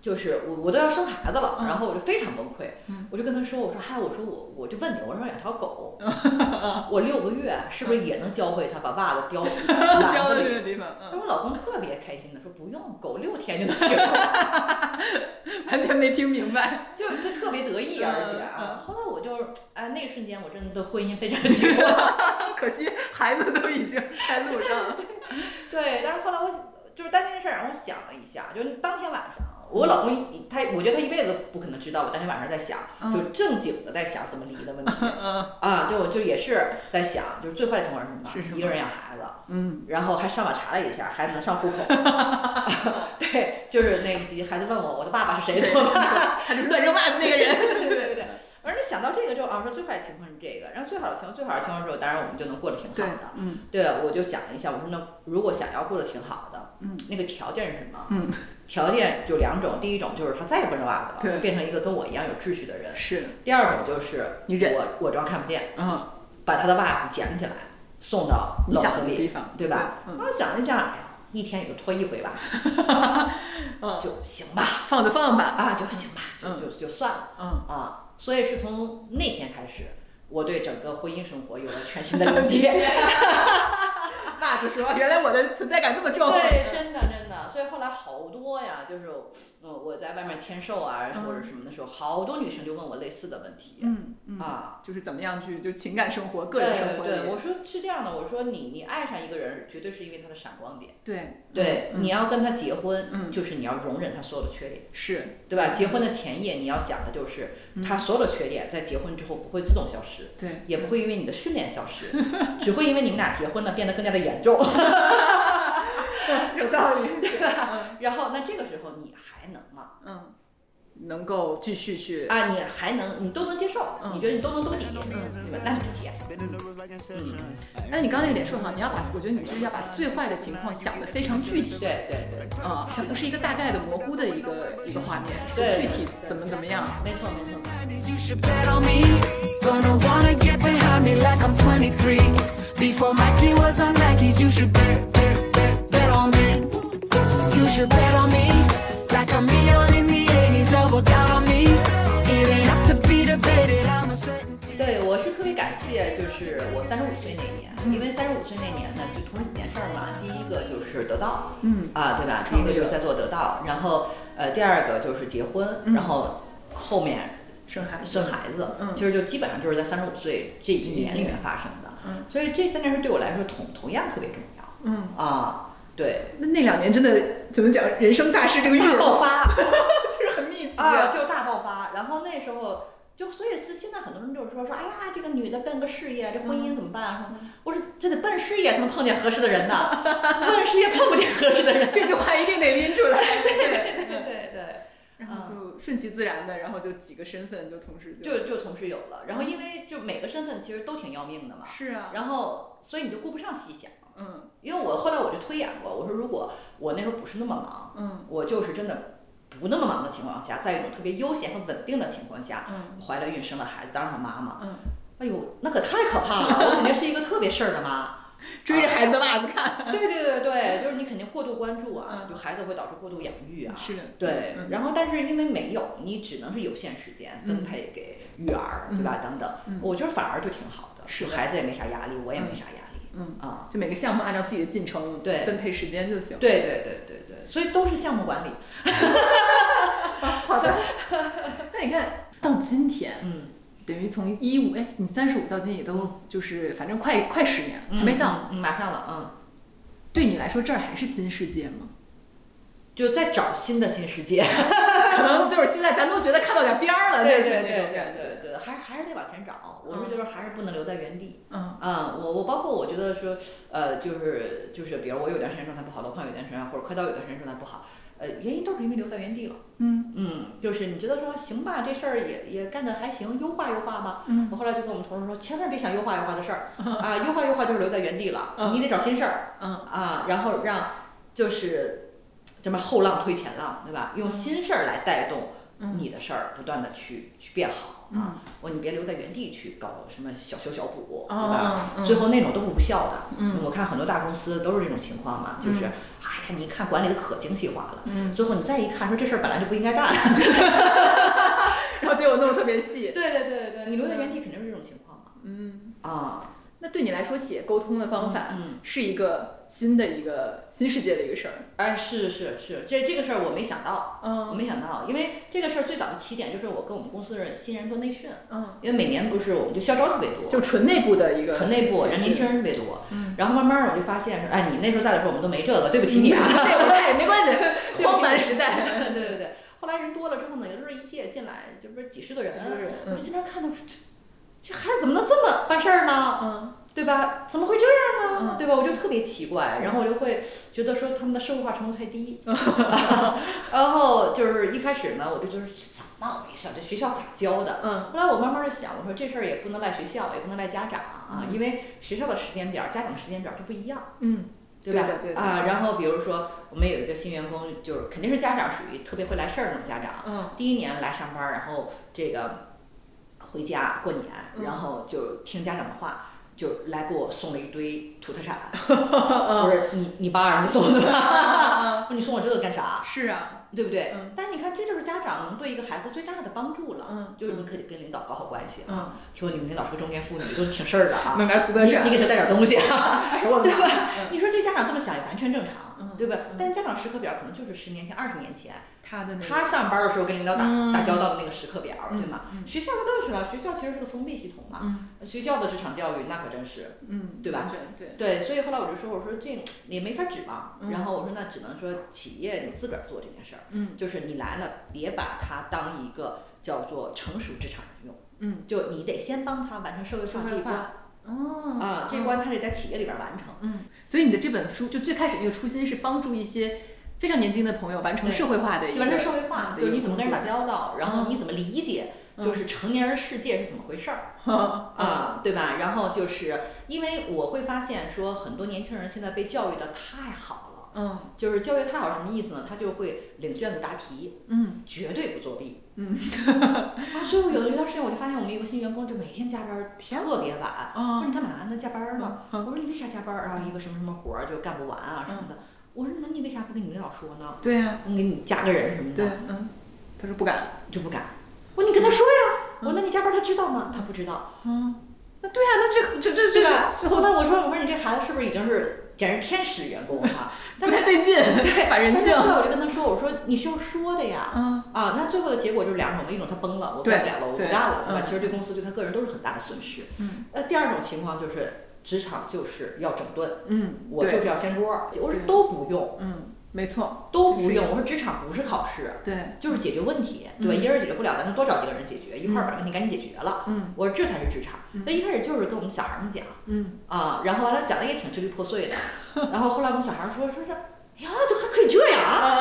[SPEAKER 1] 就是我我都要生孩子了，然后我就非常崩溃，
[SPEAKER 2] 嗯
[SPEAKER 1] 我就跟他说，我说嗨，我说我我就问你，我说养条 狗，我六个月是不是也能教会它把袜子叼
[SPEAKER 2] 掉
[SPEAKER 1] 篮
[SPEAKER 2] 到
[SPEAKER 1] 子里
[SPEAKER 2] 这？个地方，
[SPEAKER 1] 然后
[SPEAKER 2] 嗯，
[SPEAKER 1] 我老公特别开心的说不用，狗六天就能学会，
[SPEAKER 2] 完全没听明白。
[SPEAKER 1] 就就特别得意，
[SPEAKER 2] 嗯
[SPEAKER 1] 而且啊
[SPEAKER 2] 嗯，
[SPEAKER 1] 后来我就哎那一瞬间我真的对婚姻非常绝望。
[SPEAKER 2] 可惜孩子都已经在路上了。
[SPEAKER 1] 对，但是后来我就是但那件事儿让我想了一下，就是当天晚上，我老公一他，我觉得他一辈子不可能知道我当天晚上在想，
[SPEAKER 2] 嗯
[SPEAKER 1] 就正经的在想怎么离的问题啊，就就也是在想，就是最坏的情况是什么？
[SPEAKER 2] 是什么
[SPEAKER 1] 一个人养孩子，
[SPEAKER 2] 嗯，
[SPEAKER 1] 然后还上网查了一下，孩子能上户 口。 对，就是那一集孩子问我我的爸爸是谁怎么办？
[SPEAKER 2] 他就是乱扔袜子那个人。
[SPEAKER 1] 对对对对。而且想到这个之后啊，说最坏的情况是这个，然后最好的情况最好的情况之后，当然我们就能过得挺好的。
[SPEAKER 2] 嗯
[SPEAKER 1] 对，我就想了一下，我说那如果想要过得挺好的，
[SPEAKER 2] 嗯，
[SPEAKER 1] 那个条件是什么？
[SPEAKER 2] 嗯，
[SPEAKER 1] 条件就两种，第一种就是他再也不扔袜子了，
[SPEAKER 2] 对
[SPEAKER 1] 他变成一个跟我一样有秩序的人；
[SPEAKER 2] 是，
[SPEAKER 1] 第二种就是
[SPEAKER 2] 你忍
[SPEAKER 1] 我我装看不见，
[SPEAKER 2] 嗯，
[SPEAKER 1] 把他的袜子捡起来送到
[SPEAKER 2] 你
[SPEAKER 1] 楼
[SPEAKER 2] 想
[SPEAKER 1] 层
[SPEAKER 2] 的地
[SPEAKER 1] 里，
[SPEAKER 2] 方，
[SPEAKER 1] 对吧？
[SPEAKER 2] 嗯
[SPEAKER 1] 然后想了一下，哎呀，一天也就脱一回吧，
[SPEAKER 2] 嗯
[SPEAKER 1] 就行吧，
[SPEAKER 2] 放就放吧，
[SPEAKER 1] 啊，就行吧，
[SPEAKER 2] 嗯
[SPEAKER 1] 就就就算了
[SPEAKER 2] 嗯，
[SPEAKER 1] 啊。所以是从那天开始，我对整个婚姻生活有了全新的理解。
[SPEAKER 2] 袜子说，哦原来我的存在感这么重。
[SPEAKER 1] 对， 真的真的，所以后来好多呀，就是嗯，我在外面签售啊或者什么的时候，好多女生就问我类似的问题、
[SPEAKER 2] 嗯嗯，
[SPEAKER 1] 啊。
[SPEAKER 2] 就是怎么样去就情感生
[SPEAKER 1] 嗯
[SPEAKER 2] 活、个人生活
[SPEAKER 1] 对对，
[SPEAKER 2] 里，
[SPEAKER 1] 我说是这样的，我说你你爱上一个人，绝对是因为他的闪光点。
[SPEAKER 2] 对
[SPEAKER 1] 对，
[SPEAKER 2] 嗯
[SPEAKER 1] 你要跟他结婚，
[SPEAKER 2] 嗯
[SPEAKER 1] 就是你要容忍他所有的缺点，
[SPEAKER 2] 是，
[SPEAKER 1] 对吧？结婚的前夜，你要想的就是他所有的缺点，在结婚之后不会自动消失，
[SPEAKER 2] 对，
[SPEAKER 1] 也不会因为你的训练消失， 只会因为你们俩结婚了变得更加的严 重。
[SPEAKER 2] 有道理，对吧？
[SPEAKER 1] 然后那这个时候你还能吗？
[SPEAKER 2] 嗯能够继续去
[SPEAKER 1] 啊，你还能，你都能接受，你觉得你都能兜底，嗯，你们那理解，
[SPEAKER 2] 哎，你刚刚那个点说的好，你要把，我觉得你就是要把最坏的情况想得非常具体，
[SPEAKER 1] 对对对，
[SPEAKER 2] 啊、它不是一个大概的模糊的一个一个画面，
[SPEAKER 1] 对
[SPEAKER 2] 具体怎么怎么样，
[SPEAKER 1] 没错没错。
[SPEAKER 5] You should bet on me. Gonna wanna get behind me like I'm 23. Before Mikey was on Nikes, you should bet, bet, bet, bet on me. You should bet on me. Like a million in the 80s, double down on me. It ain't up to be debated, I'm a certainty.
[SPEAKER 1] 对，我是特别感谢，就是我三十五岁那年，
[SPEAKER 2] 嗯
[SPEAKER 1] 因为三十五岁那年呢，就同时几件事儿嘛。第一个就是得到，
[SPEAKER 2] 嗯
[SPEAKER 1] 啊，对吧？第一个就是在做得到，然后呃，第二个就是结婚，
[SPEAKER 2] 嗯
[SPEAKER 1] 然后后面
[SPEAKER 2] 生孩子，
[SPEAKER 1] 生孩子，
[SPEAKER 2] 嗯
[SPEAKER 1] 其实就基本上就是在三十五岁这一年里面发生的。
[SPEAKER 2] 嗯
[SPEAKER 1] 所以这三件事对我来说同同样特别重要。
[SPEAKER 2] 嗯
[SPEAKER 1] 啊，对，
[SPEAKER 2] 那那两年真的怎么讲，人生大 事这个欲
[SPEAKER 1] 大爆
[SPEAKER 2] 望
[SPEAKER 1] 发。
[SPEAKER 2] 就是很密集
[SPEAKER 1] 啊，就是大爆发。然后那时候就，所以是现在很多人就是说说，哎呀，这个女的奔个事业，这婚
[SPEAKER 2] 嗯
[SPEAKER 1] 姻怎么办啊？什么？我说这得奔事业才能碰见合适的人呢， 奔事业碰不见合适的人。
[SPEAKER 2] 这句话一定得拎出来，对
[SPEAKER 1] 对对对，
[SPEAKER 2] 然后就顺其自然的，然后就几个身份就同时就
[SPEAKER 1] 就就同时有了。然后因为就每个身份其实都挺要命的嘛，
[SPEAKER 2] 是啊，
[SPEAKER 1] 然后所以你就顾不上细想。
[SPEAKER 2] 嗯
[SPEAKER 1] 因为我后来我就推演过，我说如果我那时候不是那么忙，
[SPEAKER 2] 嗯
[SPEAKER 1] 我就是真的不那么忙的情况下，在一种特别悠闲和稳定的情况下，
[SPEAKER 2] 嗯
[SPEAKER 1] 怀了孕生了孩子，当上了妈妈，
[SPEAKER 2] 嗯，
[SPEAKER 1] 哎呦，那可太可怕了！我肯定是一个特别事儿的妈。
[SPEAKER 2] 追着孩子的袜子看，
[SPEAKER 1] 对对对对，就是你肯定过度关注啊，
[SPEAKER 2] 嗯
[SPEAKER 1] 就孩子会导致过度养育啊。
[SPEAKER 2] 是，
[SPEAKER 1] 对，
[SPEAKER 2] 嗯
[SPEAKER 1] 然后但是因为没有，你只能是有限时间分配给育儿，对吧？等等，我觉得反而就挺好的，
[SPEAKER 2] 嗯是的
[SPEAKER 1] 孩子也没啥压力，我也没啥压力，
[SPEAKER 2] 嗯
[SPEAKER 1] 啊，
[SPEAKER 2] 就每个项目按照自己的进程
[SPEAKER 1] 对
[SPEAKER 2] 分配时间就行。
[SPEAKER 1] 对对对对对，所以都是项目管理，
[SPEAKER 2] 好的，那你看到今天，
[SPEAKER 1] 嗯，
[SPEAKER 2] 等于从一五哎，你三十五到今也都就是反正快快十年还
[SPEAKER 1] 嗯
[SPEAKER 2] 没到，，
[SPEAKER 1] 嗯马上了，嗯，
[SPEAKER 2] 对你来说这儿还是新世 界吗？
[SPEAKER 1] 就在找新的新世 界，
[SPEAKER 2] 可能就是现在咱都觉得看到点边儿了，
[SPEAKER 1] 对
[SPEAKER 2] 就
[SPEAKER 1] 对
[SPEAKER 2] 是
[SPEAKER 1] 对
[SPEAKER 2] 那种
[SPEAKER 1] 对
[SPEAKER 2] 感觉。
[SPEAKER 1] 对对，还是还是得往前找，我
[SPEAKER 2] 嗯
[SPEAKER 1] 是觉得还是不能留在原地，
[SPEAKER 2] 嗯
[SPEAKER 1] 啊、我我包括我觉得说，呃，就是就是，比如我有段时间状态不好，罗胖有段时间，或者快刀有段时间状态不好，呃，原因都是因为留在原地了。
[SPEAKER 2] 嗯
[SPEAKER 1] 嗯，就是你觉得说行吧，这事儿也也干得还行，优化优化吧。
[SPEAKER 2] 嗯
[SPEAKER 1] 我后来就跟我们同事说，千万别想优化优化的事儿啊，优化优化就是留在原地了，
[SPEAKER 2] 嗯
[SPEAKER 1] 你得找新事儿
[SPEAKER 2] 嗯
[SPEAKER 1] 啊，然后让就是什么后浪推前浪，对吧？用新事儿来带动
[SPEAKER 2] 嗯
[SPEAKER 1] 你的事儿，不断的去去变好
[SPEAKER 2] 嗯
[SPEAKER 1] 啊。我说你别留在原地去搞什么小修小补，对吧？
[SPEAKER 2] 哦嗯
[SPEAKER 1] 最后那种都是无效的。
[SPEAKER 2] 嗯
[SPEAKER 1] 我看很多大公司都是这种情况嘛，就是、
[SPEAKER 2] 嗯
[SPEAKER 1] 哎呀，你一看管理的可精细化了，
[SPEAKER 2] 嗯，
[SPEAKER 1] 最后你再一看说这事儿本来就不应该干。
[SPEAKER 2] 然后结果弄得特别细。
[SPEAKER 1] 对对对 对，你留在原地肯定是这种情况嘛。
[SPEAKER 2] 嗯，
[SPEAKER 1] 啊，
[SPEAKER 2] 那对你来说写沟通的方法
[SPEAKER 1] 嗯
[SPEAKER 2] 是一个新的一个新世界的一个事儿。
[SPEAKER 1] 哎，是是是，这这个事儿我没想到，我
[SPEAKER 2] 嗯
[SPEAKER 1] 没想到，因为这个事儿最早的起点就是我跟我们公司的人新人做内训，
[SPEAKER 2] 嗯，
[SPEAKER 1] 因为每年不是我们就校招特别多，
[SPEAKER 2] 就纯内部的一个
[SPEAKER 1] 纯内部，然后年轻人特别多。
[SPEAKER 2] 嗯
[SPEAKER 1] 然后慢慢儿我就发现说，哎，你那时候在的时候我们都没这个，对不起你啊。
[SPEAKER 2] 对，我 太没关系，荒蛮时代。
[SPEAKER 1] 对对对。后来人多了之后呢，有的时候一届进来就不是几十个人，
[SPEAKER 2] 几十个人嗯
[SPEAKER 1] 我就经常看到说这这孩子怎么能这么办事儿呢？
[SPEAKER 2] 嗯
[SPEAKER 1] 对吧？怎么会这样呢？
[SPEAKER 2] 嗯
[SPEAKER 1] 对吧？我就特别奇怪，然后我就会觉得说他们的社会化程度太 低，然后就是一开始呢，我就觉得这怎么回事？这学校咋教的？
[SPEAKER 2] 嗯
[SPEAKER 1] 后来我慢慢的想，我说这事儿也不能赖学校，也不能赖家长啊，因为学校的时间表、家长的时间表都不一样，
[SPEAKER 2] 嗯
[SPEAKER 1] 对吧？
[SPEAKER 2] 对的对的
[SPEAKER 1] 啊，然后比如说我们有一个新员工，就是肯定是家长属于特别会来事儿那种家长，
[SPEAKER 2] 嗯
[SPEAKER 1] 第一年来上班，然后这个回家过年，
[SPEAKER 2] 嗯
[SPEAKER 1] 然后就听家长的话，就来给我送了一堆土特产。
[SPEAKER 2] 嗯
[SPEAKER 1] 我说你你爸让你送的 吧？
[SPEAKER 2] 嗯，
[SPEAKER 1] 你送我这个干啥？
[SPEAKER 2] 是啊，
[SPEAKER 1] 对不对？
[SPEAKER 2] 嗯
[SPEAKER 1] 但你看，这就是家长能对一个孩子最大的帮助了。
[SPEAKER 2] 嗯
[SPEAKER 1] 就是你可以跟领导搞好关系。
[SPEAKER 2] 嗯，
[SPEAKER 1] 听说你们领导是个中年妇女，都挺事儿的啊。
[SPEAKER 2] 弄点土特
[SPEAKER 1] 你
[SPEAKER 2] 产
[SPEAKER 1] 你，给他带点东西，啊
[SPEAKER 2] 哎我的
[SPEAKER 1] 对
[SPEAKER 2] 妈
[SPEAKER 1] 吧？你说这家长这么想也完全正
[SPEAKER 2] 嗯
[SPEAKER 1] 常，对吧
[SPEAKER 2] 嗯？
[SPEAKER 1] 但家长时刻表可能就是十年前、二十年前，
[SPEAKER 2] 他的那
[SPEAKER 1] 他上班的时候跟领导打、
[SPEAKER 2] 嗯
[SPEAKER 1] 打交道的那个时刻表，对吗？
[SPEAKER 2] 嗯
[SPEAKER 1] 学校的更是了，学校其实是个封闭系统嘛，
[SPEAKER 2] 嗯
[SPEAKER 1] 学校的职场教育那可真是
[SPEAKER 2] 嗯，
[SPEAKER 1] 对吧
[SPEAKER 2] 完全对，
[SPEAKER 1] 对，所以后来我就说，我说这也没法指望，
[SPEAKER 2] 嗯
[SPEAKER 1] 然后我说那只能说企业你自个儿做这件事儿，
[SPEAKER 2] 嗯
[SPEAKER 1] 就是你来了，别把它当一个叫做成熟职场人用，
[SPEAKER 2] 嗯，
[SPEAKER 1] 就你得先帮他完成社会化这一关啊、
[SPEAKER 2] 哦
[SPEAKER 1] 嗯这关他得在企业里边完成。
[SPEAKER 2] 嗯，所以你的这本书就最开始那个初心是帮助一些非常年轻的朋友完成
[SPEAKER 1] 对
[SPEAKER 2] 社会化的一
[SPEAKER 1] 就
[SPEAKER 2] 个，
[SPEAKER 1] 完 成社会化，
[SPEAKER 2] 嗯
[SPEAKER 1] 就是你怎么跟人打，
[SPEAKER 2] 的
[SPEAKER 1] 交道，然后你怎么理解，
[SPEAKER 2] 嗯
[SPEAKER 1] 就是成年人世界是怎么回事儿
[SPEAKER 2] 一个工作
[SPEAKER 1] 啊，对吧？然后就是因为我会发现说，很多年轻人现在被教育的太好了。
[SPEAKER 2] 嗯
[SPEAKER 1] 就是教育太好是什么意思呢？他就会领卷子答题，
[SPEAKER 2] 嗯
[SPEAKER 1] 绝对不作弊。
[SPEAKER 2] 嗯，
[SPEAKER 1] 啊，所以我有一段时间我就发现我们一个新员工就每天嗯加班儿特别晚。我说
[SPEAKER 2] 啊
[SPEAKER 1] 你干嘛呢？加班儿呢？
[SPEAKER 2] 嗯
[SPEAKER 1] 我说你为啥加班儿啊？一个什么什么活儿就干不完啊什么的。我说那你为啥不跟你领导说呢？
[SPEAKER 2] 对呀，
[SPEAKER 1] 我给你加个人什么
[SPEAKER 2] 对
[SPEAKER 1] 的，，
[SPEAKER 2] 嗯，他说不敢，
[SPEAKER 1] 就不敢。我说你跟他说呀。
[SPEAKER 2] 嗯
[SPEAKER 1] 我说那你加班儿他知道吗？他不知道，
[SPEAKER 2] 嗯，那对呀，啊那这这这
[SPEAKER 1] 对
[SPEAKER 2] 这
[SPEAKER 1] 吧？
[SPEAKER 2] 这
[SPEAKER 1] 后来我说我说你这孩子是不是已经是简直天使员工哈？但
[SPEAKER 2] 不 太
[SPEAKER 1] 是
[SPEAKER 2] 对劲，对，反人
[SPEAKER 1] 但是
[SPEAKER 2] 性，
[SPEAKER 1] 后来我就跟他说，我说你是要说的呀。
[SPEAKER 2] 啊，
[SPEAKER 1] 啊，那最后的结果就是两种，一种他崩了，我
[SPEAKER 2] 对
[SPEAKER 1] 干不了了，我不
[SPEAKER 2] 对
[SPEAKER 1] 干了，对吧？
[SPEAKER 2] 嗯
[SPEAKER 1] 其实对公司对他个人都是很大的损失。
[SPEAKER 2] 嗯
[SPEAKER 1] 那第二种情况就是职场就是要整顿，
[SPEAKER 2] 嗯，
[SPEAKER 1] 我就是
[SPEAKER 2] 对，
[SPEAKER 1] 要掀桌儿，我说
[SPEAKER 2] 对
[SPEAKER 1] 都不用，
[SPEAKER 2] 嗯，没错，
[SPEAKER 1] 都
[SPEAKER 2] 就
[SPEAKER 1] 不
[SPEAKER 2] 是
[SPEAKER 1] 用，我说职场不是考试，
[SPEAKER 2] 对，
[SPEAKER 1] 就是解决问题，
[SPEAKER 2] 嗯
[SPEAKER 1] 对吧？一人解决不了，咱们多找几个人解决，一块儿把问题赶紧解决了。
[SPEAKER 2] 嗯
[SPEAKER 1] 我说这才是职场。
[SPEAKER 2] 嗯
[SPEAKER 1] 那一开始就是跟我们小孩儿们讲
[SPEAKER 2] 嗯，
[SPEAKER 1] 啊，然后完了讲的也挺支离破 碎的，然后后来我们小孩儿说说是，哎呀，就还可以这样啊，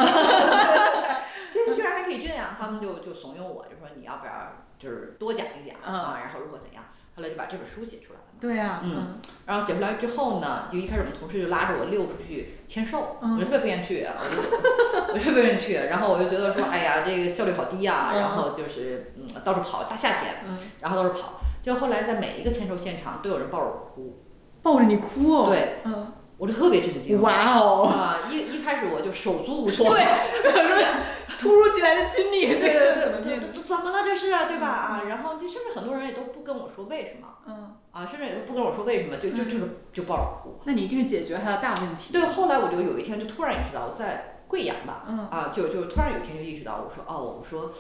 [SPEAKER 1] 对，居然还可以这样，他们就就怂恿我，就说你要不要就是多讲一讲
[SPEAKER 2] 嗯
[SPEAKER 1] 啊，然后如果怎样，后来就把这本书写出来了嘛。
[SPEAKER 2] 对啊呀，
[SPEAKER 1] 嗯然后写出来之后呢，就一开始我们同事就拉着我溜出去签售，
[SPEAKER 2] 嗯
[SPEAKER 1] 我就特别不愿意去，啊我就我就不愿意去，然后我就觉得说，哎呀，这个效率好低呀、
[SPEAKER 2] 嗯
[SPEAKER 1] 然后就是嗯到处跑，大夏天，
[SPEAKER 2] 嗯，
[SPEAKER 1] 然后到处跑，就后来在每一个签售现场都有人抱着我哭，
[SPEAKER 2] 抱着你哭哦，
[SPEAKER 1] 对
[SPEAKER 2] 嗯，
[SPEAKER 1] 我就特别震惊。
[SPEAKER 2] 哇哦，
[SPEAKER 1] 啊，一一开始我就手足无措，
[SPEAKER 2] 对，说突如其来的亲密，这
[SPEAKER 1] 对
[SPEAKER 2] 个
[SPEAKER 1] 对
[SPEAKER 2] 怎么
[SPEAKER 1] 对
[SPEAKER 2] 面
[SPEAKER 1] 对
[SPEAKER 2] 对？
[SPEAKER 1] 对，怎么了这是，对吧？啊，然后就甚至很多人也都不跟我说为什么
[SPEAKER 2] 嗯，
[SPEAKER 1] 啊，甚至也都不跟我说为什么，就就就是就抱着哭。
[SPEAKER 2] 那你一定是解决他的大问题，
[SPEAKER 1] 对，后来我就有一天就突然意识到，我在贵阳吧，
[SPEAKER 2] 嗯
[SPEAKER 1] 啊，就就突然有一天就意识到，我说哦，我说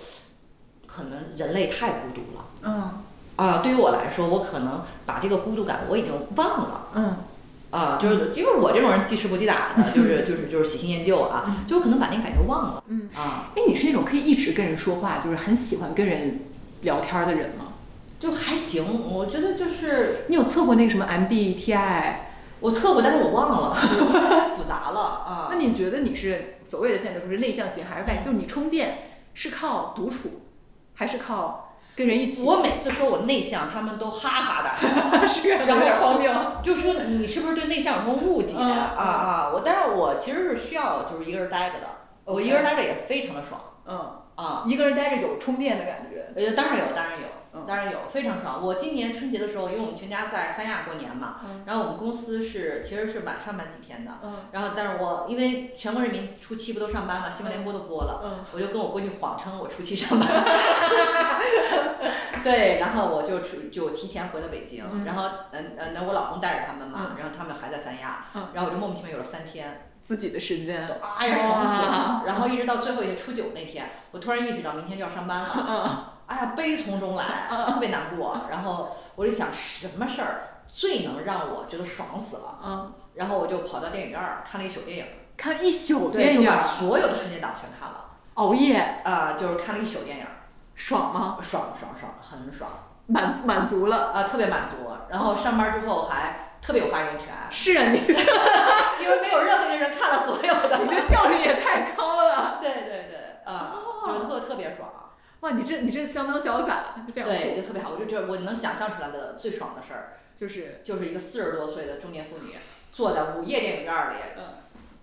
[SPEAKER 1] 可能人类太孤独了
[SPEAKER 2] 嗯
[SPEAKER 1] 啊，对于我来说，我可能把这个孤独感我已经忘了。
[SPEAKER 2] 嗯
[SPEAKER 1] 啊，就是因为我这种人记吃不记打 的，就是就是就是喜新厌旧啊，就我可能把那个感觉忘了。
[SPEAKER 2] 嗯
[SPEAKER 1] 啊，
[SPEAKER 2] 哎，你是那种可以一直跟人说话，就是很喜欢跟人聊天儿的人吗？
[SPEAKER 1] 就还行，我觉得就是
[SPEAKER 2] 你有测过那个什么 MBTI？
[SPEAKER 1] 我测过，但是我忘了，就是太复杂了啊。
[SPEAKER 2] 那你觉得你是所谓的现在就是内向型还是外？就是你充电是靠独处，还是靠跟人一起？
[SPEAKER 1] 我每次说我内向，他们都哈哈的，
[SPEAKER 2] 是有
[SPEAKER 1] 然后
[SPEAKER 2] 点荒谬。
[SPEAKER 1] 就说你是不是对内向有什么误解、
[SPEAKER 2] 嗯
[SPEAKER 1] 啊啊？我但是我其实是需要就是一个人待着的，我
[SPEAKER 2] OK
[SPEAKER 1] 一个人待着也非常的爽
[SPEAKER 2] 嗯，
[SPEAKER 1] 啊。
[SPEAKER 2] 一个人待着有充电的感觉。
[SPEAKER 1] 呃，当然有，当然有，
[SPEAKER 2] 嗯
[SPEAKER 1] 当然有，非常爽。我今年春节的时候，因为我们全家在三亚过年嘛，
[SPEAKER 2] 嗯
[SPEAKER 1] 然后我们公司是其实是晚上班几天的，
[SPEAKER 2] 嗯
[SPEAKER 1] 然后但是我因为全国人民初七不都上班嘛，新闻联播都播了，
[SPEAKER 2] 嗯
[SPEAKER 1] 我就跟我闺女谎称我初七上班， 对，然后我就出就提前回了北京，
[SPEAKER 2] 嗯
[SPEAKER 1] 然后嗯呃，那我老公带着他们嘛，然后他们还在三亚，
[SPEAKER 2] 嗯
[SPEAKER 1] 然后我就莫名其妙有了三天，
[SPEAKER 2] 自己的时间。
[SPEAKER 1] 哎呀爽死了
[SPEAKER 2] 哇！
[SPEAKER 1] 然后一直到最后一天初九那天，我突然意识到明天就要上班了，
[SPEAKER 2] 嗯
[SPEAKER 1] 哎呀悲从中来，特别难过。然后我就想什么事儿最能让我觉得爽死了，
[SPEAKER 2] 嗯，
[SPEAKER 1] 然后我就跑到电影院儿看了一宿电影，
[SPEAKER 2] 看一宿
[SPEAKER 1] 对，
[SPEAKER 2] 电
[SPEAKER 1] 就
[SPEAKER 2] 影
[SPEAKER 1] 把，所有的春节档全看了，
[SPEAKER 2] 熬夜
[SPEAKER 1] 啊、就是看了一宿电影。
[SPEAKER 2] 爽吗？
[SPEAKER 1] 爽爽爽，很爽
[SPEAKER 2] 满满足了。
[SPEAKER 1] 啊、特别满足。然后上班之后还特别有发言权，
[SPEAKER 2] 是 啊，你你
[SPEAKER 1] 因为没有任何一个人看了所有的。
[SPEAKER 2] 这效率也太高了。
[SPEAKER 1] 对对对，啊、就特特别爽。
[SPEAKER 2] 哇，你这你这相当潇洒，非常酷
[SPEAKER 1] 对，就特别好。我就觉得我能想象出来的最爽的事儿，
[SPEAKER 2] 就是
[SPEAKER 1] 就是一个四十多岁的中年妇女坐在午夜电影院里
[SPEAKER 2] 嗯，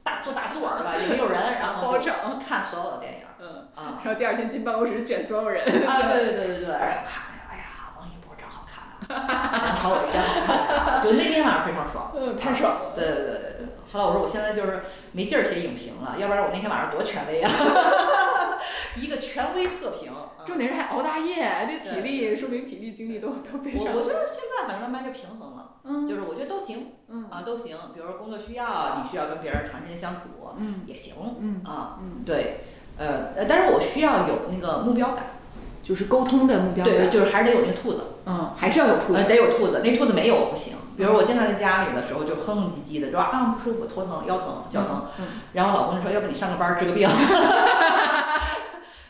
[SPEAKER 1] 大坐大座儿吧，也没有人，然后
[SPEAKER 2] 包
[SPEAKER 1] 就
[SPEAKER 2] 场，
[SPEAKER 1] 看所有的电影
[SPEAKER 2] 啊嗯，
[SPEAKER 1] 啊、
[SPEAKER 2] 然后第二天进办公室卷所有人。
[SPEAKER 1] 啊！对对对对对，然后看，哎呀，王一博真好看啊，梁朝伟真好看啊，就那天晚上非常爽。
[SPEAKER 2] 嗯，太爽了。
[SPEAKER 1] 对对对对对。后来我说我现在就是没劲儿写影评了，要不然我那天晚上多权威啊！ 一个权威测评。嗯
[SPEAKER 2] 重点是还熬大夜，这体力说明体力精力都都非
[SPEAKER 1] 我
[SPEAKER 2] 常。
[SPEAKER 1] 我就是现在反正慢慢就平衡了，
[SPEAKER 2] 嗯
[SPEAKER 1] 就是我觉得都行
[SPEAKER 2] 嗯
[SPEAKER 1] 啊，都行。比如说工作需要，你需要跟别人长时间相处
[SPEAKER 2] 嗯
[SPEAKER 1] 也行
[SPEAKER 2] 嗯
[SPEAKER 1] 啊，
[SPEAKER 2] 嗯，
[SPEAKER 1] 对。呃，呃但是我需要有那个目标感，
[SPEAKER 2] 就是沟通的目标感
[SPEAKER 1] 对，就是还是得有那个兔子，
[SPEAKER 2] 嗯，还是要有突
[SPEAKER 1] 呃，
[SPEAKER 2] 破。
[SPEAKER 1] 得有兔子，那兔子没有我不行。比如我经常在家里的时候就哼哼唧唧的，说啊不舒服，头疼、腰疼、脚疼，
[SPEAKER 2] 嗯
[SPEAKER 1] 然后我老公就说，要不你上个班儿治个病。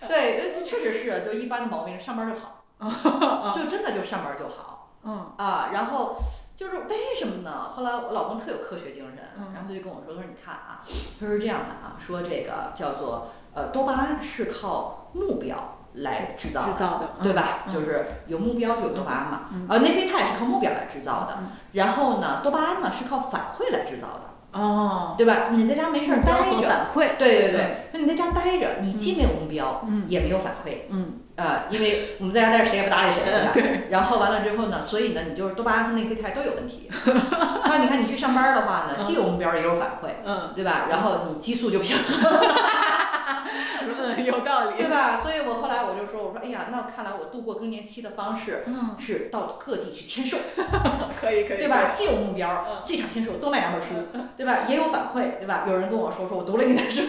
[SPEAKER 1] 对，这确实是，就一 般的毛病，上班儿就好，就真的就上班儿就好
[SPEAKER 2] 嗯
[SPEAKER 1] 啊。然后就是为什么呢？后来我老公特有科学精神，
[SPEAKER 2] 嗯
[SPEAKER 1] 然后他就跟我说，他说你看啊，他说是这样的啊，说这个叫做呃多巴胺是靠目标来制造的，
[SPEAKER 2] 制造的，嗯
[SPEAKER 1] 对吧？
[SPEAKER 2] 嗯
[SPEAKER 1] 就是有目标就有多巴胺嘛
[SPEAKER 2] 嗯，
[SPEAKER 1] 呃，内啡肽是靠目标来制造的
[SPEAKER 2] 嗯，
[SPEAKER 1] 然后呢，多巴胺呢是靠反馈来制造的，
[SPEAKER 2] 哦，
[SPEAKER 1] 对吧？你在家没事儿
[SPEAKER 2] 目标
[SPEAKER 1] 待
[SPEAKER 2] 和
[SPEAKER 1] 着，
[SPEAKER 2] 反馈，
[SPEAKER 1] 对对对，那你在家待着，你既没有目标，
[SPEAKER 2] 嗯
[SPEAKER 1] 也没有反馈，
[SPEAKER 2] 嗯，
[SPEAKER 1] 啊，因为我们在家待着谁也不搭理谁，对吧？
[SPEAKER 2] 对，
[SPEAKER 1] 然后完了之后呢，所以呢，你就是多巴胺和内啡肽都有问题。那你看你去上班的话呢，既有目标也有反馈，
[SPEAKER 2] 嗯
[SPEAKER 1] 对吧？然后你激素就平衡，
[SPEAKER 2] 嗯， 有道理
[SPEAKER 1] 对，吧？所以我后来我就说，我说哎呀，那看来我度过更年期的方式
[SPEAKER 2] 嗯，
[SPEAKER 1] 是到各地去签售，
[SPEAKER 2] 可以可以，
[SPEAKER 1] 对嗯吧？既有目
[SPEAKER 2] 嗯
[SPEAKER 1] 标，这场签售多买两本书，对吧？也有反馈，对吧？有人跟我说，说我读了你的书，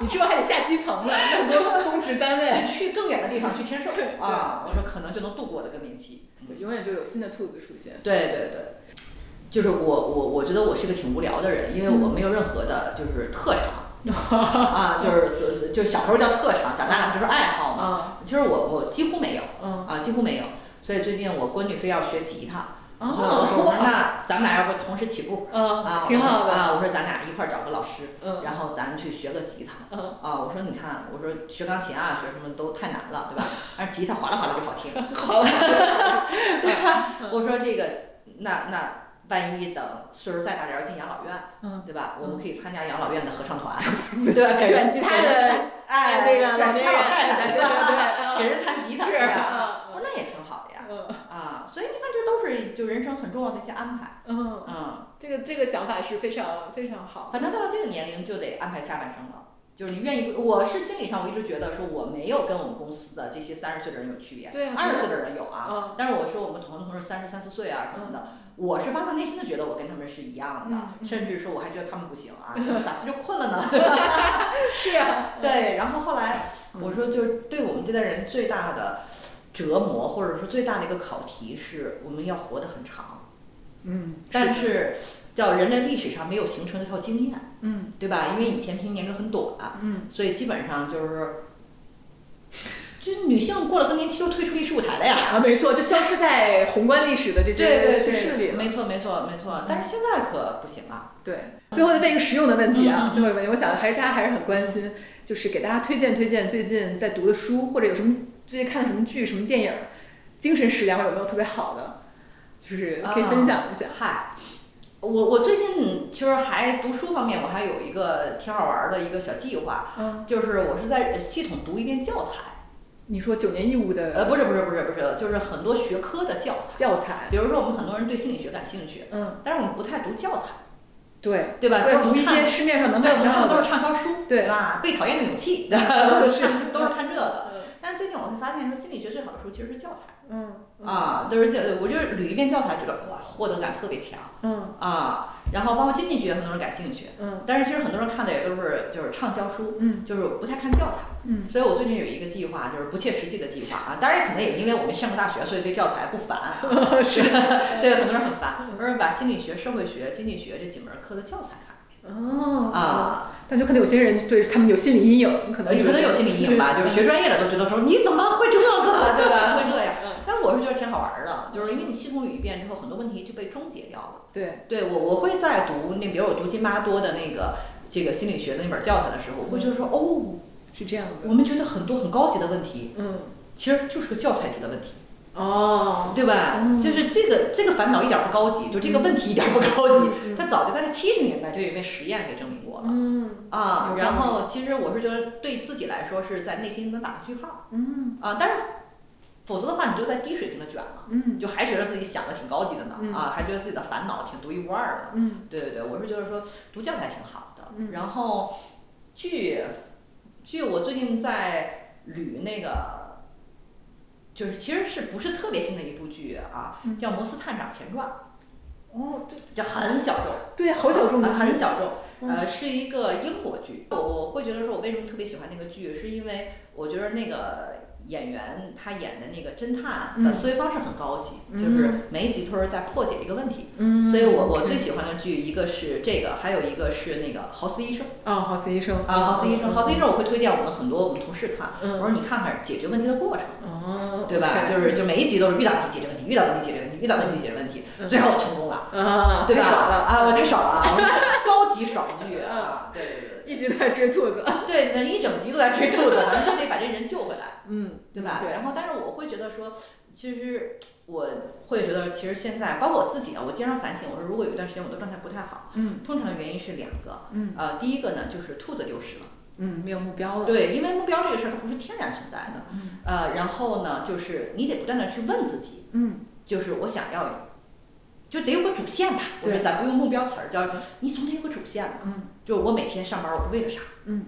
[SPEAKER 2] 你之后还得下基层 了，很多公职单 位，
[SPEAKER 1] 去更远的地方去签售
[SPEAKER 2] 对对
[SPEAKER 1] 啊，我说可能就能度过我的更年期。
[SPEAKER 2] 对，永远就有新的兔子出现。
[SPEAKER 1] 对对对，就是我我我觉得我是个挺无聊的人，因为我没有任何的就是特 长啊，就是所所就是小时候叫特长，长大了不就是爱好嘛。
[SPEAKER 2] 啊，
[SPEAKER 1] 其实我我几乎没有
[SPEAKER 2] 嗯，
[SPEAKER 1] 啊，几乎没有。所以最近我闺女非要学吉他，然后我 说我说
[SPEAKER 2] 哦，
[SPEAKER 1] 那咱们俩要不同时起步啊
[SPEAKER 2] 嗯，，
[SPEAKER 1] 我
[SPEAKER 2] 挺
[SPEAKER 1] 说
[SPEAKER 2] 好的，
[SPEAKER 1] 啊，我说咱俩一块儿找个老师，
[SPEAKER 2] 嗯
[SPEAKER 1] 然后咱们去学个吉他
[SPEAKER 2] 嗯
[SPEAKER 1] 啊。我说你看，我说学钢琴啊，学什么都太难了， 对吧？但是吉他划拉划拉就好听。
[SPEAKER 2] 好了，
[SPEAKER 1] 对
[SPEAKER 2] 嗯
[SPEAKER 1] 吧？我说这个，那那万一等岁数再大点儿进养老院，
[SPEAKER 2] 嗯，
[SPEAKER 1] 对吧？我们可以参加养老院的合唱 团，
[SPEAKER 2] 对
[SPEAKER 1] 对吧？给
[SPEAKER 2] 卷
[SPEAKER 1] 人
[SPEAKER 2] 吉他的，
[SPEAKER 1] 哎，
[SPEAKER 2] 那个
[SPEAKER 1] 卷
[SPEAKER 2] 老
[SPEAKER 1] 吉
[SPEAKER 2] 年
[SPEAKER 1] 他老太太，
[SPEAKER 2] 人对对对
[SPEAKER 1] 吧？
[SPEAKER 2] 对
[SPEAKER 1] 给人弹吉他，
[SPEAKER 2] 是
[SPEAKER 1] 对吧
[SPEAKER 2] 嗯
[SPEAKER 1] 我说那也挺好的呀，
[SPEAKER 2] 嗯
[SPEAKER 1] 啊，所以你看这都是就人生很重要的一些安排，
[SPEAKER 2] 嗯，
[SPEAKER 1] 嗯，
[SPEAKER 2] 这个这个想法是非常非常好的。
[SPEAKER 1] 反正到了这个年龄就得安排下半生了。就是你愿意不，我是心理上我一直觉得说我没有跟我们公司的这些三十岁的人有区别，
[SPEAKER 2] 对啊
[SPEAKER 1] 二十岁的人有啊，
[SPEAKER 2] 嗯
[SPEAKER 1] 但是我说我们同龄同事三十三四岁啊什么的，我是发自内心的觉得我跟他们是一样的，
[SPEAKER 2] 嗯嗯
[SPEAKER 1] 甚至说我还觉得他们不行 啊，就是咋这就困了呢？ 对吧
[SPEAKER 2] 是啊，
[SPEAKER 1] 对，然后后来
[SPEAKER 2] 嗯
[SPEAKER 1] 我说，就是对我们这代人最大的折磨，或者说最大的一个考题是，我们要活得很长，
[SPEAKER 2] 嗯，
[SPEAKER 1] 但是叫人类历史上没有形成这套经验，
[SPEAKER 2] 嗯
[SPEAKER 1] 对吧？因为以前平均年龄很短，啊
[SPEAKER 2] 嗯，
[SPEAKER 1] 所以基本上就是，就女性过了更年期又退出历史舞台了呀。
[SPEAKER 2] 啊，没错，就消失在宏观历史的这
[SPEAKER 1] 对
[SPEAKER 2] 些
[SPEAKER 1] 对
[SPEAKER 2] 叙
[SPEAKER 1] 对，
[SPEAKER 2] 事里了。
[SPEAKER 1] 没错没错没错，但是现在可不行了。
[SPEAKER 2] 对，最后再问一个实用的问题啊，
[SPEAKER 1] 嗯嗯
[SPEAKER 2] 最后一个问题，我想还是大家还是很关心，就是给大家推荐推荐最近在读的书，或者有什么最近看的什么剧、什么电影，精神食粮有没有特别好的，就是可以分享一下。
[SPEAKER 1] 嗨，我我最近其实还读书方面，我还有一个挺好玩儿的一个小计划，
[SPEAKER 2] 嗯，
[SPEAKER 1] 就是我是在系统读一遍教材，
[SPEAKER 2] 你说九年义务
[SPEAKER 1] 呃，
[SPEAKER 2] 的
[SPEAKER 1] 不是不是不是不是，就是很多学科的教材，
[SPEAKER 2] 教材，
[SPEAKER 1] 比如说我们很多人对心理学感兴趣，
[SPEAKER 2] 嗯，
[SPEAKER 1] 但是我们不太读教材，
[SPEAKER 2] 对，
[SPEAKER 1] 对吧？所以
[SPEAKER 2] 再
[SPEAKER 1] 我
[SPEAKER 2] 读
[SPEAKER 1] 们
[SPEAKER 2] 一些
[SPEAKER 1] 看，
[SPEAKER 2] 市面上能
[SPEAKER 1] 对，我
[SPEAKER 2] 买
[SPEAKER 1] 们看
[SPEAKER 2] 到
[SPEAKER 1] 的都
[SPEAKER 2] 的，
[SPEAKER 1] 是畅销书，
[SPEAKER 2] 对
[SPEAKER 1] 吧？被讨厌的勇 气，
[SPEAKER 2] 嗯是
[SPEAKER 1] 都是看这个。
[SPEAKER 2] 嗯
[SPEAKER 1] 但是最近我会发现，说心理学最好的书其实是教材。
[SPEAKER 2] 嗯嗯
[SPEAKER 1] 啊，都是教，我就是捋一遍教材，觉得哇，获得感特别强
[SPEAKER 2] 嗯
[SPEAKER 1] 啊。然后包括经济学，很多人感兴趣，
[SPEAKER 2] 嗯
[SPEAKER 1] 但是其实很多人看的也都是就是畅销书，
[SPEAKER 2] 嗯
[SPEAKER 1] 就是不太看教材。
[SPEAKER 2] 嗯
[SPEAKER 1] 所以我最近有一个计划，就是不切实际的计划啊。当然，可能也因为我没上过大学，所以对教材不烦啊。
[SPEAKER 2] 嗯，是，
[SPEAKER 1] 对，很多人很烦，
[SPEAKER 2] 嗯
[SPEAKER 1] 而是把心理学、社会学、经济学这几门课的教材看一遍
[SPEAKER 2] 哦，
[SPEAKER 1] 啊。
[SPEAKER 2] 但就可能有些人对他们有心理阴影，可能
[SPEAKER 1] 有可能有心理阴影吧，
[SPEAKER 2] 对
[SPEAKER 1] 就是学专业的都觉得说你怎么会这 个，对吧？会这样
[SPEAKER 2] 嗯。
[SPEAKER 1] 但是我是觉得挺好玩儿的，就是因为你系统捋一遍之后，很多问题就被终结掉了。
[SPEAKER 2] 对，
[SPEAKER 1] 对我，我会在读那，比如我读津巴多的那个这个心理学的那本教材的时候，我会觉得说，哦，
[SPEAKER 2] 是这样的，
[SPEAKER 1] 我们觉得很多很高级的问题，
[SPEAKER 2] 嗯。
[SPEAKER 1] 其实就是个教材级的问题，
[SPEAKER 2] 哦，
[SPEAKER 1] 对吧？
[SPEAKER 2] 嗯
[SPEAKER 1] 就是这个这个烦恼一点儿不高级，就这个问题一点儿不高级，
[SPEAKER 2] 嗯嗯
[SPEAKER 1] 它早就在七十年代就有被实验给证明过了。
[SPEAKER 2] 嗯
[SPEAKER 1] 啊
[SPEAKER 2] 有道，理
[SPEAKER 1] 然后其实我是觉得对自己来说是在内心能打个句号
[SPEAKER 2] 嗯
[SPEAKER 1] 啊，但是否则的话你就在低水平的卷了，
[SPEAKER 2] 嗯
[SPEAKER 1] 你就还觉得自己想的挺高级的呢
[SPEAKER 2] 嗯
[SPEAKER 1] 啊，还觉得自己的烦恼挺独一无二的呢。
[SPEAKER 2] 嗯
[SPEAKER 1] 对对对，我是觉得说读教材挺好的。
[SPEAKER 2] 嗯
[SPEAKER 1] 然后剧剧，我最近在捋那个，就是其实是不是特别新的一部剧啊，
[SPEAKER 2] 嗯
[SPEAKER 1] 叫《摩斯探长前传》，
[SPEAKER 2] 哦，这
[SPEAKER 1] 这很小众，
[SPEAKER 2] 对，好小众的
[SPEAKER 1] 呃
[SPEAKER 2] 剧
[SPEAKER 1] 很小众。
[SPEAKER 2] 嗯
[SPEAKER 1] 呃，是一个英国剧。我我会觉得说，我为什么特别喜欢那个剧，是因为我觉得那个。演员他演的那个侦探的
[SPEAKER 2] 嗯
[SPEAKER 1] 思维方式很高级，
[SPEAKER 2] 嗯
[SPEAKER 1] 就是每一集都是在破解一个问题，
[SPEAKER 2] 嗯，
[SPEAKER 1] 所以我我最喜欢的剧，一个是这个，还有一个是那个《豪斯医生》
[SPEAKER 2] 哦，好死医生
[SPEAKER 1] 啊，《豪斯医生》，《豪斯医
[SPEAKER 2] 生，
[SPEAKER 1] 生》我会推荐我们很多我们嗯同事看，我说你看看解决问题的过程，
[SPEAKER 2] 嗯哦，
[SPEAKER 1] 对吧？就是就每一集都是遇到问题解决问题，遇到问题解决问题，遇到问题解决问题，
[SPEAKER 2] 嗯
[SPEAKER 1] 最后我成功了，
[SPEAKER 2] 啊，
[SPEAKER 1] 对吧？
[SPEAKER 2] 太爽了！
[SPEAKER 1] 啊，我太爽了啊， 我是高级爽剧啊！
[SPEAKER 2] 嗯
[SPEAKER 1] 对对对
[SPEAKER 2] 一集在追兔子，
[SPEAKER 1] 对，对，那一整集都在追兔子，反正就得把这人救回来，
[SPEAKER 2] 嗯，
[SPEAKER 1] 对吧？
[SPEAKER 2] 对
[SPEAKER 1] 然后，但是我会觉得说，其实我会觉得，其实现在包括我自己呢，啊我经常反省，我说如果有一段时间我的状态不太好，
[SPEAKER 2] 嗯
[SPEAKER 1] 通常的原因是两个，
[SPEAKER 2] 嗯
[SPEAKER 1] 呃，第一个呢就是兔子丢失了。
[SPEAKER 2] 嗯，没有目标了，
[SPEAKER 1] 对，因为目标这个事儿它不是天然存在的，
[SPEAKER 2] 嗯
[SPEAKER 1] 呃，然后呢，就是你得不断的去问自己，
[SPEAKER 2] 嗯
[SPEAKER 1] 就是我想要，就得有个主线吧。我
[SPEAKER 2] 对
[SPEAKER 1] 说咱不用目标词儿，叫你总得有个主线吧。
[SPEAKER 2] 嗯
[SPEAKER 1] 就是我每天上班，我是为了啥，
[SPEAKER 2] 嗯，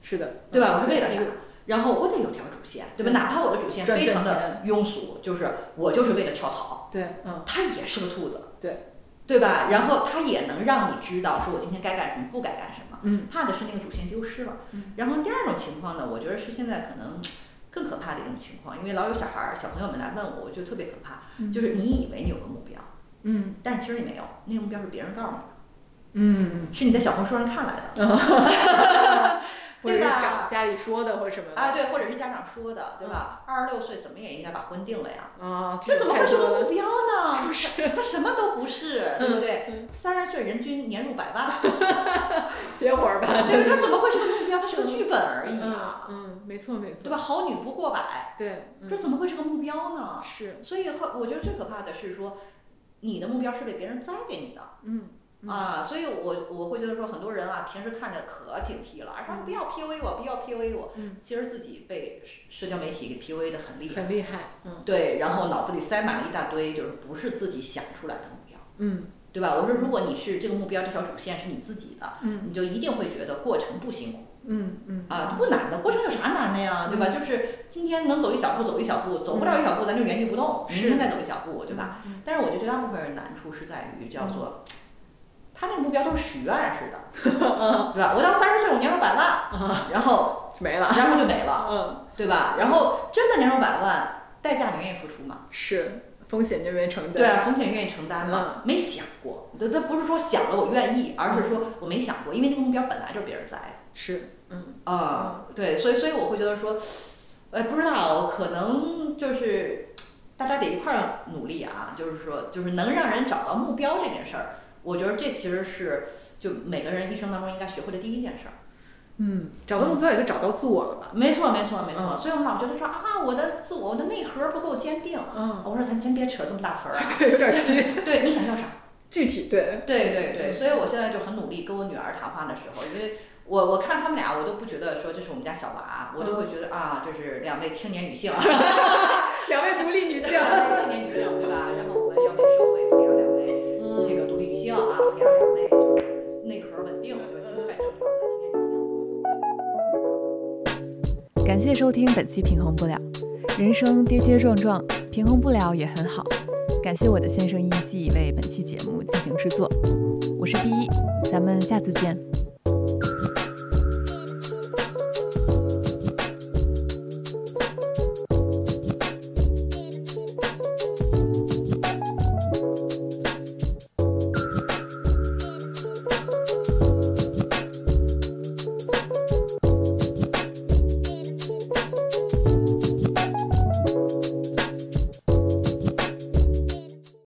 [SPEAKER 2] 是的，
[SPEAKER 1] 嗯对吧？我是为了
[SPEAKER 2] 这
[SPEAKER 1] 啥
[SPEAKER 2] 个？
[SPEAKER 1] 然后我得有条主线，对吧？
[SPEAKER 2] 对
[SPEAKER 1] 哪怕我的主线
[SPEAKER 2] 赚
[SPEAKER 1] 非常
[SPEAKER 2] 赚
[SPEAKER 1] 的庸俗，就是我就是为了跳槽，
[SPEAKER 2] 对，嗯
[SPEAKER 1] 它也是个兔子，
[SPEAKER 2] 对
[SPEAKER 1] 对吧？然后它也能让你知道，说我今天该干什么，不该干什么。
[SPEAKER 2] 嗯
[SPEAKER 1] 怕的是那个主线丢失了。
[SPEAKER 2] 嗯
[SPEAKER 1] 然后第二种情况呢，我觉得是现在可能更可怕的一种情况，因为老有小孩儿、小朋友们来问我，我觉得特别可怕。
[SPEAKER 2] 嗯
[SPEAKER 1] 就是你以为你有个目标，
[SPEAKER 2] 嗯
[SPEAKER 1] 但是其实你没有，那个目标是别人告诉你的，
[SPEAKER 2] 嗯，
[SPEAKER 1] 是你在小红书上看来的
[SPEAKER 2] 或者是
[SPEAKER 1] 对吧
[SPEAKER 2] 长家里说的或者什么的
[SPEAKER 1] 啊，对，或者是家长说的，对吧？二十六岁怎么也应该把婚定了呀，
[SPEAKER 2] 啊，
[SPEAKER 1] 这怎么会
[SPEAKER 2] 太
[SPEAKER 1] 是
[SPEAKER 2] 多
[SPEAKER 1] 个目
[SPEAKER 2] 了？
[SPEAKER 1] 标呢？
[SPEAKER 2] 就是
[SPEAKER 1] 他什么都不是，对不对
[SPEAKER 2] 嗯？
[SPEAKER 1] 三十岁人均年入 百万，
[SPEAKER 2] 歇会儿吧，
[SPEAKER 1] 对
[SPEAKER 2] 真
[SPEAKER 1] 吧？
[SPEAKER 2] 的
[SPEAKER 1] 他怎么会是个目标？他是个剧本而已
[SPEAKER 2] 嗯
[SPEAKER 1] 啊，
[SPEAKER 2] 嗯，没错没
[SPEAKER 1] 对
[SPEAKER 2] 错，
[SPEAKER 1] 吧？好女不过百，
[SPEAKER 2] 对，
[SPEAKER 1] 这
[SPEAKER 2] 嗯
[SPEAKER 1] 怎么会是个目标呢？
[SPEAKER 2] 是，
[SPEAKER 1] 所以后，我觉得最可怕的是说，你的目标是被别人栽给你的、
[SPEAKER 2] 嗯嗯
[SPEAKER 1] 啊。所以我我会觉得说，很多人啊，平时看着可警惕了，啊说
[SPEAKER 2] 嗯
[SPEAKER 1] 不要 PUA 我，不要 PUA 我，
[SPEAKER 2] 嗯，
[SPEAKER 1] 其实自己被社社交媒体给 PUA 的很厉害，
[SPEAKER 2] 很厉害，嗯
[SPEAKER 1] 对，然后脑子里塞满了一大堆就是不是自己想出来的目标，
[SPEAKER 2] 嗯
[SPEAKER 1] 对吧？我说，如果你是这个目标这条主线是你自己的，
[SPEAKER 2] 嗯
[SPEAKER 1] 你就一定会觉得过程不辛苦
[SPEAKER 2] 嗯嗯
[SPEAKER 1] 啊，不难的，过程有啥难的呀，对吧？就是今天能走一小步走一小步，走不了一小步咱就原地不动，明
[SPEAKER 2] 是
[SPEAKER 1] 天再走一小步，对吧？？
[SPEAKER 2] 嗯
[SPEAKER 1] 但是我觉得绝大部分人难处是在于叫做，他那个目标都是许愿似的，对吧？我到三十岁我年入百万，然 后
[SPEAKER 2] 嗯没了，
[SPEAKER 1] 然后就没了，
[SPEAKER 2] 嗯，
[SPEAKER 1] 对吧？然后真的年入百万，代价你愿意付出吗？
[SPEAKER 2] 是风险就愿意承担，
[SPEAKER 1] 对啊，风险愿意承担吗？没想过，他他不是说想了我愿意，而是说我没想过，因为那个目标本来就是别人栽的。
[SPEAKER 2] 是，嗯
[SPEAKER 1] 啊、对，所以所以我会觉得说，哎，不知道，可能就是大家得一块儿努力啊，就是说，就是能让人找到目标这件事儿，我觉得这其实是就每个人一生当中应该学会的第一件事儿。啊
[SPEAKER 2] 嗯，找到目标也就找到自我了吧，
[SPEAKER 1] 没错，没错，没错。
[SPEAKER 2] 嗯
[SPEAKER 1] 所以我们老觉得说啊，我的自我，我的内核不够坚定。
[SPEAKER 2] 嗯，，
[SPEAKER 1] 我说咱先别扯这么大词儿啊
[SPEAKER 2] 有点虚，
[SPEAKER 1] 对，你想要啥？
[SPEAKER 2] 具体对，
[SPEAKER 1] 对对对，所以我现在就很努力跟我女儿谈话的时候，因为我我看他们俩，我都不觉得说这是我们家小娃，我都会觉得啊，这是两位青年女性，
[SPEAKER 2] 两位独立女性，
[SPEAKER 1] 两位青年女性对吧？然后我们要为社会培养两位这个独立女性啊，培养两位就是内核稳定、就是心态正常的青年女性。
[SPEAKER 3] 感谢收听本期《平衡不了》，人生跌跌撞撞，平衡不了也很好。感谢我的先生艺伎为本期节目进行制作，我是 B 一，咱们下次见，